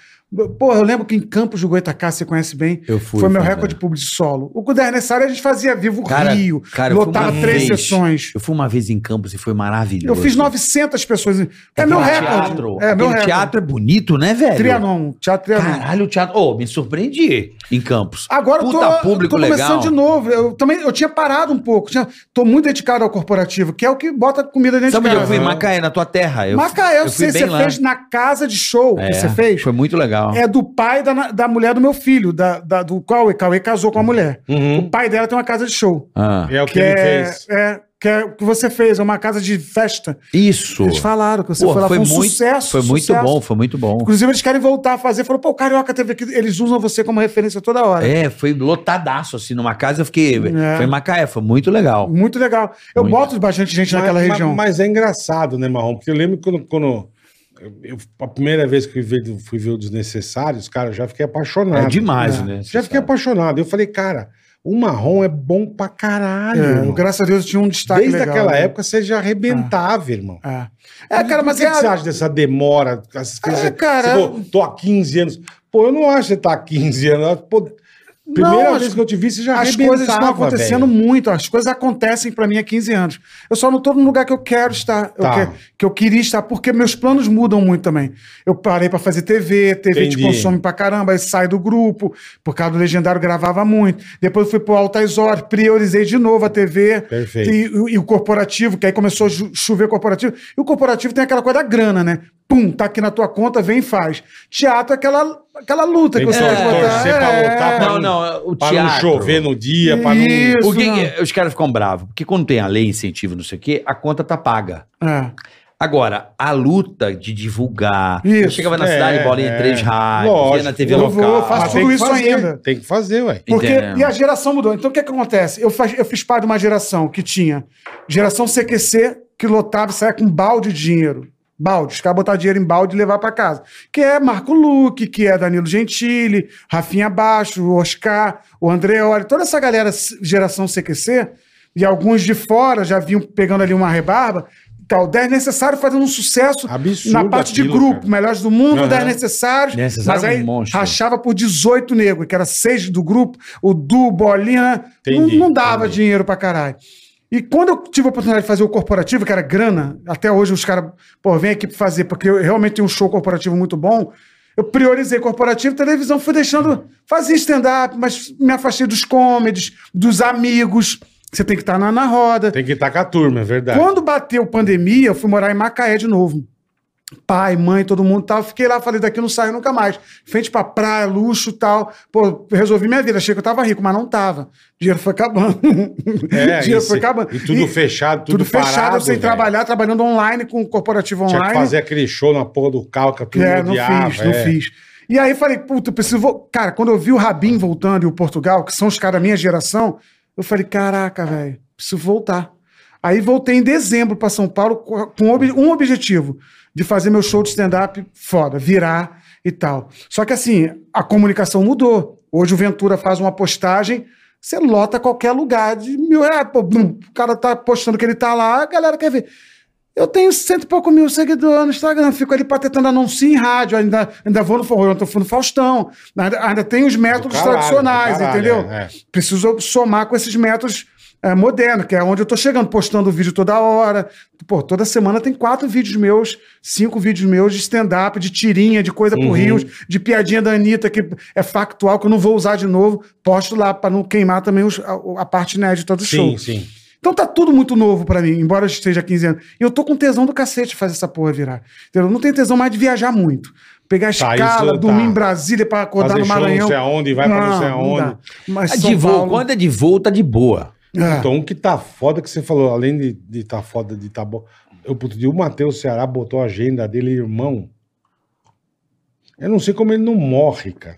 S4: Porra, eu lembro que em Campos do Goitacá, você conhece bem,
S3: Eu fui,
S4: foi meu
S3: Fernando.
S4: recorde público de solo. O Gudernessário a gente fazia vivo o
S3: é Cara,
S4: Rio,
S3: cara, eu fui
S4: lotava
S3: uma vez.
S4: três sessões.
S3: Eu fui uma vez em Campos e foi maravilhoso.
S4: Eu fiz 900 pessoas. É
S3: Aquele
S4: meu recorde.
S3: teatro,
S4: É meu
S3: aquele
S4: recorde.
S3: teatro é bonito, né, velho?
S4: Trianon, Teatro Trianon.
S3: Caralho, o teatro. Ô, me surpreendi em Campos.
S4: Agora eu tô,
S3: Puta público
S4: tô começando
S3: legal.
S4: de novo. Eu também eu tinha parado um pouco. Tinha, tô muito dedicado ao corporativo, que é o que bota comida dentro
S3: Sabe
S4: de
S3: onde
S4: casa.
S3: eu fui? Em Macaé, na tua terra. Eu,
S4: Macaé, eu,
S3: eu fui
S4: sei,
S3: bem
S4: você
S3: lá.
S4: fez na casa de show
S3: É,
S4: que você fez.
S3: Foi muito legal.
S4: É do pai da, na- da mulher do meu filho, da, da- do Cauê. Cauê casou
S3: Uhum.
S4: com a mulher. O pai dela tem uma casa de show.
S3: Ah,
S2: Uhum. É o que,
S4: Que
S2: ele
S4: é,
S2: fez.
S4: é- que é o que você fez, é uma casa de festa.
S3: Isso.
S4: É. Eles falaram que você
S3: Pô,
S4: foi lá, foi, um
S3: muito,
S4: sucesso.
S3: Foi muito
S4: sucesso.
S3: bom, foi muito bom.
S4: Inclusive, eles querem voltar a fazer. Falou, pô, o Carioca teve aqui. Eles usam você como referência toda hora.
S3: É, foi lotadaço, assim, numa casa eu fiquei.
S4: É.
S3: Foi em Macaé, foi muito legal.
S4: Muito legal. Eu
S3: Muito.
S4: boto bastante gente naquela
S2: Mas- mas-
S4: região.
S2: Mas, é engraçado, né, Marrom? Porque eu lembro quando. quando eu- a primeira vez que eu vi- fui ver o Desnecessários, cara, eu já fiquei apaixonado.
S3: É demais,
S2: É.
S3: né?
S2: Já fiquei apaixonado. Eu falei, cara, o marrom é bom pra caralho.
S4: É,
S2: irmão.
S4: graças a Deus eu tinha um destaque
S2: Desde
S4: legal,
S2: aquela
S4: né?
S2: época você já arrebentava, irmão.
S4: É, é cara,
S2: Mas
S4: mas
S2: o que,
S4: é
S2: que você
S4: a...
S2: acha dessa demora? As coisas-
S4: É, cara,
S2: Você falou, tô há 15 anos. Pô, eu não acho que você tá há 15 anos. Pô, primeira
S4: Não,
S2: vez
S4: as-
S2: que eu te vi, você já
S4: As
S2: arrebentava,
S4: coisas estão acontecendo
S2: velho.
S4: muito, as coisas acontecem pra mim há 15 anos. Eu só não tô no lugar que eu quero estar, eu
S2: Tá.
S4: que, que eu queria estar, porque meus planos mudam muito também. Eu parei pra fazer TV, TV te
S2: Entendi.
S4: consome pra caramba, aí sai do grupo, por causa do Legendário gravava muito. Depois eu fui pro Altas Horas, priorizei de novo a TV.
S2: Perfeito.
S4: E, e- e o corporativo, que aí começou a chu- chover corporativo. E o corporativo tem aquela coisa da grana, né? Pum, tá aqui na tua conta, vem e faz. Teatro é aquela, aquela luta
S2: Tem
S4: que
S2: que
S4: você tem que botar. É.
S2: torcer pra lotar, pra
S3: É.
S2: um-
S3: Não, não, o
S2: Pra não
S3: teatro.
S2: chover no dia, pra não.
S4: Isso,
S3: Por que
S4: não.
S3: que os caras ficam bravos? Porque quando tem a lei, incentivo, não sei o quê, a conta tá paga.
S4: É.
S3: Agora, a luta de divulgar. eu
S4: Isso,
S3: chegava na
S2: é,
S3: cidade, bolinha
S2: é.
S3: em três rádios, ia na
S2: Lógico,
S3: TV
S4: eu
S3: local.
S4: vou, eu faço
S2: Mas tem
S4: tudo
S2: que
S4: isso
S2: fazer,
S4: ainda.
S2: Tem que fazer, ué.
S4: Porque,
S3: Entendeu?
S4: e a geração mudou. Então o que, que acontece? Eu, faz- eu fiz parte de uma geração que tinha geração CQC que lotava e saia com balde de dinheiro. Balde, os caras botavam dinheiro em balde e levar pra casa. Que é Marco Luque, que é Danilo Gentili, Rafinha Baixo, o Oscar, o Andreoli, toda essa galera s- geração CQC, e alguns de fora já vinham pegando ali uma rebarba. Tal, 10 necessário fazendo um sucesso
S2: Absurdo
S4: na parte de
S2: aquilo,
S4: grupo.
S2: cara.
S4: Melhores do mundo,
S2: Aham.
S4: 10 necessários.
S3: Necessário
S4: mas
S3: é um
S4: aí
S3: monstro.
S4: rachava por 18 negros, que era seis do grupo, o Du, Bolinha. Não,
S2: Entendi,
S4: não dava
S2: entendi.
S4: dinheiro pra caralho. E quando eu tive a oportunidade de fazer o corporativo, que era grana, até hoje os caras, pô, vem aqui pra fazer, porque eu realmente tenho um show corporativo muito bom. Eu priorizei corporativo, televisão, fui deixando. Fazia stand-up, mas me afastei dos comedies, dos amigos. Você tem que estar na, na roda.
S2: Tem que estar com a turma, é verdade.
S4: Quando bateu pandemia, eu fui morar em Macaé de novo. Pai, mãe, todo mundo tal. Fiquei lá, falei, daqui eu não saio nunca mais. Frente pra praia, luxo tal. Pô, resolvi minha vida. Achei que eu tava rico, mas não tava. Dinheiro foi acabando.
S2: É,
S4: Dinheiro
S2: e
S4: foi
S2: se-
S4: acabando.
S2: e tudo fechado, tudo
S4: fechado,
S2: parado,
S4: sem
S2: velho.
S4: trabalhar, trabalhando online com o corporativo
S2: Tinha
S4: online.
S2: que fazer aquele show na porra do carro que a turma
S4: É, não
S2: odiava,
S4: fiz, não
S2: é.
S4: fiz. E aí falei, puta, eu preciso. vo- Cara, quando eu vi o Rabin voltando e o Portugal, que são os caras da minha geração, eu falei, caraca, velho, preciso voltar. Aí voltei em dezembro pra São Paulo co- com ob- um objetivo: de fazer meu show de stand-up foda, virar e tal. Só que assim, a comunicação mudou. Hoje o Ventura faz uma postagem. Você lota qualquer lugar de mil reais. Pô, bum, o cara tá postando que ele tá lá, a galera quer ver. Eu tenho cento e pouco mil seguidores no Instagram, fico ali patetando anúncio em rádio, ainda, ainda vou no Forró, eu fui no Faustão, ainda, ainda tem os métodos
S2: caralho,
S4: É tradicionais,
S2: do caralho,
S4: entendeu?
S2: é, é.
S4: Preciso somar com esses métodos é, modernos, que é onde eu tô chegando, postando vídeo toda hora. Pô, toda semana tem quatro vídeos meus, cinco vídeos meus de stand-up, de tirinha, de coisa
S2: Uhum.
S4: por rios, de piadinha da Anitta, que é factual, que eu não vou usar de novo, posto lá pra não queimar também os- a, a parte inédita do
S2: Sim,
S4: show.
S2: sim.
S4: Então tá tudo muito novo pra mim, embora eu esteja há 15 anos. E eu tô com tesão do cacete de fazer essa porra virar. Entendeu? Eu Não tenho tesão mais de viajar muito. pegar a
S2: Tá,
S4: escala,
S2: isso
S4: dormir
S2: tá.
S4: em Brasília pra acordar
S2: Fazer
S4: no
S2: show não
S4: Maranhão.
S2: sei aonde, vai pra não sei aonde.
S4: dá. Mas
S3: É
S4: São
S3: de voo.
S4: Paulo...
S3: Quando é de voo, tá de boa.
S4: É.
S2: Então, um que tá foda que você falou, além de, de tá foda, de tá bom. Eu, puto, de o Matheus Ceará botou a agenda dele, irmão. Eu não sei como ele não morre, cara.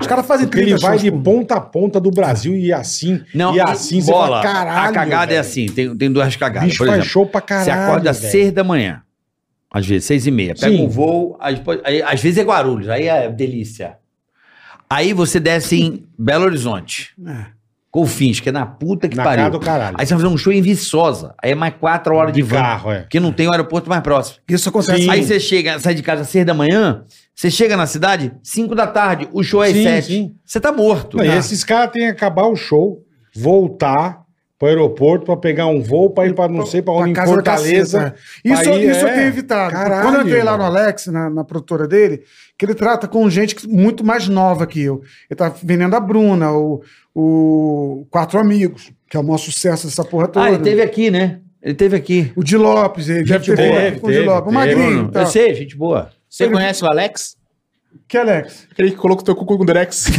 S4: Os caras fazem tipo,
S2: Porque ele
S4: 30
S2: vai
S4: shows
S2: de
S4: por-
S2: ponta a ponta do Brasil e assim.
S3: Não,
S2: e assim
S3: e
S2: você
S3: bola,
S2: fala, caralho.
S3: a cagada é
S2: velho.
S3: assim, tem, tem duas cagadas.
S2: Bicho
S3: Por
S2: faz
S3: exemplo,
S2: show pra caralho.
S3: você acorda às
S2: velho.
S3: seis da manhã, às vezes, seis e meia. Pega
S2: Sim.
S3: um voo, às, pode- aí- às vezes é Guarulhos, aí é delícia. Aí você desce em Belo Horizonte. Confins, que é na puta que
S2: É. Na
S3: pariu.
S2: cara do caralho.
S3: Aí você vai fazer um show em Viçosa. Aí é mais quatro horas de,
S2: de
S3: van.
S2: carro, é.
S3: Porque não tem o aeroporto mais próximo.
S4: Isso acontece.
S3: Aí você chega, sai de casa às seis da manhã, você chega na cidade, cinco da tarde, o show é às
S2: Sim,
S3: sete.
S2: sim.
S3: Você tá morto.
S2: Não, e
S3: Tá.
S2: esses caras têm que acabar o show, voltar pro aeroporto pra pegar um voo pra ir pra não sei pra onde, em
S4: casa da
S2: Fortaleza.
S4: caceta. Isso,
S2: Aí
S4: isso
S2: é-
S4: eu tenho evitado.
S2: Caralho,
S4: Quando eu entrei lá no
S2: irmão.
S4: Alex, na, na produtora dele, que ele trata com gente que- muito mais nova que eu. Ele tá vendendo a Bruna, o, o Quatro Amigos, que é o maior sucesso dessa porra toda.
S3: Ah, ele teve aqui, né? Ele teve aqui.
S4: O Di Lopes, ele deve ter
S2: boa.
S4: feito
S2: Teve,
S4: com o Di
S2: teve,
S4: Lopes. O
S2: teve.
S4: Magrinho. e tal.
S3: Eu sei, gente boa.
S5: Você conhece o Alex?
S4: Que Alex?
S5: Aquele que coloca o teu cu com o Durex.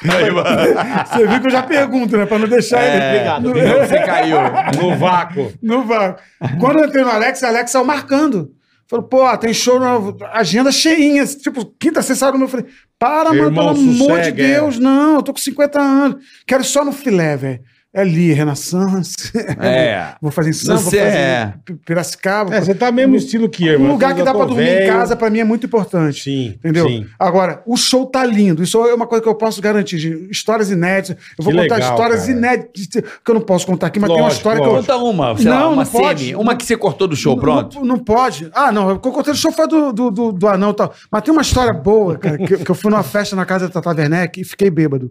S4: Você viu que eu já pergunto, né? Pra não deixar ele.
S3: É, Obrigado. Você caiu.
S4: né?
S2: No vácuo.
S4: Não vai. Quando eu entrei no Alex, o Alex saiu marcando. Falou, pô, tem show na agenda cheinha. Tipo, quinta, sexta, sábado. Eu falei, para, mano, pelo
S2: Irmão,
S4: amor de
S2: sossega, é.
S4: Deus, não, eu tô com 50 anos. Quero só no filé, velho. É ali, Renaissance.
S3: É.
S4: Vou fazer em São, vou
S3: Você
S4: fazer
S3: é.
S4: em P- Piracicaba.
S2: É, você tá mesmo estilo que eu,
S4: um
S2: irmão.
S4: lugar que
S2: Eu
S4: dá
S2: tô
S4: pra dormir em
S2: tá velho.
S4: casa, pra mim, é muito importante.
S2: Sim,
S4: Entendeu?
S2: sim.
S4: Agora, o show tá lindo. Isso é uma coisa que eu posso garantir. gente. Histórias inéditas. Eu vou
S2: Que
S4: contar
S2: legal,
S4: histórias
S2: cara.
S4: inéditas que eu não posso contar aqui, mas tem uma
S2: Lógico,
S4: história que eu.
S3: Conta uma, sei lá,
S4: Não,
S3: uma
S4: não pode.
S3: semi. Uma que você cortou do show,
S4: Não-
S3: pronto.
S4: Não, não pode. Ah, não. O que eu contei do show foi do, do, do, do anão e tal. Mas tem uma história boa, cara, que, que eu fui numa festa na casa da Tata Werneck e fiquei bêbado.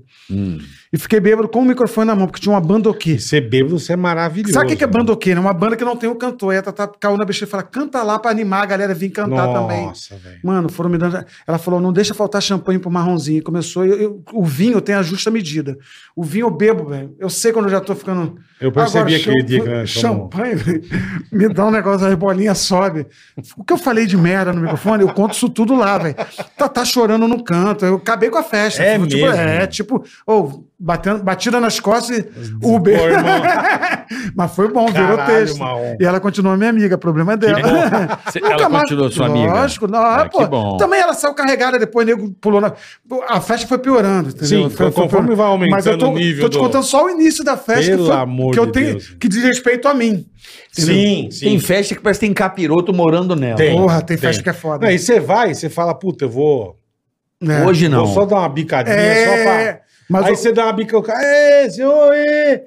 S4: E fiquei bêbado com o microfone na mão, porque tinha uma bandoquê.
S2: E ser bêbado, você é maravilhoso.
S4: Sabe o que, que é
S2: velho.
S4: bandoquê? É uma banda que não tem um cantor. E a Tata caiu na bexiga e fala, canta lá pra animar a galera vir cantar também.
S2: Nossa, velho.
S4: Mano, foram me dando. Ela falou: não deixa faltar champanhe pro marronzinho. E começou. eu- eu- o vinho tem a justa medida. O vinho eu bebo, velho. Eu sei quando eu já tô ficando.
S2: Eu percebi aquele
S4: champa-
S2: dia que ela tomou.
S4: Champanhe, velho, me dá um negócio, as bolinhas sobe. O que eu falei de merda no microfone, eu conto isso tudo lá, velho. Tá, tá chorando no canto. Eu acabei com a festa.
S2: É
S4: tipo, tipo,
S2: mesmo?
S4: é, tipo, ou batendo, batida nas costas e Uber.
S2: Pô, irmão.
S4: Mas foi bom, virou
S2: Caralho,
S4: texto.
S2: Marrom.
S4: E ela continua minha amiga, problema dela.
S3: Cê-
S4: Nunca
S3: ela continuou sua amiga?
S4: Lógico, não,
S3: Ah, que
S4: pô.
S3: bom.
S4: Também ela saiu carregada, depois o nego pulou na. Pô, A festa foi piorando,
S2: Sim,
S4: entendeu?
S2: conforme
S4: piorando.
S2: vai aumentando
S4: Mas eu tô,
S2: o nível
S4: tô te
S2: do-
S4: contando só o início da festa,
S2: Pelo
S4: que, foi-
S2: amor
S4: que eu
S2: de
S4: tenho
S2: Deus.
S4: que diz respeito a mim.
S3: Tem
S2: Sim, sim.
S3: festa que parece que tem capiroto morando nela.
S4: Porra, tem festa que é foda.
S2: Não, aí você vai, você fala, puta, eu vou,
S4: É.
S3: Hoje não.
S2: vou só dar uma bicadinha,
S4: É,
S2: só pra...
S4: mas
S2: aí
S4: eu-
S2: você dá uma bica, o cara, "Ê, senhor, ê,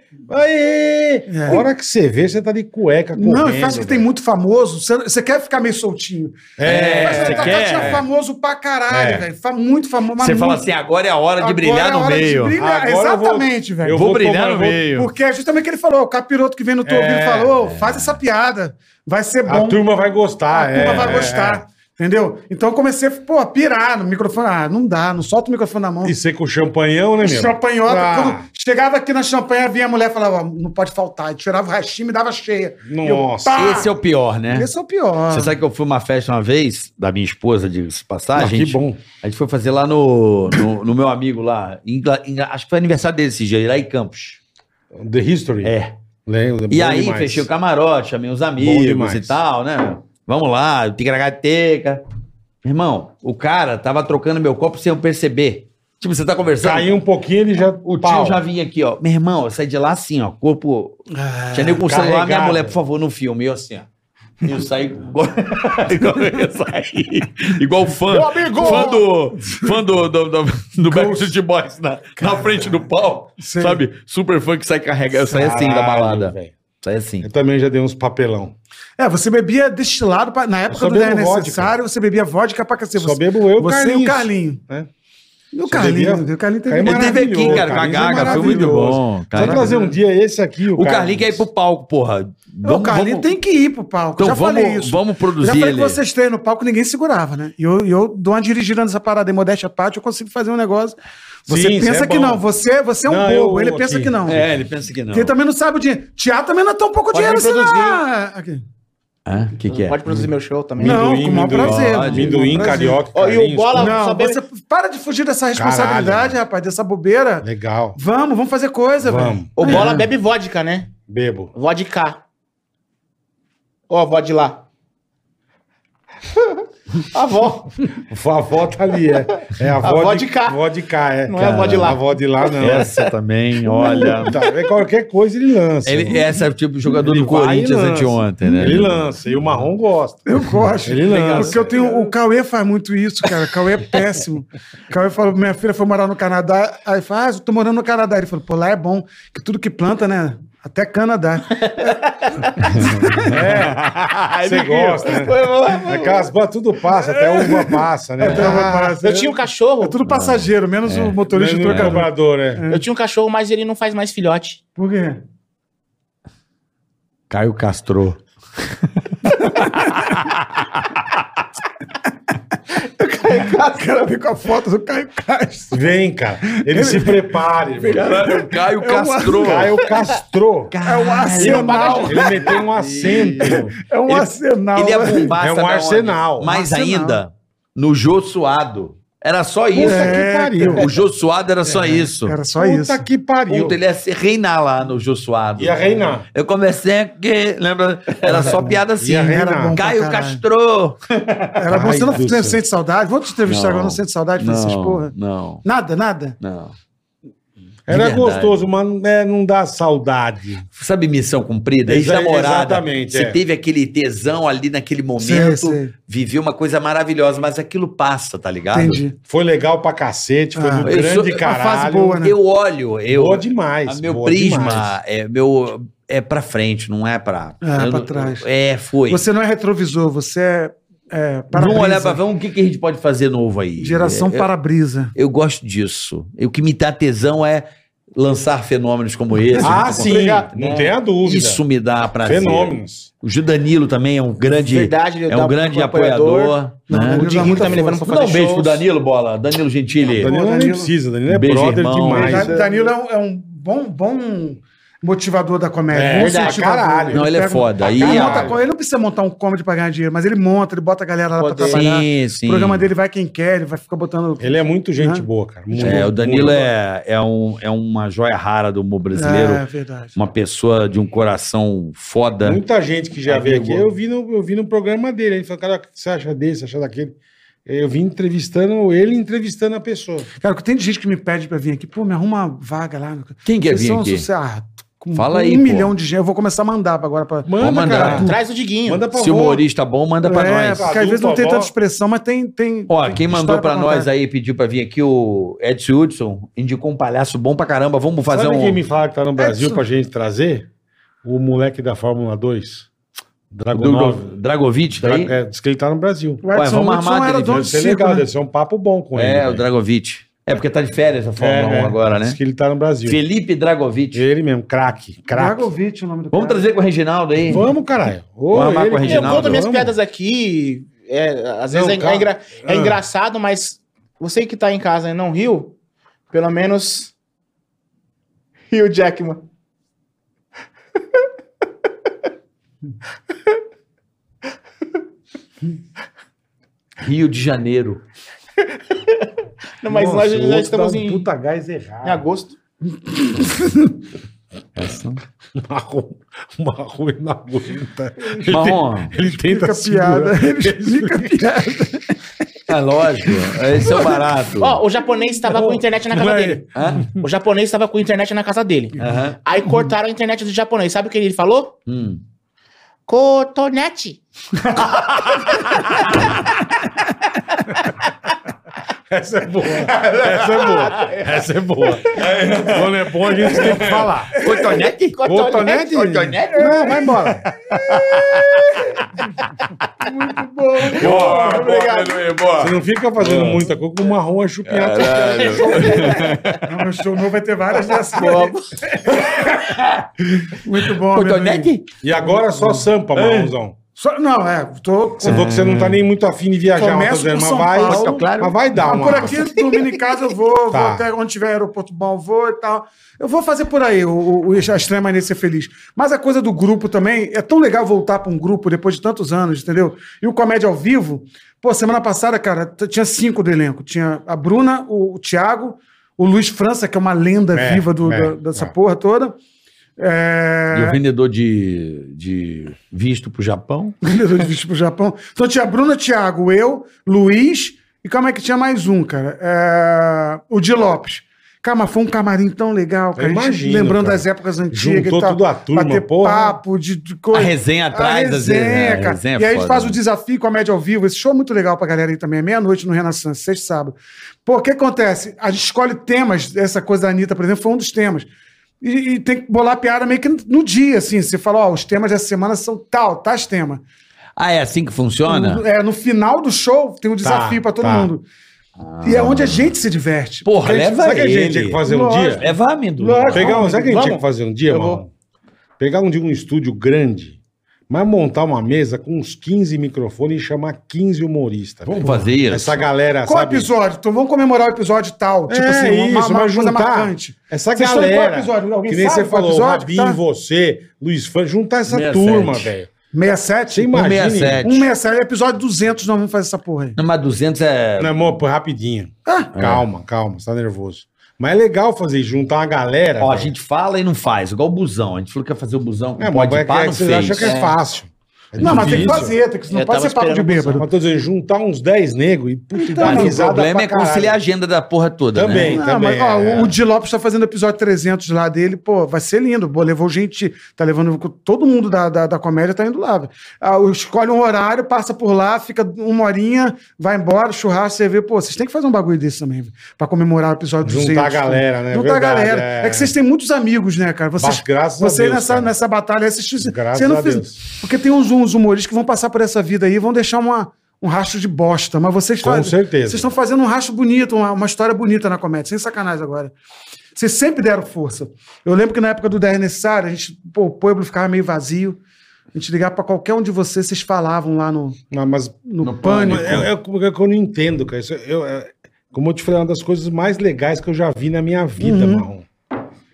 S2: aê. A hora que você vê, você tá de cueca correndo.
S4: É.
S2: né?
S4: Não, e festa que tem muito famoso, você- você quer ficar meio soltinho.
S2: É,
S4: Mas
S3: você
S4: Tatá
S3: quer?
S4: tinha famoso pra caralho,
S2: É.
S4: velho. Fa- Muito famoso. mas
S3: Você fala
S4: muito.
S2: "Ah,
S3: assim, agora é a hora de
S4: Agora
S3: brilhar
S4: é a
S3: no
S4: hora de
S3: meio.
S4: brilhar.
S2: Agora eu vou-
S4: Exatamente, velho.
S2: Eu
S3: vou,
S2: vou
S3: brilhar
S2: tomar-
S3: no
S2: vou-
S3: meio.
S4: Porque é justamente o que ele falou, o capiroto que vem no teu
S2: É,
S4: ouvido falou, faz essa piada, vai ser bom,
S2: A turma vai gostar.
S4: a turma
S2: é,
S4: vai
S2: é,
S4: gostar, entendeu? Então eu comecei, pô, a pirar no microfone, ah, não dá, não solta o microfone na mão.
S2: é. E você com o champanhão, né, meu?
S4: Champanhota,
S2: Ah,
S4: quando chegava aqui na champanhe, vinha a mulher e falava, ó, não pode faltar, e tirava o restinho e me dava cheia.
S2: Nossa.
S4: Eu, pá!
S3: Esse é o pior, né?
S4: Ah! Esse é o pior.
S3: Você sabe que eu fui uma festa uma vez, da minha esposa, de passagem.
S2: Ah, que bom.
S3: A é gente foi fazer lá no, no, no meu amigo lá, em Ingla- em- acho que foi aniversário dele esse dia, lá em Campos.
S2: The History.
S3: É.
S2: Lembro,
S3: E
S2: bom
S3: aí,
S2: demais.
S3: fechei o camarote, chamei uns
S2: Bom
S3: amigos
S2: demais.
S3: e tal, né? Vamos lá, ticaracateca. Irmão, o cara tava trocando meu copo sem eu perceber. Tipo, você tá conversando.
S2: Caiu um pouquinho, ele já...
S3: O tio já vinha aqui, ó. Meu irmão, eu saí de lá assim, ó. Corpo. Tinha nem com o celular,
S2: Ah, carregado.
S3: minha mulher, por favor, no filme. E eu assim, ó. E eu saí igual, igual eu saí. Igual fã.
S4: Meu amigo!
S3: Fã do. Fã do, do, do, do Backstreet Boys na, na frente do pau.
S4: Sei.
S3: Sabe? Super fã que sai carregado. Eu saí assim da balada. Saí assim.
S2: Eu também já dei uns papelão.
S4: É, você bebia destilado, pra- na época
S2: só
S4: do é
S2: bebo vodka.
S4: necessário, você bebia vodka pra cacete.
S2: Só
S4: Você-
S2: bebo eu e o
S4: Você e o Carlinho.
S2: Carlinhos. É.
S4: E o
S2: Só bebia-
S4: Carlinho, o Carlinho teve...
S2: Carlinho
S3: Ele teve aqui,
S2: É maravilhoso,
S3: cara, com a
S2: Carlinhos é
S3: Gaga. Foi muito
S2: maravilhoso.
S3: bom.
S2: Só
S3: Carlinhos.
S2: trazer um dia esse aqui, o
S3: O Carlinho quer ir pro palco, porra.
S4: o Carlinho tem que ir pro palco.
S3: Então
S4: eu já
S3: vamos-
S4: falei isso.
S3: vamos produzir
S4: Já falei
S3: ele.
S4: que vocês têm no palco, ninguém segurava, né? E eu, e eu dou uma dirigida nessa parada em modéstia à parte, eu consigo fazer um negócio. Você
S2: Sim, isso
S4: pensa
S2: é
S4: que
S2: bom.
S4: não, você, você é um
S2: Não, eu-
S4: bobo, ele pensa
S2: aqui.
S4: que não.
S3: É, ele pensa que não.
S2: tá-
S4: Porque ele também não sabe o dinheiro. Teatro também não é tão pouco
S3: Pode me
S4: dinheiro assim,
S3: produzir.
S4: não. Aqui.
S3: Hã? O que, que é?
S5: Pode produzir meu show também.
S4: Não, com o maior prazer.
S3: Pode.
S4: Com
S2: Minduim,
S4: o maior prazer.
S2: carioca,
S5: Ó, e o
S2: carinhos.
S5: Bola
S4: Não,
S5: saber-
S4: você para de fugir dessa responsabilidade,
S2: Caralho.
S4: rapaz, dessa bobeira.
S2: Legal.
S4: Vamos, vamos fazer coisa,
S2: Vamos.
S4: velho.
S5: O Bola bebe vodka, né?
S2: Bebo.
S5: Vodka. Ó, a vó de lá. a vó.
S2: A avó tá ali, é. É a avó,
S5: avó
S2: de,
S5: de cá.
S2: avó de cá, é.
S5: Não é a avó de lá.
S2: A avó de lá, não.
S3: É,
S9: Essa também, olha.
S2: Tá, é qualquer coisa ele lança.
S3: Ele, essa é tipo o jogador
S2: Ele
S3: do
S2: vai e
S3: Corinthians
S2: lança.
S3: anteontem, né?
S2: Ele lança. E o marrom gosta.
S4: Eu gosto.
S2: Ele lança.
S4: Porque eu tenho. O Cauê faz muito isso, cara. O Cauê é péssimo. O Cauê falou: minha filha foi morar no Canadá. Aí faz, ah, eu tô morando no Canadá. Ele falou: pô, lá é bom, que tudo que planta, né? Até Canadá.
S2: É. Você gosta, né? Aquelas bandas tudo passa, até uva passa, né?
S5: Eu tinha um cachorro.
S4: É tudo passageiro, menos o motorista
S2: Turista
S4: e
S2: do
S4: trocador.
S2: cobrador, é.
S5: Eu tinha um cachorro, mas ele não faz mais filhote.
S4: Por quê?
S9: Caio Castro.
S4: O cara vem com a foto do Caio Castro.
S2: Vem, cara. Ele se prepare, irmão.
S3: Caralho, o Caio Castrou.
S2: É um Caio Castrou.
S4: É um arsenal.
S2: Ele meteu um acento.
S4: É um
S3: Ele-
S4: arsenal.
S3: Ele é
S4: né?
S3: bombasta.
S2: É um
S3: da onde?
S2: arsenal. Um
S3: Mais
S4: arsenal.
S3: ainda, no Jô Suado. Era só isso.
S2: É,
S4: Puta que
S2: pariu.
S3: O Jô Suado era só isso.
S2: é
S4: Era só isso.
S2: Puta que pariu.
S3: Puta, ele ia se reinar lá no Jô Suado.
S2: Ia reinar.
S3: Eu comecei aqui, lembra? Era só piada assim.
S2: Ia reinar.
S4: Era bom pra
S3: Caio
S4: caralho.
S3: Castrou.
S4: Era bom.
S2: Ai,
S4: Você não
S2: Deus do céu.
S4: sente saudade? Vou te entrevistar
S3: Não.
S4: agora, não sente saudade dessas porra?
S3: não,
S4: Nada, nada.
S3: não.
S2: Era
S3: De verdade.
S2: gostoso, mas é, não dá saudade.
S3: Sabe missão
S4: É
S3: cumprida?
S2: Exa-
S3: Ex-namorada.
S2: exatamente,
S3: Você
S2: é.
S3: teve aquele tesão ali naquele
S4: Sei,
S3: momento.
S4: sei.
S3: Viveu uma coisa maravilhosa, mas aquilo passa, tá ligado?
S4: Entendi.
S2: Foi legal pra cacete, foi
S4: Ah,
S2: do
S3: eu
S2: grande
S3: sou- uma
S2: caralho.
S4: fase boa, né?
S3: Eu olho, eu.
S2: Boa demais.
S3: a meu
S2: boa demais.
S3: prisma, é, meu, é pra frente, não é pra.
S4: Ah,
S3: eu
S4: pra
S3: não-
S4: trás.
S3: É, foi.
S4: Você não é retrovisor, você é, é
S3: Vamos olhar pra
S4: para-brisa.
S3: ver o que, que a gente pode fazer novo aí.
S4: Geração
S3: é, eu,
S4: para-brisa.
S3: eu gosto disso. E o que me dá tesão é lançar fenômenos como esse.
S2: Ah,
S3: Muito
S2: sim,
S3: complicado,
S2: não
S3: né?
S2: tenha dúvida.
S3: Isso me dá prazer.
S2: Fenômenos.
S3: O Gil Danilo também é um grande,
S5: Verdade, ele
S3: é
S5: dá
S3: um grande
S5: um
S3: apoiador.
S5: apoiador.
S3: né?
S5: O
S4: Ele dá
S5: Diguinho
S4: muita
S5: tá me levando
S4: força.
S5: pra
S3: Dá
S5: fazer
S3: um beijo pro
S5: shows.
S3: Danilo, bola. Danilo Gentili.
S2: Danilo nem
S4: Danilo-
S2: precisa, Danilo é
S3: Um Beijo,
S2: brother
S3: irmão.
S2: demais.
S4: Dan- Danilo é um, é um bom, bom motivador da comédia.
S2: É,
S4: bom
S2: verdade,
S4: incentivador.
S2: caralho.
S3: Não, ele é
S4: pega- um-
S3: foda. E,
S4: Ele,
S2: caralho.
S4: monta co- ele não precisa montar um comedy pra ganhar dinheiro, mas ele monta, ele bota a galera lá pra
S5: Poder.
S4: trabalhar.
S3: sim, sim.
S4: O programa dele vai quem quer, ele vai ficar botando.
S2: Ele é muito gente
S4: Hã?
S2: boa, cara. Muito,
S3: É, o Danilo
S2: muito.
S3: é, é, um, é uma joia rara do humor brasileiro.
S4: É verdade.
S3: Uma pessoa de um coração foda.
S2: Muita gente que já
S3: É,
S2: veio aqui,
S3: amigo.
S2: eu vi, no, eu vi no programa dele. Ele falou, cara, o que você acha dele, você acha daquele? Eu vim entrevistando ele, entrevistando a pessoa.
S4: Cara, tem gente que me pede pra vir aqui, pô, me arruma uma vaga lá. no-
S3: Quem quer
S4: Vocês
S3: vir
S4: são um
S3: aqui?
S4: sucesso. Ah, com
S3: Fala
S4: um
S3: aí, pô.
S4: milhão de gente. Eu vou começar a mandar pra agora pra.
S3: Vou
S2: Manda,
S3: mandar.
S2: cara.
S5: Traz o Diguinho.
S2: Manda pra
S3: Se o
S2: avó.
S3: humorista bom, manda pra
S4: é,
S3: nós.
S4: porque às vezes não
S2: Adulto,
S4: tem tanta
S2: avó.
S4: expressão, mas tem. tem
S3: Ó,
S4: tem
S3: quem
S4: história
S3: mandou pra
S4: pra
S3: nós
S4: contar.
S3: aí, pediu pra vir aqui, o Edson Hudson, indicou um palhaço bom pra caramba. Vamos fazer
S2: Sabe
S3: um.
S2: quem me fala que tá no Brasil
S4: Edson.
S2: pra gente trazer? O moleque da Fórmula 2.
S3: Drago...
S2: Dragonov.
S3: Dragovic
S2: Dra
S3: daí?
S2: é, diz que ele tá no Brasil.
S4: O
S3: Ué,
S4: Edson
S3: vamos
S4: Hudson
S3: armar
S4: era
S3: dele,
S4: dono
S2: Deve
S4: de
S2: ser
S4: circo,
S2: legal,
S4: né?
S2: deve ser um papo bom com ele.
S3: É, o
S2: velho.
S3: Dragovic. É porque tá de férias a Fórmula
S2: É,
S3: 1
S2: é.
S3: agora, né?
S2: Diz que ele tá no Brasil.
S3: Felipe Dragovic.
S2: Ele mesmo, craque, craque.
S4: Dragovic, o nome do
S3: Vamos
S4: cara.
S3: trazer com o Reginaldo aí?
S2: Vamos, caralho. Ô,
S3: Vamos lá com o
S2: ele-
S5: Eu
S3: Reginaldo,
S5: conto minhas
S2: vamos.
S5: piadas aqui. é, às
S2: Não,
S5: vezes é,
S2: calma.
S5: é engra- é
S2: Ah.
S5: engraçado, mas você que tá em casa e não riu, pelo menos. Rio Jackman.
S3: Rio de Janeiro.
S5: Não, mas
S2: Nossa,
S5: nós
S2: o outro
S5: já estamos
S2: dá um
S5: em,
S2: Puta gás
S5: em
S2: errado.
S5: agosto.
S2: Marrom, marrom e na aguenta.
S3: Marrom,
S2: Ele tá tenta
S4: Fica piada. Ele fica piada.
S3: é lógico. Esse é o barato.
S5: Ó, o japonês estava com internet na casa
S2: Não é.
S5: dele.
S3: Hã?
S5: O japonês estava com internet na casa dele.
S3: Aham.
S5: Aí
S2: Hum.
S5: cortaram a internet do japonês. Sabe o que ele falou?
S3: Hum.
S5: Cotonete.
S2: Essa é boa. Essa é boa. Essa é boa. Quando é bom, a gente tem que falar.
S3: Cotonete?
S2: Ah,
S5: né,
S2: Cotonete?
S5: Cotonete?
S2: Não, vai embora. Muito bom. Boa, obrigado. Você não fica fazendo muita coisa com o marrom é chupinhado.
S4: Não, meu show novo vai ter várias dessas. Muito bom, amendoim.
S3: Cotonete?
S2: E agora só sampa, marronzão.
S4: Só- não, é, tô...
S2: Você falou que você não tá nem muito afim de viajar, mas tô
S4: Começo
S2: dizendo,
S4: por
S2: mas
S4: São
S2: vai,
S4: Paulo,
S2: Então, claro. mas vai dar
S4: Mas
S2: uma...
S4: por aqui, dormindo em casa, eu vou, vou
S2: Tá.
S4: até onde tiver aeroporto bom, eu vou e tal. Eu vou fazer por aí o, o, o- a extrema maneira de ser feliz. Mas a coisa do grupo também, é tão legal voltar para um grupo depois de tantos anos, entendeu? E o Comédia ao Vivo, pô, semana passada, cara, t- tinha cinco do elenco. Tinha a Bruna, o, o Thiago, o Luiz França, que é uma lenda
S2: É,
S4: viva do-
S2: é,
S4: da- dessa
S2: é.
S4: porra toda. É...
S3: E o vendedor de, de visto pro Japão?
S4: vendedor de vídeo pro Japão. Então tinha Bruna, Thiago, eu, Luiz e como é que tinha mais um, cara? É, O Di Lopes. Cara, mas foi um camarim tão legal, cara. A gente
S2: imagino,
S4: lembrando
S2: cara.
S4: das épocas antigas
S2: Juntou
S4: e tal.
S2: tudo a turma,
S4: bater
S2: porra.
S4: papo de, de
S3: A
S4: coisa.
S3: resenha
S4: A
S3: atrás, às vezes. né?
S4: resenha,
S3: A
S4: cara.
S3: resenha é
S4: e aí a gente
S3: foda,
S4: faz
S3: né?
S4: o desafio comédia ao vivo. Esse show é muito legal pra galera aí também. É meia-noite no Renaissance, sexta e sábado. Pô, o que acontece? A gente escolhe temas, essa coisa da Anitta, por exemplo, foi um dos temas. E, e tem que bolar piada meio que no dia, assim. Você fala, ó, os temas dessa semana são tal, tais temas.
S3: Ah, é assim que funciona?
S4: No, é, no final do show tem um desafio pra todo
S2: tá. Ah.
S4: mundo. E é onde a gente se diverte.
S3: Porra,
S4: Porque a gente-
S3: leva
S2: Sabe o que a gente
S3: ele.
S2: tinha que fazer um
S3: Lógico,
S2: dia?
S3: Leva amendoim.
S2: Pegar um, sabe o que a gente tinha
S5: Vamos?
S2: que fazer um dia,
S5: Eu vou.
S2: mano? Pegar um dia um estúdio grande, mas montar uma mesa com uns 15 microfones e chamar 15 humoristas.
S3: Vamos
S2: velho.
S3: fazer isso.
S2: Essa galera,
S4: Qual
S2: sabe?
S4: episódio? Então vamos comemorar o episódio tal. tipo assim,
S2: É, isso, mas juntar Essa
S4: Vocês estão em qual
S2: galera,
S4: episódio? Alguém
S2: que nem
S4: sabe
S2: você
S4: qual
S2: falou,
S4: episódio que
S2: Rabinho,
S4: tá?
S2: você, Luiz Fran, juntar essa
S3: 67.
S2: turma, velho.
S4: 67?
S2: Você imagina?
S3: 167.
S4: 167, episódio 200, nós vamos fazer essa porra aí. Ah,
S3: Não, mas 200 é...
S2: Não, amor, pô, rapidinho. Calma, calma, você tá nervoso. Mas é legal fazer isso, juntar uma galera.
S3: Ó, a
S2: velho.
S3: gente fala e não faz, igual o busão. A gente falou que ia fazer o busão com
S2: É, mas
S3: pode
S2: é que,
S3: pá,
S2: é que
S3: não
S2: vocês
S3: fez.
S2: acham que é,
S3: É.
S2: fácil. É
S4: não, mas tem que
S2: difícil.
S4: fazer, tem que, não
S10: Eu
S4: pode
S10: tava
S4: ser papo de
S10: esperando você.
S4: bêbado.
S2: Mas tô dizendo, juntar uns 10 negros e puta, e dar
S3: Então, Mas o
S2: risada
S3: problema
S2: pra
S3: é conciliar a
S2: caralho.
S3: agenda da porra toda,
S2: Também,
S3: né?
S4: Não,
S2: também.
S4: mas ó,
S2: é.
S4: o Di Lopes tá fazendo episódio 300 lá dele, pô, vai ser lindo. Pô, levou gente, tá levando todo mundo da, da, da comédia, tá indo lá. velho. Ah, o- escolhe um horário, passa por lá, fica uma horinha, vai embora, churrasco, você vê. Pô, vocês têm que fazer um bagulho desse também, velho, pra comemorar o episódio
S2: Juntar
S4: 200.
S2: a galera, né?
S4: Juntar
S2: Verdade,
S4: a galera.
S2: é.
S4: É. que vocês têm muitos amigos, né, cara? Vocês,
S2: Mas graças a
S4: você
S2: Deus,
S4: nessa,
S2: cara.
S4: nessa batalha assistiu. você-
S2: Graças
S4: você não
S2: a
S4: fez-
S2: Deus.
S4: Porque tem uns, uns humoristas que vão passar por essa vida aí e vão deixar uma, um rastro de bosta. Mas vocês
S2: Com certeza.
S4: Vocês estão fazendo um rastro bonito, uma, uma história bonita na comédia, sem sacanagem agora. Vocês sempre deram força. Eu lembro que na época do 10 Necessário, a gente, pô, o pueblo ficava meio vazio. A gente ligava pra qualquer um de vocês, vocês falavam lá no,
S2: Não, mas
S4: no, pânico.
S2: É, é como que eu não entendo, cara. Isso, eu, é- como eu te falei, é uma das coisas mais legais que eu já vi na minha vida, Marrom.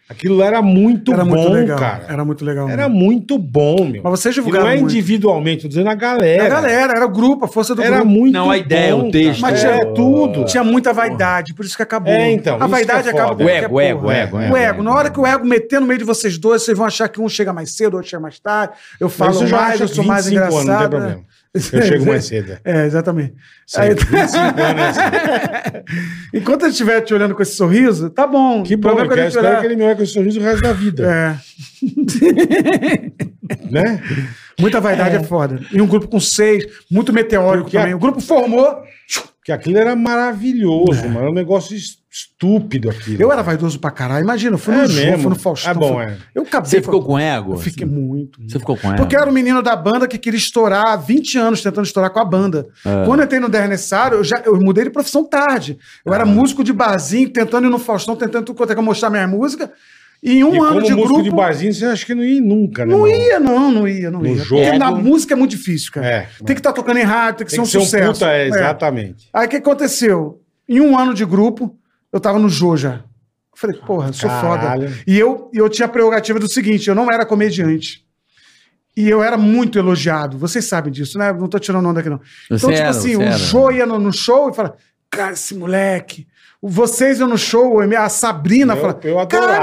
S2: Aquilo lá era muito
S4: Uhum. Era
S2: bom,
S4: muito legal.
S2: cara. Era,
S4: Era muito legal. mesmo.
S2: muito bom, meu.
S4: Mas
S2: E
S4: vocês divulgaram
S2: Não é
S4: muito.
S2: individualmente, tô dizendo a galera.
S4: Era a galera, era o grupo, a força do
S2: Era
S4: grupo.
S2: muito
S3: Não, a ideia,
S2: bom,
S3: o texto,
S2: cara. Mas
S4: é.
S2: é tudo.
S4: Tinha muita vaidade, por isso que acabou.
S2: É, então,
S4: A
S2: isso
S4: vaidade
S2: que é
S4: acaba
S2: foda.
S4: com
S3: O
S4: qualquer
S3: ego, o ego,
S4: porra.
S3: o ego,
S4: O
S3: o
S4: Um ego.
S3: ego,
S4: Na
S2: né?
S4: hora que o ego meter no meio de vocês dois, vocês vão achar que um chega mais cedo, outro chega mais tarde. Eu falo
S2: isso eu já
S4: mais,
S2: acho
S4: eu sou mais
S2: 25
S4: engraçado. né?
S2: anos, não tem problema. Eu chego mais cedo.
S4: É, exatamente.
S2: Sim,
S4: Aí-
S2: 25 anos, é
S4: Enquanto ele estiver te olhando com esse sorriso, tá bom.
S2: Que
S4: O
S2: bom, eu
S4: problema é
S2: quero,
S4: quando
S2: espero que
S4: ele
S2: ele me olhe com esse sorriso o resto da vida.
S4: olhar- É.
S2: Né?
S4: Muita vaidade é. foda. E um grupo com seis, muito meteórico
S2: Porque a-
S4: também. O grupo formou. É.
S2: Porque aquilo era maravilhoso, mano. Era um negócio es- estúpido aquilo.
S4: Eu era vaidoso pra caralho. Imagina, eu fui no
S2: É
S4: jogo,
S2: mesmo?
S4: fui no Faustão.
S2: É bom,
S4: fui-
S2: é.
S4: Eu acabei.
S3: Você ficou com ego?
S4: Eu fiquei
S2: assim.
S4: muito.
S3: Você ficou com ego?
S4: Porque eu era um menino da banda que queria estourar há 20 anos tentando estourar com a banda.
S2: É.
S4: Quando eu entrei no Dernessário, eu, já, eu mudei de profissão tarde. Eu era músico de barzinho, tentando ir no Faustão, tentando tudo quanto é que eu mostrar minha música. E em um
S2: e
S4: ano
S2: como
S4: de
S2: músico
S4: grupo.
S2: de barzinho, você acha que não ia ir nunca, né?
S4: Não
S2: mano?
S4: ia, não, não ia, não
S2: No
S4: ia.
S2: jogo.
S4: Porque na música é muito difícil, cara.
S2: É.
S4: tem que estar tocando em rádio, tem que
S2: Tem
S4: ser um sucesso.
S2: puta, é,
S4: É.
S2: exatamente.
S4: Aí o que aconteceu? Em um ano de grupo, eu tava no Jô já. Eu Falei, porra, eu sou
S2: Caralho.
S4: foda. E eu, e eu tinha a prerrogativa do seguinte: eu não era comediante. E eu era muito elogiado. Vocês sabem disso, né? Não tô tirando onda aqui, não. então,
S3: Você
S4: tipo
S3: era,
S4: assim,
S3: você
S4: o
S3: era.
S4: Jô ia no, no show e fala: Cara, esse moleque. Vocês iam no show, a Sabrina
S2: Eu-
S4: fala.
S2: eu adorava.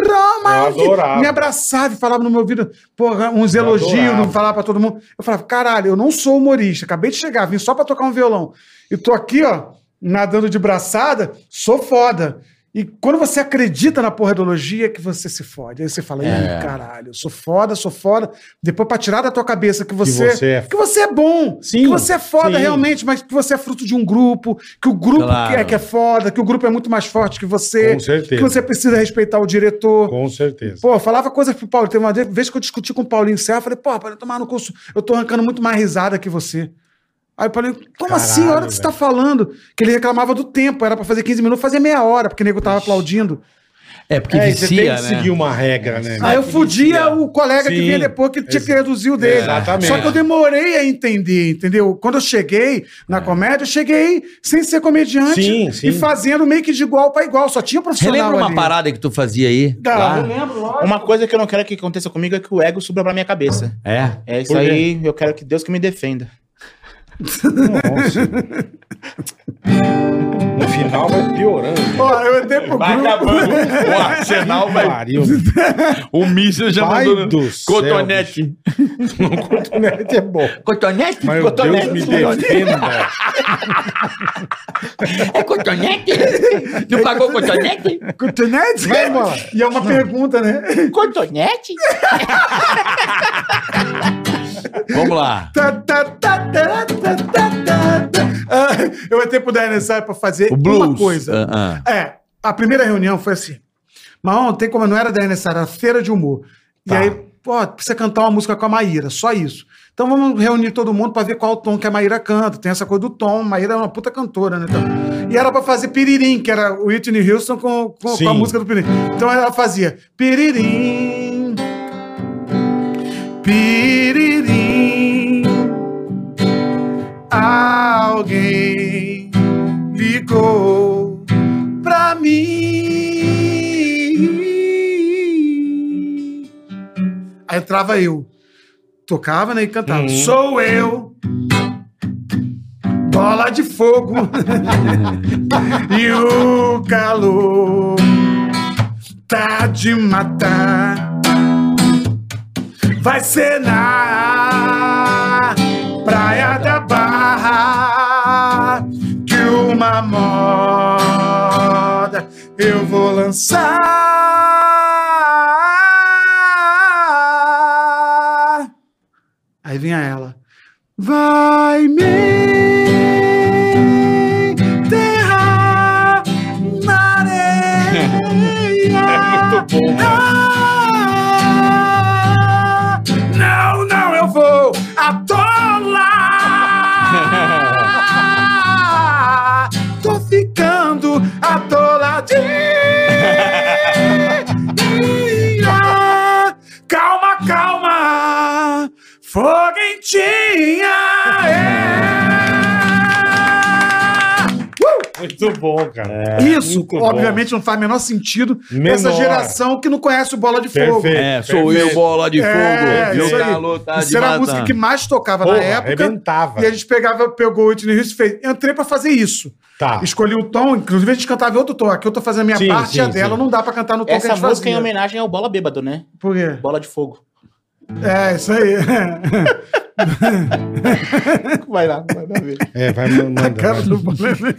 S4: "Caramba,
S2: Eu adorava.
S4: Me abraçava e falava no meu ouvido, porra, uns
S2: Eu
S4: elogios,
S2: adorava.
S4: não falava pra todo mundo. Eu falava, caralho, eu não sou humorista, acabei de chegar, vim só pra tocar um violão. E tô aqui, ó, nadando de braçada, sou foda. E quando você acredita na porra da elogia, é que você se fode. Aí você fala,
S2: É.
S4: ih, caralho, eu sou foda, sou foda. Depois, pra tirar da tua cabeça que você,
S2: você é-
S4: que você é bom,
S2: Sim,
S4: que você é foda
S2: sim.
S4: realmente, mas que você é fruto de um grupo, que o grupo
S3: Claro.
S4: que é, que é foda, que o grupo é muito mais forte que você,
S2: Com certeza.
S4: é que você precisa respeitar o diretor.
S2: Com certeza.
S4: Pô, eu falava coisas pro Paulo. Teve uma vez que eu discuti com o Paulinho Serra, eu falei, pô, para tomar no curso, eu tô arrancando muito mais risada que você. Aí eu falei, como
S2: Caralho,
S4: assim? A hora que você
S2: velho.
S4: tá falando? Que ele reclamava do tempo, era pra fazer 15 minutos, fazia meia hora, porque o nego tava aplaudindo.
S3: É, porque
S2: É, você tem
S3: vicia,
S2: que
S3: né?
S2: seguir uma regra, né?
S4: Aí eu fudia o colega que
S2: Sim.
S4: vinha depois, que tinha que reduzir o dele.
S2: Exatamente.
S4: Só que eu demorei a entender, entendeu? Quando eu cheguei na comédia, eu cheguei sem ser comediante
S2: É. Sim, sim.
S4: e fazendo meio que de igual pra igual. Só tinha profissional
S3: Relembra uma
S4: ali.
S3: parada que tu fazia aí?
S4: Dá,
S3: lá?
S4: eu lembro, lógico.
S5: Uma coisa que eu não quero que aconteça comigo é que o ego suba pra minha cabeça.
S3: É.
S5: É isso
S2: Por quê?
S5: aí, eu quero que Deus que me defenda.
S2: Nossa. No final vai piorando.
S4: Ó, eu entrei pro
S8: Vai
S4: grupo.
S8: acabando.
S3: O Arsenal vai.
S2: Pariu.
S3: O míssil já
S2: Pai
S3: mandou.
S2: do céu,
S3: Cotonete.
S2: É bom.
S3: Cotonete?
S2: Mas o Deus me defenda.
S3: É cotonete? Não pagou cotonete?
S4: Cotonete?
S2: Vai embora.
S4: E é uma pergunta, né?
S5: Cotonete?
S3: Vamos lá.
S4: Tá, tá, tá, tá, tá, tá, tá, tá. Ah, Eu entrei pro Dinosaur pra fazer
S3: O blues.
S4: uma coisa.
S3: Ah,
S4: É, a primeira reunião foi assim. Mas ontem, como não era da NSA, era feira de humor. E aí, pô, precisa cantar uma música com a Maíra, só isso. Então vamos reunir todo mundo pra ver qual o tom que a Maíra canta. Tem essa coisa do tom, Maíra é uma puta cantora, né? Então, e era pra fazer piririm, que era o Whitney Houston com, com, com a
S2: Sim.
S4: música do piririm. Então ela fazia piririm, piririm. Alguém ligou pra mim. Aí entrava eu, tocava né, e cantava. Sou eu, bola de fogo e o calor tá de matar. Vai ser na praia da Barra que uma moda eu vou lançar. Aí vinha ela. Vai me enterrar na areia.
S8: É muito bom, né? mano.
S4: Ah, não, não, eu vou atolar. Tô ficando atoladinha. Calma, calma. Foguentinha. É. Uh!
S2: Muito bom, cara.
S4: Isso,
S2: É muito bom.
S4: obviamente, não faz o menor sentido
S2: Menor.
S4: essa geração que não conhece o Bola de Fogo.
S2: Perfeito.
S3: É, sou eu,
S2: perfeito.
S3: bola de fogo.
S4: É,
S3: meu
S4: isso aí.
S3: calor tá de
S4: Isso era a
S3: matar.
S4: música que mais tocava
S2: Porra,
S4: na época.
S2: arrebentava.
S4: E a gente pegava, pegou o Whitney Houston e fez. Entrei pra fazer isso.
S2: Tá.
S4: Escolhi o tom, inclusive a gente cantava em outro tom. Aqui eu tô fazendo a minha
S2: Sim,
S4: parte e a
S2: sim,
S4: dela
S2: sim.
S4: não dá pra cantar no tom que
S5: Essa
S4: a gente
S5: música é
S4: fazia.
S5: em homenagem ao Bola Bêbado, né?
S4: Por quê?
S5: Bola de fogo.
S4: É, isso aí.
S5: Vai lá, vai lá ver.
S2: É, vai mandando.
S4: Cara do Bola.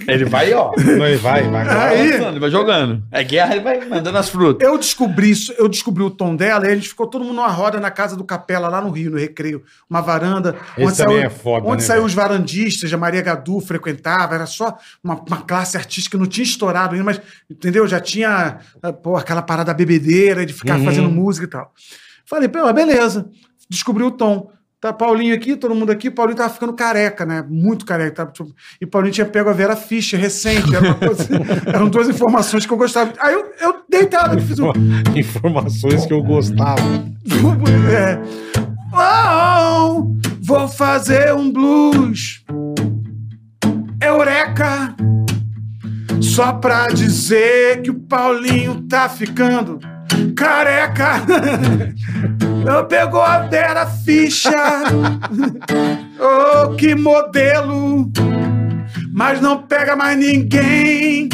S3: Ele vai, ó.
S2: Não, ele vai, vai.
S4: Aí,
S3: Tá Ele vai jogando. É guerra, ele vai mandando as frutas.
S4: Eu descobri isso, eu descobri o tom dela e a gente ficou todo mundo numa roda na casa do Capela, lá no Rio, no Recreio. Uma varanda.
S2: Esse também é foda,
S4: Onde
S2: né,
S4: saiu
S2: velho?
S4: os varandistas, a Maria Gadu frequentava, era só uma, uma classe artística que não tinha estourado ainda, mas, entendeu? Já tinha ah, pô, aquela parada bebedeira de ficar
S2: Uhum.
S4: fazendo música e tal. Falei, pô, beleza. Descobri o tom. Tá Paulinho aqui, todo mundo aqui. Paulinho tava ficando careca, né? Muito careca. Tava, tipo, e Paulinho tinha pego a Vera Fischer recente. Era uma coisa- eram duas informações que eu gostava. Aí eu, eu deitado, eu fiz um.
S2: Informações que eu gostava.
S4: É. Oh, vou fazer um blues. Eureka! Só pra dizer que o Paulinho tá ficando careca. Eu pegou a Vera Ficha. Oh, que modelo! Mas não pega mais ninguém.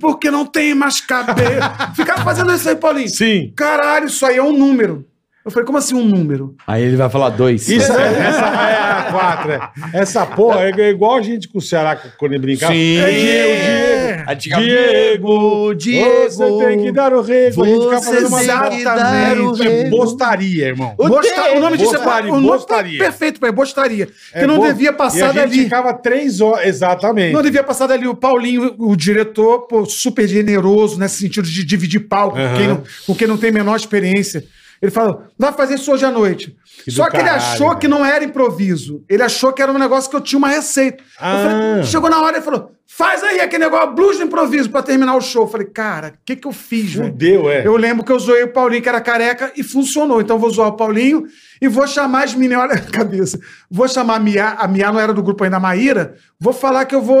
S4: Porque não tem mais cabelo. Ficava fazendo isso aí, Paulinho.
S2: Sim.
S4: Caralho, isso aí é um número. Eu falei, como assim um número?
S3: Aí ele vai falar dois.
S2: Isso, essa é a quatro, é. Essa porra é igual a gente com o Ceará quando ele brincava.
S3: Sim.
S2: É Diego, Diego.
S3: Aí fica,
S2: Diego,
S3: É, Diego,
S2: Você tem que dar o rego. A gente ficava fazendo uma
S3: você tem que dar um o
S2: Isso é bostaria, irmão.
S4: O, o nome disso é
S2: Bostaria,
S4: o nome
S2: bostaria.
S4: perfeito pra ele, bostaria.
S2: É
S4: que não
S2: bo- e
S4: devia
S2: a
S4: passar
S2: gente
S4: dali.
S2: ficava três horas. Exatamente.
S4: Não devia passar dali. O Paulinho, o diretor, pô, super generoso nesse sentido de dividir palco com, quem não, com quem não tem menor experiência. Ele falou, vai fazer isso hoje à noite.
S2: Que
S4: Só
S2: do
S4: que ele
S2: caralho,
S4: achou que não era improviso. Ele achou que era um negócio que eu tinha uma receita. Eu
S2: Ah.
S4: falei, chegou na hora e falou, Faz aí aquele negócio, blues de improviso, pra terminar o show. Eu Falei, cara, o que que eu fiz, velho?
S2: Fudeu, é.
S4: Eu lembro que eu zoei o Paulinho, que era careca, e funcionou. Então eu vou zoar o Paulinho e vou chamar as meninas. Olha a cabeça. Vou chamar a Mia. A Mia não era do grupo ainda, a Maíra. Vou falar que eu vou,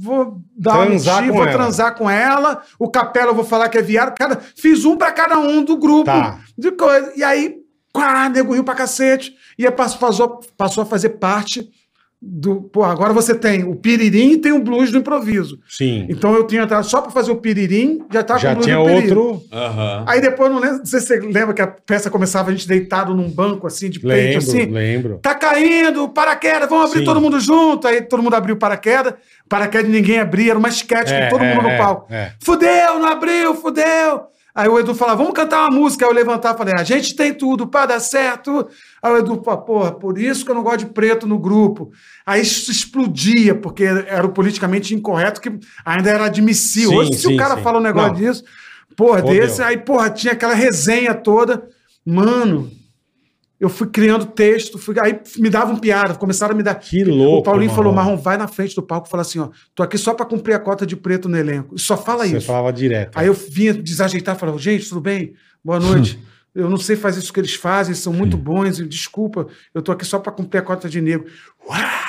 S4: vou dar
S2: Transar
S4: um
S2: com
S4: vou
S2: ela.
S4: transar com ela. O Capela eu vou falar que é viado. Cada, fiz um pra cada um do grupo.
S2: Tá.
S4: De coisa. E aí, quá, nego riu pra cacete. E aí passou, passou- passou a fazer parte do. Pô, agora você tem o piririm e tem o blues do improviso.
S2: Sim.
S4: Então eu tinha entrado só pra fazer o piririm, já tava
S2: Já
S4: com o blues
S2: tinha
S4: do piririm.
S2: outro.
S8: Aham.
S4: Aí depois, não, lembro, não sei se você lembra que a peça começava a gente deitado num banco, assim, de peito,
S2: Lembro,
S4: assim.
S2: lembro.
S4: Tá caindo, paraquedas, vamos abrir
S2: Sim.
S4: todo mundo junto. Aí todo mundo abriu o paraquedas, paraquedas ninguém abria, era uma esquete
S2: É,
S4: com todo
S2: é,
S4: mundo
S2: é,
S4: no palco.
S2: é.
S4: Fudeu, não abriu, fudeu. Aí o Edu falava, vamos cantar uma música. Aí eu levantava e falei, a gente tem tudo pra dar certo. Aí o Edu, pô, porra, por isso que eu não gosto de preto no grupo. Aí isso explodia, porque era o politicamente incorreto, que ainda era admissível.
S2: Sim,
S4: Hoje, se
S2: sim,
S4: o cara
S2: sim.
S4: fala um negócio
S2: Não.
S4: disso, porra,
S2: Fodeu.
S4: desse, aí, porra, tinha aquela resenha toda. Mano, eu fui criando texto, fui- aí me davam piada, começaram a me dar.
S2: Que louco,
S4: O Paulinho
S2: Marrom.
S4: falou: Marrom, vai na frente do palco e fala assim: ó, tô aqui só pra cumprir a cota de preto no elenco. E Só fala
S2: Você
S4: isso.
S2: falava direto.
S4: Aí eu vinha desajeitar, falava: gente, tudo bem? Boa noite.
S3: Hum.
S4: Eu não sei fazer isso que eles fazem, são muito bons, e desculpa, eu tô aqui só pra cumprir a cota de negro. Uá!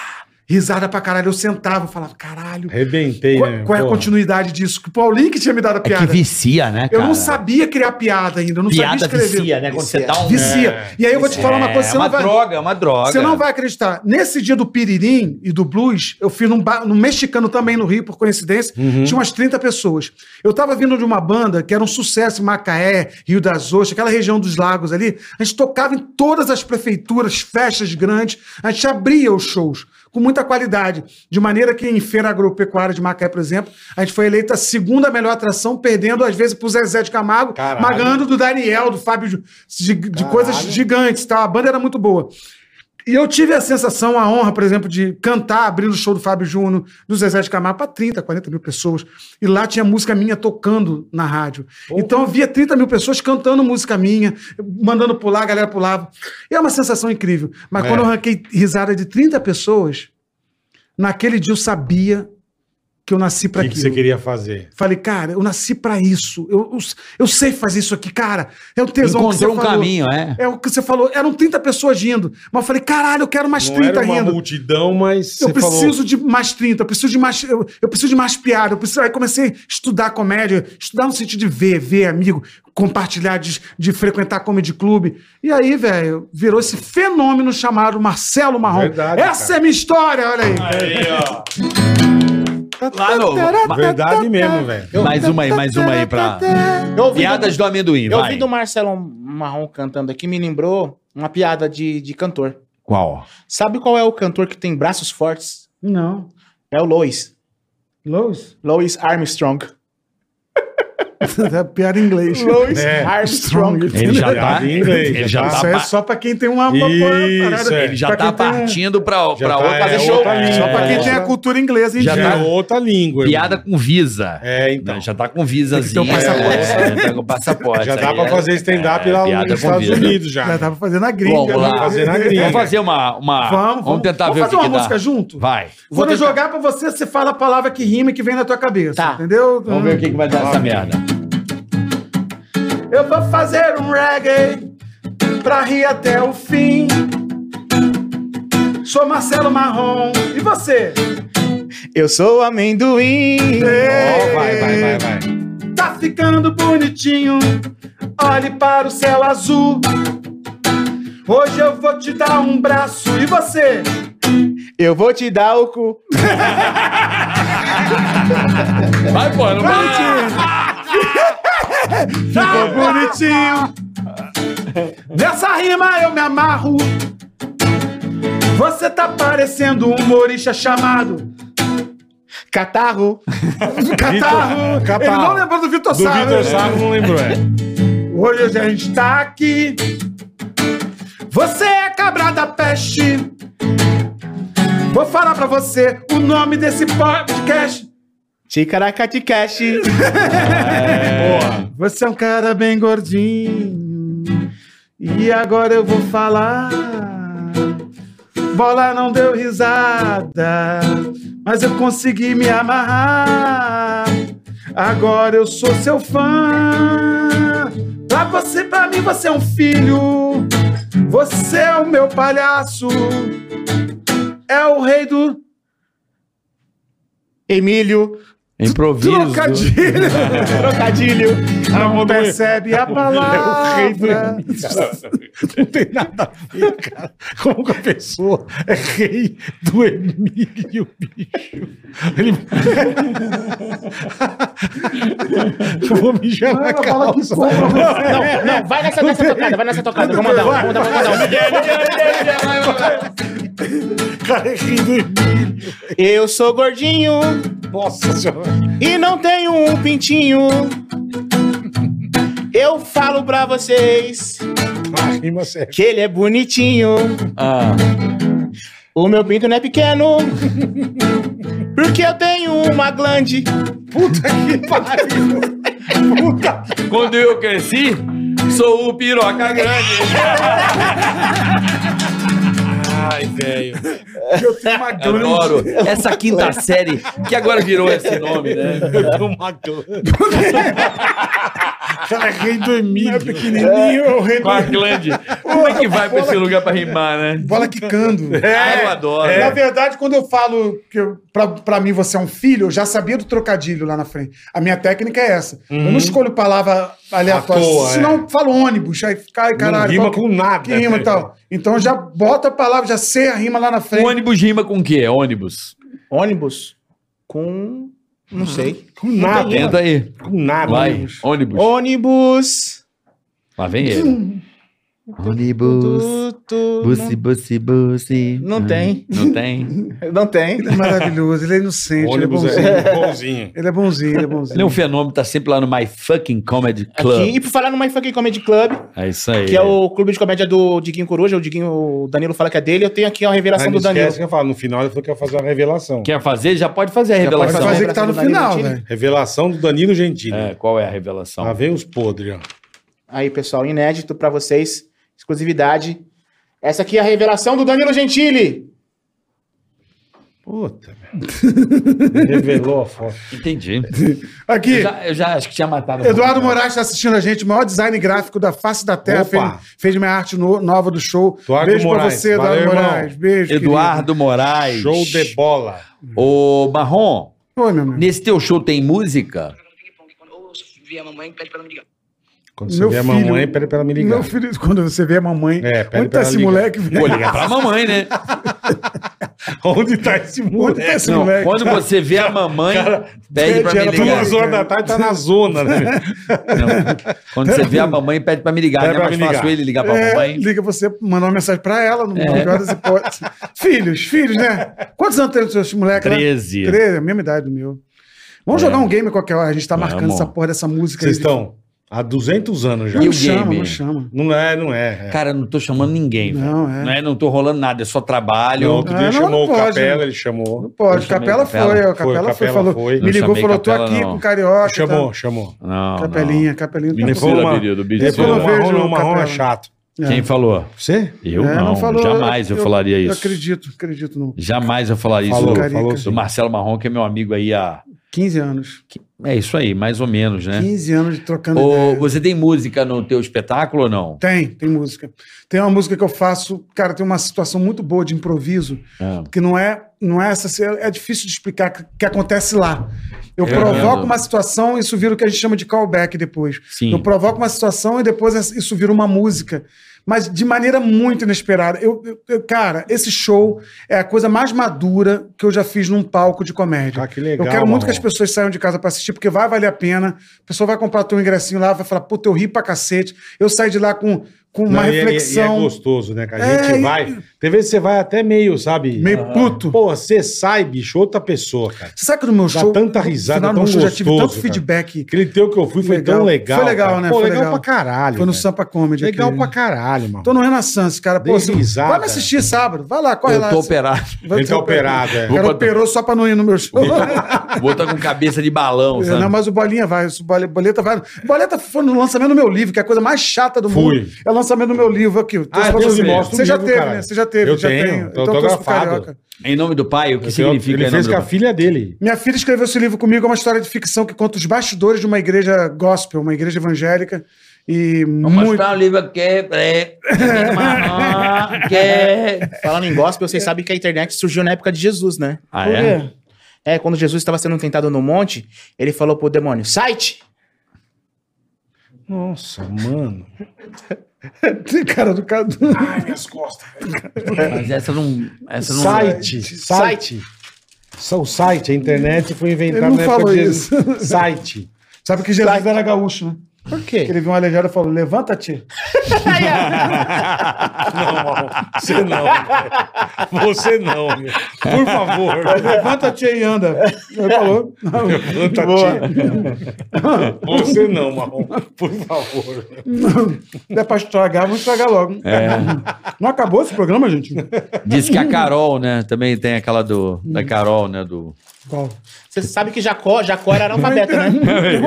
S4: Risada pra caralho. Eu sentava, eu falava: caralho,
S2: Arrebentei,
S4: qual,
S2: né?
S4: qual é a
S2: Porra.
S4: continuidade disso? Que o Paulinho que tinha me dado a
S3: É que
S4: piada.
S3: vicia, né,
S4: eu
S3: cara?
S4: não sabia criar piada ainda, eu não
S3: Piada
S4: sabia escrever.
S3: vicia, né? Quando você dá um...
S4: Vicia. E aí eu vou te falar uma coisa,
S3: É
S4: você
S3: uma
S4: não vai...
S3: droga, é uma droga.
S4: Você não vai acreditar. Nesse dia do Piririm e do Blues, eu fui num, ba- num mexicano também no Rio, por coincidência. Tinha umas 30 pessoas. Eu tava vindo de uma banda que era um sucesso em Macaé, Rio das Ostras, aquela região dos lagos ali. A gente tocava em todas as prefeituras, festas grandes. A gente abria os shows com muita qualidade. De maneira que em Feira Agropecuária de Macaé, por exemplo, a gente foi eleita a segunda melhor atração, perdendo às vezes pro Zezé de Camargo,
S2: Caralho.
S4: mas ganhando do Daniel, do Fábio, de, de- de coisas gigantes, tá? A banda era muito boa. E eu tive a sensação, a honra, por exemplo, de cantar, abrir o show do Fábio Júnior, do Zezé de Camargo, para 30, 40 mil pessoas. E lá tinha música minha tocando na rádio. Então eu via 30 mil pessoas cantando música minha, mandando pular, a galera pulava. E é uma sensação incrível. Mas
S2: É.
S4: quando eu arranquei risada de 30 pessoas, naquele dia eu sabia que eu nasci
S2: O
S4: para
S2: que, que
S4: aquilo.
S2: você queria fazer?
S4: Falei, cara, eu nasci para isso. Eu, eu, eu sei fazer isso aqui, cara. É o tesão que você
S3: Encontrou um
S4: falou.
S3: caminho, é.
S4: É o que você falou, eram 30 pessoas rindo. Mas eu falei, caralho, eu quero mais
S2: Não
S4: 30
S2: era uma
S4: rindo.
S2: multidão, mas
S4: Eu
S2: você falou-
S4: preciso de mais 30, eu preciso de mais. Eu, eu preciso de mais piada. Eu preciso, aí comecei a estudar comédia, estudar no sentido de ver, ver amigo, compartilhar, de, de frequentar comedy club. E aí, velho, virou esse fenômeno chamado Marcelo Marrom.
S2: Verdade,
S4: Essa
S2: cara.
S4: é minha história, olha aí. Tá,
S8: Aí, ó.
S3: Lá no-
S2: Verdade mesmo, velho.
S3: Mais uma aí, mais uma aí
S4: tá,
S3: pra...
S5: Eu ouvi
S3: Piadas do amendoim,
S5: Eu
S3: vai.
S5: ouvi do Marcelo Marrom cantando aqui, me lembrou uma piada de, de cantor.
S3: Qual?
S5: Sabe qual é o cantor que tem braços fortes?
S4: Não.
S5: É o Lois.
S4: Lois?
S5: Lois Armstrong.
S4: É piada em inglês.
S5: Lois
S2: É.
S5: Armstrong.
S3: Ele já tá...
S2: Piada em inglês,
S3: Ele já
S2: já
S4: Isso
S3: tá...
S4: aí é
S3: ba-
S4: só pra quem tem uma. uma-
S2: Isso,
S4: uma parada.
S2: é.
S3: Ele já
S4: Pra
S3: tá
S4: quem tem um-
S3: partindo pra
S2: Já
S3: pra
S2: tá,
S3: outra...
S2: é,
S3: show.
S2: outra língua.
S4: Só pra
S2: É.
S4: quem tem a cultura inglesa em
S3: Já
S4: dia.
S3: tá-
S2: É outra língua, irmão.
S3: Piada com Visa.
S2: É, então.
S3: Já tá com visazinha.
S4: Tem que ter um passaporte.
S3: É, pega o passaporte.
S2: Já dá
S3: Aí
S2: pra
S3: é-
S2: fazer stand-up lá
S3: piada
S2: nos
S3: com
S2: Estados
S3: visa.
S2: Unidos já.
S4: Já tava fazendo a gringa.
S3: Bom, vamos lá.
S4: né?
S2: Fazer na gringa.
S3: Vamos fazer uma. uma...
S4: Vamos,
S3: Vamos,
S4: vamos.
S3: tentar
S4: Vamos
S3: ver
S4: fazer
S3: o que,
S4: uma
S3: que
S4: música
S3: dá.
S4: junto?
S3: Vai.
S4: Quando eu jogar pra você, você fala a palavra que rima e que vem na tua cabeça.
S5: Tá.
S4: Entendeu?
S3: Vamos ver o que, que vai dar
S2: Ah,
S3: essa merda.
S4: Eu vou fazer um reggae pra rir até o fim. Sou Marcelo Marrom. E você?
S5: Eu sou amendoim.
S2: Ó, vai, vai, vai, vai.
S4: Tá ficando bonitinho. Olhe para o céu azul. Hoje eu vou te dar um braço. E você?
S5: Eu vou te dar o cu.
S3: Vai, pô, não vai.
S4: Ficou bonitinho. Ah! Nessa rima eu me amarro. Você tá parecendo um humorista chamado
S5: Catarro.
S4: Catarro.
S2: Catarro.
S4: Ele não lembrou do Vitor
S2: Do
S4: Sá.
S2: Vitor
S4: né?
S2: Sá, não lembro, é.
S4: Hoje a gente tá aqui. Você é cabra da peste. Vou falar pra você o nome desse podcast.
S5: Ticaracaticash.
S4: Você é um cara bem gordinho. E agora eu vou falar. Bola não deu risada. mas eu consegui me amarrar. Agora eu sou seu fã. Pra você, pra mim, você é um filho. Você é o meu palhaço. É o rei do
S5: Emílio,
S3: Improviso.
S4: trocadilho.
S2: É.
S5: trocadilho.
S4: Não percebe a palavra.
S7: Não tem nada a ver, cara. Como que a pessoa é rei do Emílio, bicho? Ele... Eu vou mijar na calça.
S5: Não, não, vai nessa, nessa tocada, vai nessa tocada. Vou mandar um, vou mandar, vou mandar um.
S7: Cara, é rei do Emílio.
S5: Eu sou gordinho
S7: Nossa senhora.
S5: e não tenho um pintinho. Eu falo pra vocês
S7: A rima serve.
S5: que ele é bonitinho. Ah. O meu pinto não é pequeno. Porque eu tenho uma glande.
S3: Quando eu cresci, sou o piroca grande. Ai, velho.
S4: Eu tenho uma grande.
S3: Adoro essa quinta série, que agora virou esse nome, né?
S7: Eu tô matando. Cara, é rei do Emílio.
S4: Pequenininho, é o rei
S3: Com a glande. Como é que vai pra esse lugar pra rimar, né?
S4: Bola quicando.
S3: Ah, eu adoro.
S4: Na verdade, quando eu falo que eu, pra, pra mim você é um filho, eu já sabia do trocadilho lá na frente. A minha técnica é essa. Eu não escolho palavra aleatória.
S2: À toa,
S4: senão eu falo ônibus, aí cai, caralho.
S2: rima com
S4: qual-
S2: nada,
S4: Que rima
S2: velho.
S4: e tal. Então já bota a palavra, já sei a rima lá na
S3: O
S4: frente.
S3: Um ônibus rima com o quê? Ônibus.
S5: Ônibus com. Não sei.
S2: Com nada.
S3: Tenta aí.
S2: Com nada.
S3: Vai. Ônibus.
S5: Ônibus.
S3: Lá vem ele.
S10: Ônibus,
S5: Tu, tu,
S10: buci, buci, buci.
S5: não, não tem.
S3: Não tem?
S5: Não tem.
S4: Ele é maravilhoso, ele é inocente,
S2: Ônibus
S4: ele é bonzinho.
S2: é bonzinho.
S4: Ele é bonzinho, ele é bonzinho.
S3: Ele é um fenômeno, tá sempre lá no My Fucking Comedy
S5: Aqui,
S3: Club.
S5: e por falar no My Fucking Comedy Club,
S3: É isso aí.
S5: que é o clube de comédia do Diguinho Coruja, o Diguinho, o Danilo fala que é dele, eu tenho aqui a revelação
S2: Aí não
S5: do Danilo.
S2: Ah, esquece que eu falo. No final ele falou que ia fazer uma revelação.
S3: Quer fazer? Já pode fazer a
S5: pode
S3: revelação.
S4: Vai fazer que tá no
S5: Abraço do Danilo
S4: final,
S5: Gentili.
S4: velho.
S2: Revelação do Danilo Gentili.
S3: É, qual é a revelação?
S2: Lá vem os podres, ó.
S5: Aí, pessoal, inédito pra vocês, exclusividade. Essa aqui é a revelação do Danilo Gentili.
S2: Puta, meu. Revelou a foto.
S3: Entendi. Eu
S4: Aqui,
S3: já, eu já acho que tinha
S2: Tá
S3: matado.
S4: Eduardo Moraes está assistindo a gente, o maior design gráfico da face da Terra. Fez,
S2: Opa.
S4: fez minha arte no- nova do show.
S2: Eduardo
S4: Beijo
S2: Moraes.
S4: pra você, Eduardo
S2: Valeu, irmão.
S4: Moraes. Beijo.
S3: Eduardo Moraes.
S2: Show de bola.
S3: Ô, Marrom,
S4: querido. Oi, meu amigo.
S3: nesse teu show tem música?
S2: Quando você
S4: Meu
S2: vê a
S4: filho-
S2: mamãe, pede pra ela me ligar.
S4: Meu filho, quando você vê a mamãe,
S2: É, pede pra
S4: onde tá
S2: ela
S4: esse
S2: ligar.
S4: moleque? velho?
S3: Vou ligar pra mamãe, né?
S2: Onde tá esse
S4: Onde tá
S2: moleque?
S4: esse
S3: Não,
S4: moleque?
S3: quando você vê a mamãe, pede pra me
S4: era
S3: ligar.
S2: Duas horas da tarde tá na zona, né?
S3: Não. Quando você vê a
S4: um
S3: mamãe, pede pra me ligar.
S2: Pede
S3: Não é
S2: pra É.
S3: mais
S2: me
S3: fácil
S2: ligar.
S3: ele ligar pra
S4: É,
S3: mamãe.
S4: liga você, mandar uma mensagem pra ela, no melhor das hipóteses. filhos, filhos, né? Quantos anos tem os seus moleques? né?
S3: 13.
S4: 13, a mesma idade do meu. Vamos jogar um game qualquer hora, a gente tá marcando
S3: Vamos.
S4: essa porra dessa música.
S2: É. Vocês
S4: aí.
S2: estão há 200 anos já.
S3: E
S4: Não
S3: o
S4: chama,
S3: game?
S4: não chama.
S2: Não é, não é. é.
S3: Cara, eu não tô chamando ninguém, velho.
S4: Não,
S3: Não,
S4: é.
S3: é, não tô rolando nada, é só trabalho.
S2: Não, outro
S4: Ah,
S2: dia
S4: não,
S2: chamou
S4: não
S2: o
S4: pode,
S2: Capela,
S4: né?
S2: ele
S4: Não
S2: chamou.
S4: pode,
S3: Eu chamei
S4: Capela foi,
S3: Capela.
S4: ó, Capela,
S2: Foi, o
S4: foi,
S2: Capela
S4: falou.
S2: foi.
S4: Me
S3: Não
S4: ligou,
S3: chamei
S4: falou, tô
S3: Capela,
S4: aqui
S3: não.
S4: com o Carioca.
S2: chamou,
S4: tá?
S2: chamou.
S3: Não,
S4: Capelinha, Capelinha.
S2: Ele
S4: tá
S2: falou
S4: bom.
S3: Mentira,
S2: uma-
S3: querido,
S2: Ele falou,
S4: mentira.
S2: marrom, não,
S4: Vejo o
S2: marrom é
S4: Capela.
S2: chato.
S4: É.
S3: Quem falou?
S2: Você?
S3: Eu
S4: É,
S3: não,
S4: falou,
S3: jamais eu, falaria isso.
S4: Eu acredito, acredito não.
S3: Jamais eu falaria isso.
S2: Falou,
S3: do-
S4: Carica.
S2: falou.
S3: Do
S2: sim.
S3: Marcelo Marrom, que é meu amigo aí há.
S4: 15 anos.
S3: É isso aí, mais ou menos, né?
S4: 15 anos né? de trocando
S3: Ô,
S4: ideia.
S3: você tem música no teu espetáculo ou não?
S4: Tem, tem música. Tem uma música que eu faço, cara, tem uma situação muito boa de improviso,
S3: Ah.
S4: que não é, não é essa, é difícil de explicar que, que acontece lá. Eu
S3: Eu
S4: provoco
S3: entendo.
S4: uma situação e isso vira o que a gente chama de callback depois.
S3: Sim.
S4: Eu provoco uma situação e depois isso vira uma música. Mas de maneira muito inesperada. Eu, eu- eu- cara, esse show é a coisa mais madura que eu já fiz num palco de comédia.
S2: Ah, que legal,
S4: Eu quero muito
S2: Marrom.
S4: que as pessoas saiam de casa pra assistir, porque vai valer a pena. A pessoa vai comprar teu ingressinho lá, vai falar, puta, eu ri pra cacete. Eu saio de lá com, com uma
S2: Não, e é-
S4: reflexão.
S2: E é, gostoso, né? Que a
S4: É,
S2: gente
S4: e-
S2: vai. Tem vezes que você vai até meio, sabe? Ah.
S4: Meio puto.
S2: Pô, você sai, bicho, outra pessoa, cara.
S4: Você sabe que no meu
S2: Dá
S4: show.
S2: tanta
S4: no
S2: risada,
S4: final do
S2: tão
S4: meu show, já tive
S2: gostoso,
S4: tanto
S2: cara.
S4: feedback.
S2: Aquele teu que eu fui foi tão legal.
S4: Foi legal,
S2: cara.
S4: né?
S2: Pô,
S4: Foi
S2: legal, pra caralho.
S4: Foi no
S2: velho.
S4: Sampa Comedy.
S2: né? Legal
S4: aquele.
S2: pra caralho, mano.
S4: Tô no Renaissance, cara. Pô,
S2: Dei
S4: você-
S2: risada.
S4: vai me assistir sábado. Vai lá, corre
S3: eu
S4: é lá.
S3: tô operado.
S4: Vai
S2: Ele
S4: ser
S2: tá operado, é.
S4: O cara
S3: Vou botar-
S4: operou só pra não ir no meu show.
S3: Vou estar tá com cabeça de balão,
S4: É,
S3: sabe?
S4: Não, mas o Bolinha vai, o Bole- Boleta vai. Boleta foi no lançamento do meu livro, que é a coisa mais chata do
S2: Fui. Ah,
S4: mundo. É o lançamento do meu livro aqui. Eu trouxe pra
S2: Deus
S4: você.
S2: me mostra o
S4: Você já
S2: livro,
S4: teve,
S2: caralho.
S4: né? Você já teve.
S2: Eu
S4: já
S2: tenho,
S4: tem.
S2: tá
S4: Então eu trouxe pro
S2: autografado.
S4: Carioca.
S3: Em nome do pai, o que significa né,
S2: Ele
S3: em nome
S2: fez
S3: do
S2: com a
S3: pai?
S2: filha dele.
S4: Minha filha escreveu esse livro comigo, é uma história de ficção que conta os bastidores de uma igreja gospel, uma igreja evangélica. E
S3: Vou
S4: muito.
S3: mostrar o livro aqui. é, é, que-
S5: Falando em gospel, vocês sabem que a internet surgiu na época de Jesus, né?
S3: Ah, é?
S5: É, quando Jesus estava sendo tentado no monte, ele falou pro demônio, site!
S2: Nossa, mano.
S4: Cara do cara.
S2: Ai, minhas costas.
S3: Mas essa não. Essa não
S2: Site, site. Só o site, a internet foi inventada
S4: Ele não falou
S2: de-
S4: isso.
S2: Site.
S4: Sabe que
S3: Tá.
S4: Jesus era gaúcho, né?
S5: Por
S4: Que
S5: quê?
S4: ele viu um aleijado e falou: levanta-te.
S2: Você não. Você não. Por favor.
S4: Levanta-te e anda. Ele falou.
S2: Você não, Marrom. Por favor.
S4: Não é pra estragar, vamos estragar logo. Não acabou esse programa, gente?
S3: Diz que a Carol, né? Também tem aquela do. Da Carol, né? Do.
S4: Qual?
S5: Você sabe que Jacó, Jacó era analfabeto, né?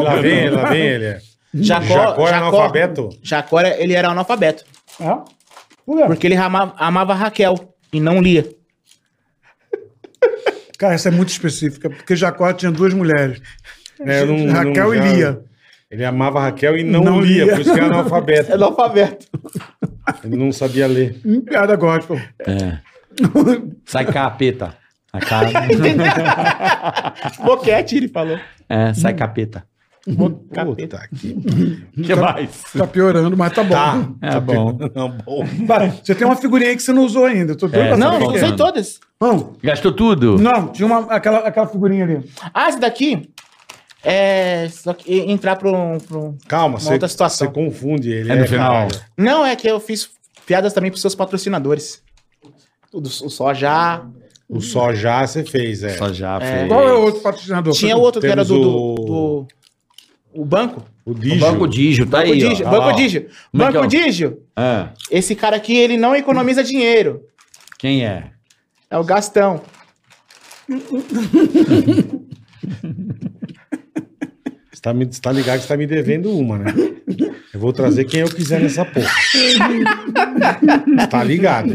S2: Lá vem ele, lá vem ele.
S5: Jacó,
S2: Jacó é analfabeto?
S5: Jacó, era- ele era analfabeto.
S4: Ah? Por quê?
S5: Porque ele amava, amava Raquel e não lia.
S4: Cara, essa é muito específica, porque Jacó tinha duas mulheres.
S2: É, eu não-
S4: Raquel
S2: não-
S4: e
S2: já-
S4: Lia.
S2: Ele amava a Raquel e não,
S4: Não
S2: lia,
S4: lia.
S2: por isso que era analfabeto.
S5: É Analfabeto.
S2: Ele não sabia ler.
S4: Hum, Piada gospel.
S3: É. Sai capeta. A cara.
S5: Boquete, ele falou.
S3: É, sai capeta.
S2: Puta que
S3: O que mais?
S4: Tá piorando, mas tá bom.
S3: É bom.
S2: não, bom.
S4: Vai, Você tem uma figurinha aí que você não usou ainda. Eu tô doido
S3: É,
S4: pra
S5: Não,
S4: saber
S3: bom.
S5: não
S4: quem é.
S5: usei todas.
S4: Não,
S3: Gastou tudo?
S4: não, tinha uma, aquela, aquela figurinha ali.
S5: Ah, esse daqui é só que entrar um, pro, pro...
S2: Calma, você,
S5: outra situação.
S2: você confunde ele.
S3: É no final.
S2: caralho.
S5: Não, é que eu fiz piadas também pros seus patrocinadores. O, do, o Soja.
S2: O só já você fez, é.
S3: Só já
S5: É.
S3: fez.
S4: Qual é o outro patrocinador?
S5: Tinha outro que era
S2: Temos
S5: do,
S2: o-
S5: do, do- O banco?
S2: O
S3: O
S2: Digio.
S3: Banco Digio, tá
S5: Banco
S3: aí. ó.
S5: Digio.
S3: Tá lá,
S5: Banco
S3: ó.
S5: Digio.
S3: Como é que é
S5: Banco
S3: o-
S5: Digio.
S3: Ah,
S5: Esse cara aqui, ele não economiza dinheiro.
S3: quem é?
S5: É o Gastão.
S2: Você tá, me, você tá ligado que você tá me devendo uma, né? Eu vou trazer quem eu quiser nessa porra. Você tá ligado?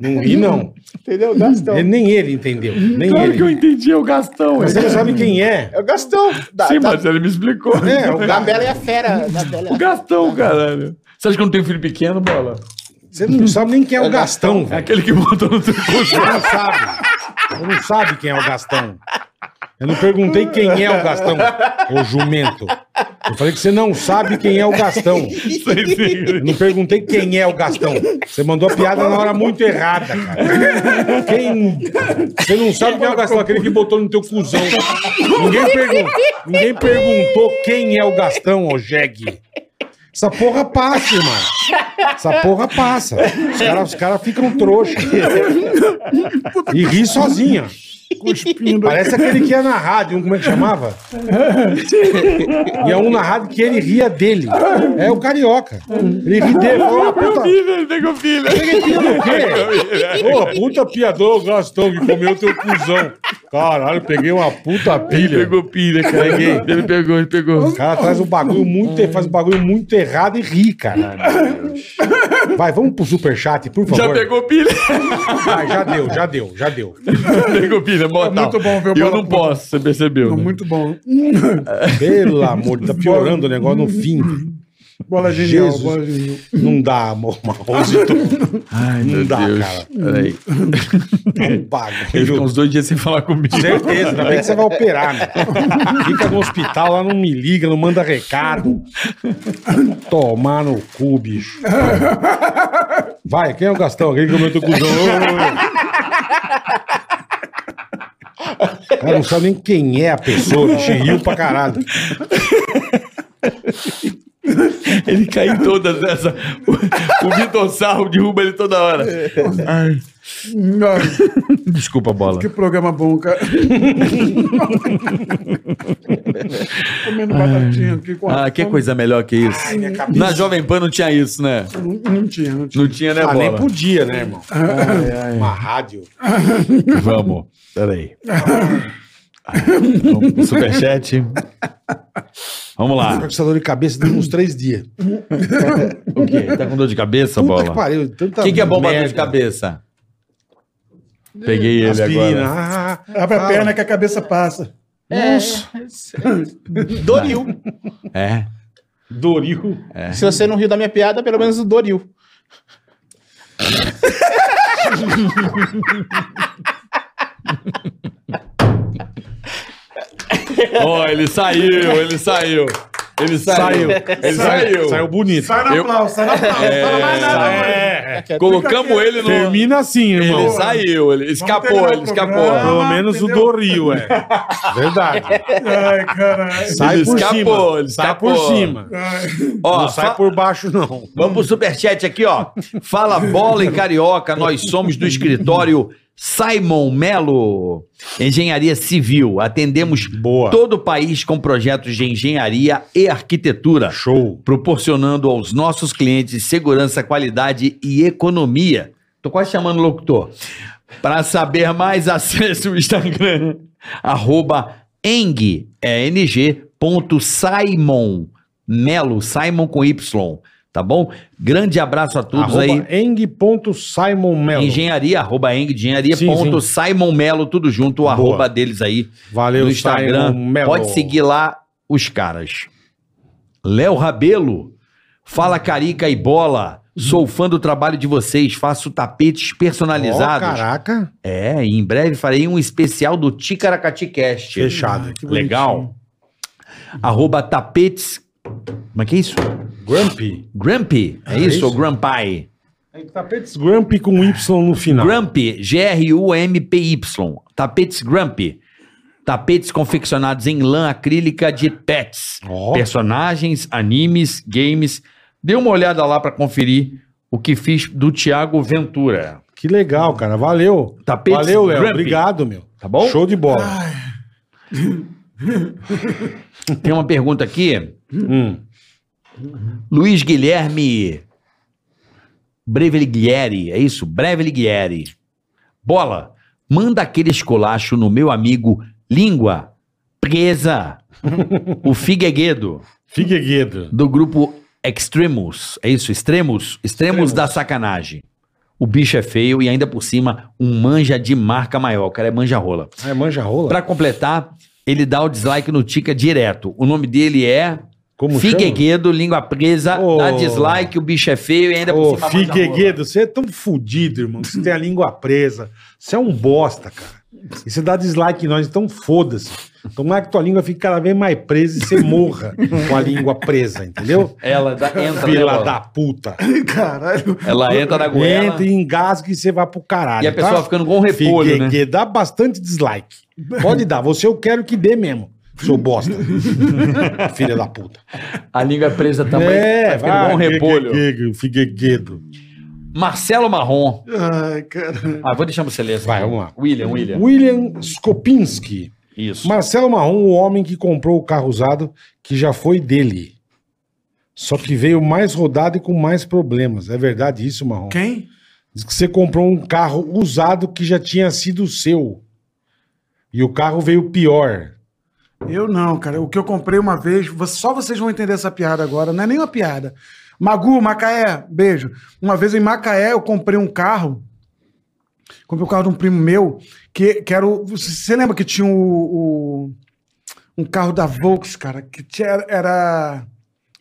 S2: Não ri, não.
S5: Entendeu? Gastão.
S2: Ele- nem ele entendeu. Nem ele.
S9: entendi, é o Gastão.
S2: Mas você não sabe quem é.
S5: É o Gastão. Da,
S9: Sim,
S5: da,
S9: mas ele me explicou.
S2: É, o
S5: da Bela e a Fera. Da Bela e
S9: O
S5: a...
S9: Gastão, caralho. Você acha que eu não tenho filho pequeno, bola?
S2: Você não sabe nem quem é o Gastão,
S9: É
S2: velho.
S9: aquele que botou no teu
S2: Você não sabe. Você não sabe quem é o Gastão. Eu não perguntei quem é o Gastão, ô jumento. Eu falei que você não sabe quem é o Gastão. Eu não perguntei quem é o Gastão. Você mandou a piada na hora muito errada, cara. Quem... Você não sabe quem é o Gastão, aquele que botou no teu cuzão. Ninguém, pergun- Ninguém perguntou quem é o Gastão, ô jegue. Essa porra passa, irmão. Essa porra passa. Os caras os caras ficam trouxa. E ri sozinha.
S4: Cuspindo.
S2: Parece aquele que ia na rádio, um, como é que chamava? E é um na rádio que ele ria dele. É o carioca. Ele ri dele. falou, "Ah, puta,
S9: filho, pegou filho.
S2: Ô, puta piador, Gastão, que comeu teu cuzão. Caralho, peguei uma puta pilha.
S9: Pegou pilha, cara.
S2: Peguei.
S9: Ele pegou, ele pegou.
S2: O cara traz um bagulho muito, faz um bagulho muito errado e ri, cara. Vai, vamos pro superchat, por favor.
S9: Já pegou pilha.
S2: Vai, já deu, já deu, já deu.
S9: pegou pilha, mortal.
S4: muito bom ver o
S9: Eu
S4: bola
S9: não
S4: puta.
S9: posso, você percebeu. né?
S4: Muito bom.
S2: Pelo amor, de Deus, tá piorando o negócio no fim.
S4: Bola genial,
S2: Jesus.
S4: bola genial.
S2: Não dá, amor, Marronzito.
S9: Ai,
S2: Não
S9: meu
S2: dá,
S9: Deus.
S2: cara.
S9: Peraí.
S2: Um
S9: Ele ficou
S2: bagulho.
S9: uns dois dias sem falar comigo.
S2: Certeza, ainda bem que você vai operar, meu. Fica no hospital, lá não me liga, não manda recado. Tomar no cu, bicho. Vai, quem é o Gastão? Aquele que comeu teu cuzão. Ô, ô, ô. Cara, não sabe nem quem é a pessoa, bicho. Riu pra caralho.
S9: Ele cai em todas essas. O, o Vitor Sarro derruba ele toda hora. Ai,
S4: Ai,
S9: Desculpa, bola.
S4: que programa bom, cara. Comendo batatinha aqui com a
S9: Ah, que
S4: fome.
S9: coisa melhor que isso. Na Jovem Pan não tinha isso, né?
S4: Não, não tinha, não tinha.
S9: Não tinha,
S3: É
S9: né,
S2: Ah, nem
S9: bola?
S2: podia, né, irmão? Uma rádio.
S9: Vamos. Peraí. Ai, vamos pro Superchat.
S3: Vamos lá.
S2: Fica com essa dor de cabeça dentro de uns três dias.
S3: O quê? Tá com dor de cabeça,
S2: Puta que
S3: bola?
S2: pariu. tanta
S3: O que, que é bom pra dor de
S2: merda.
S3: cabeça? Peguei ele
S2: Aspirina.
S3: agora.
S2: Ah,
S4: Abre a
S2: Fala.
S4: perna que a cabeça passa.
S5: Doril.
S3: É.
S2: Doril.
S5: Se você não riu da minha piada, pelo menos o Doril.
S3: Ó, ele saiu, ele saiu. Ele saiu. Ele saiu.
S2: Saiu bonito. É.
S4: Sai no
S3: Eu- É.
S4: aplauso, sai no aplauso. Não fala mais nada,
S3: sai.
S4: mano.
S3: Colocamos ele no.
S9: Termina assim, irmão.
S3: Ele saiu, ele escapou,
S4: terminar
S3: ele
S4: o
S3: escapou.
S4: programa.
S9: Pelo
S4: Ah,
S9: menos
S4: entendeu?
S9: o do Rio, é.
S2: Verdade.
S4: Ai, caralho.
S2: Sai
S3: Ele
S2: por
S3: escapou,
S2: cima.
S3: ele
S9: Tá
S3: escapou.
S9: por cima.
S4: Ai.
S3: Ó,
S2: Não sai
S3: fa-
S2: por baixo, não.
S3: Vamos pro superchat aqui, ó. Fala bola e carioca, nós somos do escritório Simon Melo, Engenharia Civil. Atendemos
S2: Boa.
S3: todo o país com projetos de engenharia e arquitetura,
S2: Show.
S3: proporcionando aos nossos clientes segurança, qualidade e economia. Tô quase chamando o locutor. Para saber mais, acesse o Instagram, arroba eng, é ng, ponto Simon Melo, Simon com Y, tá bom? Grande abraço a todos
S2: Arroba
S3: aí.
S2: eng.simonmelo.
S3: Engenharia, arroba eng, engenharia,
S2: Sim,
S3: ponto Simon Melo, tudo junto, o
S2: Boa.
S3: arroba deles aí
S2: Valeu,
S3: no Instagram.
S2: Simon Melo.
S3: Pode seguir lá os caras. Léo Rabelo, fala Carica e Bola. Sou fã do trabalho de vocês, faço tapetes
S2: Ó,
S3: personalizados.
S2: caraca.
S3: é, e em breve farei um especial do Ticaracati Cast.
S2: Fechado.
S3: Legal. Arroba tapetes. Como é que é isso?
S2: Grumpy.
S3: Grumpy? É,
S2: É
S3: isso?
S2: isso?
S3: Ou Grumpy?
S2: Tapetes Grumpy com Y no final.
S3: Grumpy, G-R-U-M-P-Y. Tapetes Grumpy. Tapetes confeccionados em lã acrílica de pets.
S2: Ó.
S3: Personagens, animes, games. Dê uma olhada lá para conferir o que fiz do Thiago Ventura.
S2: Que legal, cara. Valeu.
S3: Tapetes
S2: Valeu, Léo.
S3: Grumpy.
S2: Obrigado, meu.
S3: Tá bom?
S2: Show de bola.
S3: Tem uma pergunta aqui.
S2: Hum.
S3: Luiz Guilherme Breveligieri, é isso? Breveligieri. Bola, manda aquele esculacho no meu amigo Língua Presa, o Figueiredo,
S2: Figueiredo.
S3: do grupo Extremos, é isso? Extremos? Extremos, da sacanagem. O bicho é feio e ainda por cima um manja de marca maior, o cara é manja rola.
S2: Ah, é manja rola?
S3: Pra completar, ele dá o dislike no Tica direto. O nome dele é
S2: Como chama?
S3: Figueiredo, língua presa,
S2: Ô.
S3: dá dislike, o bicho é feio e ainda
S2: Ô,
S3: manda rola.
S2: Figueiredo, você é tão fudido, irmão. que Você tem a língua presa. Você é um bosta, cara. E você dá dislike em nós, então foda-se. Tomara que tua língua fique cada vez mais presa e você morra com a língua presa, entendeu?
S3: Ela dá, entra, né,
S2: Fila
S3: bola?
S2: da puta.
S4: Caralho.
S3: Ela Tá, entra na goela
S2: Entra, engasga e você vai pro caralho.
S3: e a pessoa
S2: tá?
S3: ficando com um repolho, né?
S2: Figueiredo, dá bastante dislike. Pode dar, você eu quero que dê mesmo. Seu bosta. Filha da puta.
S3: A língua é presa também
S2: É,
S3: tá ficando com um repolho.
S2: Figueiredo, Figueiredo.
S3: Marcelo Marrom.
S4: Ai, caralho.
S3: Ah, vou deixar você ler. essa.
S2: Vai, vamos lá.
S3: William, William.
S2: William Skopinski.
S3: Isso.
S2: Marcelo Marrom, o homem que comprou o carro usado, que já foi dele. Só que veio mais rodado e com mais problemas. É verdade isso, Marrom?
S4: Quem?
S2: Diz que você comprou um carro usado que já tinha sido seu. E o carro veio pior.
S4: Eu não, cara. O que eu comprei uma vez, vo- só vocês vão entender essa piada agora. Não é nem uma piada. Magu, Macaé, beijo. Uma vez em Macaé eu comprei um carro. Comprei o carro de um primo meu, que, que era o. Você você lembra que tinha o, o- um carro da Volks, cara? Que tinha, era.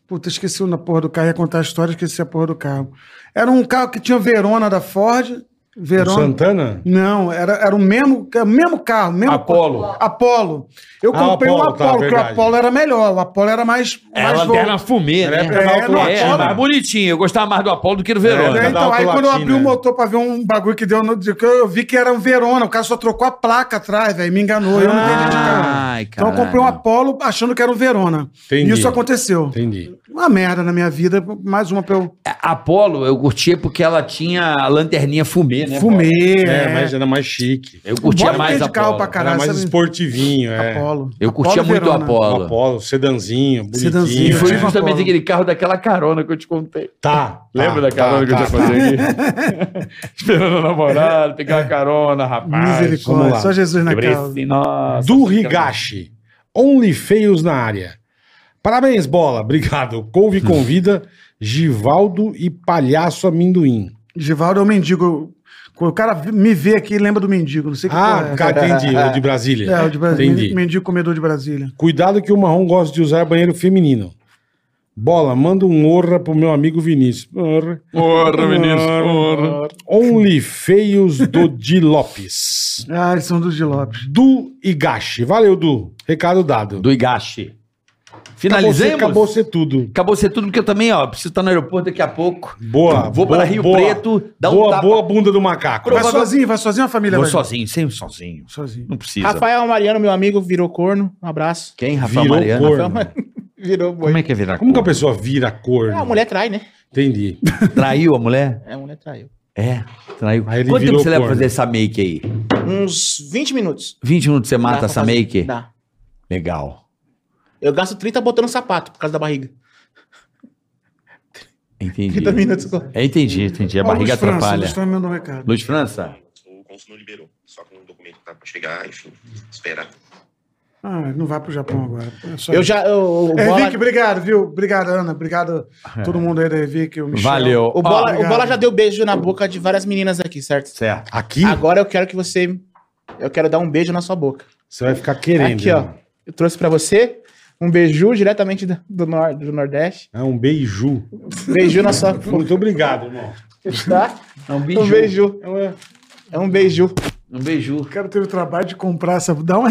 S4: Puta, esqueci na porra do carro, ia contar a história, esqueci a porra do carro. Era um carro que tinha Verona da Ford.
S2: O
S4: Verona.
S2: Santana?
S4: Não, era, era o mesmo, era o mesmo carro, mesmo
S2: Apolo.
S4: Apolo. Eu
S2: Ah, o
S4: comprei
S2: Apollo,
S4: o
S2: tá,
S4: Apolo, porque o
S2: verdade.
S4: Apolo era melhor, o Apolo era mais mais vo-
S3: É, fumê,
S2: Era época
S4: É,
S2: da
S4: era
S2: Auto
S4: uma
S3: É,
S2: Latina.
S4: Apollo.
S3: mas bonitinho. Eu gostava mais do Apolo do que do Verona.
S4: É,
S2: da
S4: então, aí
S2: Auto
S4: quando eu
S2: Latina,
S4: abri o
S2: é.
S4: motor pra ver um bagulho que deu no. que Eu vi que era um Verona, o cara só trocou a placa atrás, velho. Me enganou, eu não entendi de carro.
S3: Ai,
S4: Então eu comprei um Apolo achando que era um Verona.
S2: Entendi.
S4: E isso aconteceu.
S2: Entendi.
S4: Uma merda na minha vida, mais uma pra eu.
S3: É, Apolo eu curtia porque ela tinha a lanterninha fumê, né?
S4: Fumei.
S2: É,
S4: é.
S2: mas era mais chique.
S3: Eu curtia
S4: Bora
S3: mais
S4: de carro
S3: Apolo.
S4: pra
S2: Era
S4: caralho,
S2: mais
S4: sabe?
S2: esportivinho, é.
S4: Apolo.
S3: Eu curtia
S4: Apollo
S3: muito o
S4: Verona.
S3: Apolo.
S2: Apolo, sedanzinho, bonitinho.
S4: Sedanzinho.
S3: E foi
S4: É.
S3: justamente
S4: Apolo.
S3: aquele carro daquela carona que eu te contei.
S2: Tá. tá,
S9: Lembra da
S2: tá,
S9: carona que
S2: tá,
S9: eu já
S2: tá.
S9: fazia aqui? Esperando o namorado, pegar uma carona, rapaz.
S2: vamos lá.
S3: assim,
S4: Misericórdia, só Jesus na
S9: Quebrei
S4: casa.
S9: esse- Nossa.
S2: do Higashi. Only feios na área. Parabéns, bola. Obrigado. Couve convida Givaldo e Palhaço Amendoim.
S4: Givaldo é o mendigo. Quando o cara me vê aqui, lembra do mendigo. Não sei que porra
S2: Ah,
S4: é.
S2: cara, entendi. O de Brasília.
S4: É, o de Brasília.
S2: Entendi.
S4: Mendigo comedor de Brasília.
S2: Cuidado que o marrom gosta de usar banheiro feminino. Bola, manda um orra pro meu amigo Vinícius. Orra.
S9: Porra, menino. Porra.
S2: Only Feios do Di Lopes.
S4: Ah, eles são dos de Lopes.
S2: Du Igashi. Valeu, Du. Recado dado.
S3: Do Igashi.
S2: Acabou ser-
S3: Finalizamos?
S2: Acabou ser tudo.
S3: Acabou ser tudo, porque eu também, ó, preciso estar no aeroporto daqui a pouco.
S2: Boa.
S3: Vou
S2: boa,
S3: para Rio
S2: boa.
S3: Preto, dar um
S2: boa,
S3: tapa.
S2: boa bunda do macaco.
S4: Vai
S3: Provavelmente-
S4: sozinho, vai sozinho a família
S3: Vou
S4: vai
S3: sozinho, sempre sozinho.
S4: sozinho.
S3: Não precisa.
S5: Rafael Mariano, meu amigo, virou corno. Um abraço.
S3: Quem, Rafael
S2: Virou
S3: Mariano?
S2: corno.
S5: Virou boi.
S10: Como é que é virar
S2: Como que a
S10: corno?
S2: pessoa vira corno?
S5: Ah, a mulher trai, né?
S2: Entendi.
S3: Traiu a mulher?
S5: É, a mulher traiu.
S3: É, traiu.
S2: Aí ele
S3: Quanto tempo
S2: virou
S3: você leva pra
S2: corno.
S3: fazer essa make aí?
S5: Uns 20 minutos.
S3: 20 minutos você
S5: Dá
S3: mata
S5: pra
S3: essa
S5: fazer.
S3: make?
S5: Dá.
S3: Legal.
S5: Eu gasto 30 botando sapato por causa da barriga.
S3: Entendi.
S5: 30 minutos. só.
S3: É, entendi, entendi. A
S4: Ó,
S3: barriga
S4: Luiz França,
S3: atrapalha.
S4: Luiz França mandou um recado.
S3: Luiz França?
S1: O cônsul não liberou. Só com um documento que tá pra chegar, enfim, esperar.
S4: Ah, não vai pro Japão agora. É só
S5: Eu
S4: isso.
S5: já. Eu, o
S4: É,
S5: bola,
S4: Vic, obrigado, viu? Obrigado, Ana. Obrigado a todo mundo aí da Vic, o Michel.
S3: É. Valeu.
S5: o, bola, o
S4: obrigado.
S5: bola já deu beijo na boca de várias meninas aqui, certo?
S3: Certo.
S2: Aqui,
S5: Agora eu quero que você. Eu quero dar um beijo na sua boca.
S2: você vai ficar querendo.
S5: Aqui, ó. Eu trouxe pra você um beijo diretamente do, do nor- do Nordeste.
S2: É um beiju.
S5: Beijo na sua boca,
S2: Muito obrigado, irmão.
S5: tá?
S3: É um
S5: Um beijo. É um beijo.
S3: Um beijo.
S4: O cara teve o trabalho de comprar essa. Dá uma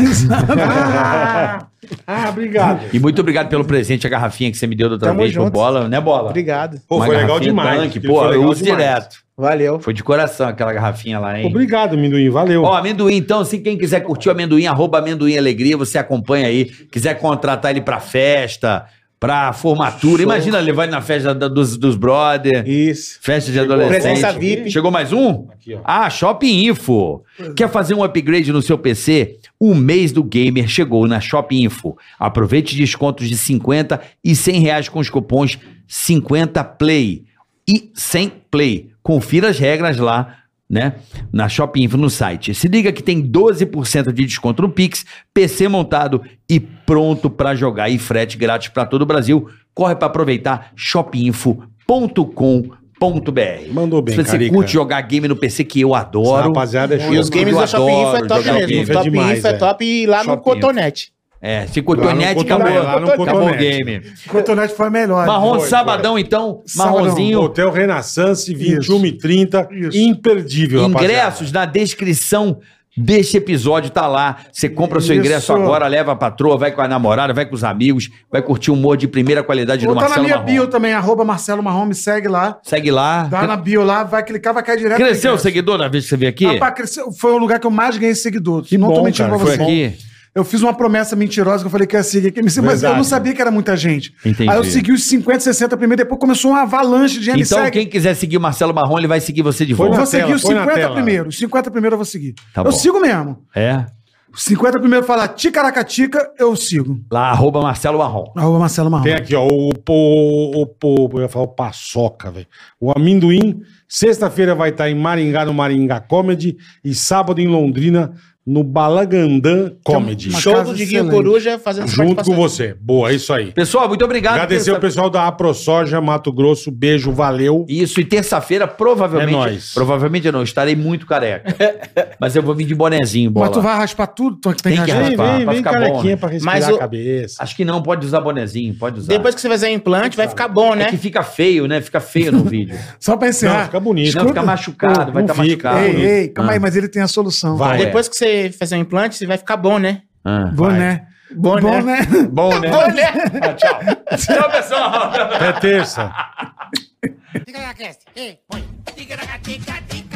S4: risada.
S2: Ah, obrigado.
S3: E muito obrigado pelo presente, a garrafinha que você me deu da outra
S5: Tamo
S3: vez pro
S5: junto.
S3: bola, né, bola?
S5: Obrigado.
S2: Pô,
S3: Uma
S2: foi legal
S3: garrafinha
S2: demais.
S3: Tank,
S2: Foi
S3: pô, eu
S2: legal
S3: uso
S2: demais.
S3: direto.
S5: Valeu.
S3: Foi de coração aquela garrafinha lá, hein?
S2: Obrigado, Minduim. Valeu.
S3: Ó, amendoim, então, se quem quiser curtir o amendoim, arroba amendoim alegria, você acompanha aí. Quiser contratar ele pra festa, pra formatura. Imagina levar ele na festa da- dos, dos brother,
S5: Isso.
S3: festa de adolescente.
S5: Presença VIP.
S3: Chegou mais um?
S2: Aqui, ó.
S3: Ah, Shopping Info. Quer fazer um upgrade no seu PC? O mês do gamer chegou na Shopping Info. Aproveite descontos de 50 e 100 reais com os cupons 50Play e 100Play. Confira as regras lá, né? Na Shopping Info no site. Se liga que tem 12% de desconto no Pix, PC montado e pronto para jogar e frete grátis para todo o Brasil. Corre para aproveitar shopinfo.com.br.
S2: Mandou bem,
S3: Se você
S2: Carica.
S3: curte jogar game no PC, que eu
S2: Essa
S3: adoro.
S2: rapaziada é show.
S3: E
S5: E os
S3: Eu
S5: games da Shopping Info é
S3: adoro
S5: top
S3: jogar
S5: mesmo.
S3: games,
S2: é
S5: Top
S2: demais,
S5: Info é
S2: é.
S5: top e lá no
S3: Shopping
S5: Cotonete.
S3: É, se cotonete,
S2: Cotonete,
S3: acabou.
S2: lá no
S3: Acabou o
S2: Cotonete.
S3: game.
S4: Cotonete foi a melhor.
S3: Marrom,
S4: Foi, foi.
S3: sabadão então.
S4: Sabadão.
S3: Marronzinho.
S2: Hotel Renaissance, 21 e 30.
S4: Isso.
S2: Imperdível, rapaziada.
S3: Ingressos na descrição deste episódio, tá lá. Você compra seu
S4: Isso.
S3: ingresso agora, leva a patroa, vai com a namorada, vai com os amigos, vai curtir um humor de primeira qualidade do
S4: Ou tá na
S3: Marcelo
S4: minha
S3: Marrom.
S4: bio também, arroba Marcelo Marrom, me segue lá.
S3: Segue lá.
S4: Dá na bio lá, vai clicar, vai cair direto.
S3: Cresceu o
S4: Clica.
S3: seguidor na vez que você veio aqui?
S4: Rapaz, cresceu. Foi o lugar que eu mais ganhei seguidor.
S2: Que bom, cara,
S3: Foi
S2: bom.
S3: aqui?
S4: Eu fiz uma promessa mentirosa que eu falei que ia seguir aqui, mas eu
S2: Verdade.
S4: não sabia que era muita gente.
S3: Entendi.
S4: Aí eu segui os 50, 60 primeiro, depois começou uma avalanche de
S3: Então,
S4: NSEC.
S3: quem quiser seguir o Marcelo Marrom, ele vai seguir você de
S2: Foi
S4: Eu
S3: volta.
S4: vou
S2: na
S4: seguir
S2: tela,
S4: os
S2: põe na
S4: 50
S2: tela.
S4: primeiro. Os 50 primeiro eu vou seguir.
S3: Tá
S4: eu
S3: bom.
S4: sigo mesmo.
S3: É?
S4: Os 50 primeiro fala ticaracatica, eu sigo.
S3: Lá, arroba Marcelo Marrom.
S4: Arroba Marcelo Marrom.
S2: Tem aqui, ó, o, o, o, o, eu ia falar o paçoca, velho. O amendoim, sexta-feira vai estar em Maringá, no Maringá Comedy, e sábado em Londrina, no Balagandã Comedy.
S4: Uma
S5: Show
S4: casa
S5: do Diguinho
S4: excelente.
S5: Coruja fazendo essa
S2: Junto com
S5: participação.
S2: você. Boa, é isso aí.
S3: Pessoal, muito obrigado.
S2: Agradecer o
S3: Terça-
S2: pessoal da AproSoja, Mato Grosso, beijo, valeu.
S3: Isso, e terça-feira, provavelmente.
S2: É nóis.
S3: Provavelmente eu não, estarei muito careca. mas eu vou vir de bonezinho, bola.
S4: Mas tu vai raspar tudo? Tu
S3: Tem
S4: tem,
S3: que
S4: que
S3: raspar.
S4: raspar.
S2: Vem,
S3: pra-
S2: vem,
S3: pra
S2: vem
S3: ficar bom,
S2: carequinha
S3: né?
S2: pra respirar
S5: Mas
S2: a
S5: o-
S2: cabeça.
S3: Acho que não, pode usar bonezinho, pode usar.
S5: Depois que você fizer implante, vai ficar bom,
S3: É
S5: né?
S3: que fica feio, né? Fica feio no vídeo.
S4: Só pra
S2: Não,
S4: encerrar.
S2: fica bonito.
S3: Não, fica machucado, vai
S4: Um
S2: Não
S3: estar
S2: fica.
S3: machucado.
S4: Ei, ei, calma
S3: Ah.
S4: aí, mas ele tem a solução.
S2: Vai.
S5: Depois que você fazer o implante, você vai ficar bom, né?
S3: Ah.
S4: Boné.
S5: Bom, né?
S4: Boné.
S3: Bom, né? Ah, tchau. tchau, pessoal.
S2: Até É terça.
S1: Tigaracast, ei, põe. Ticaracatica, tica.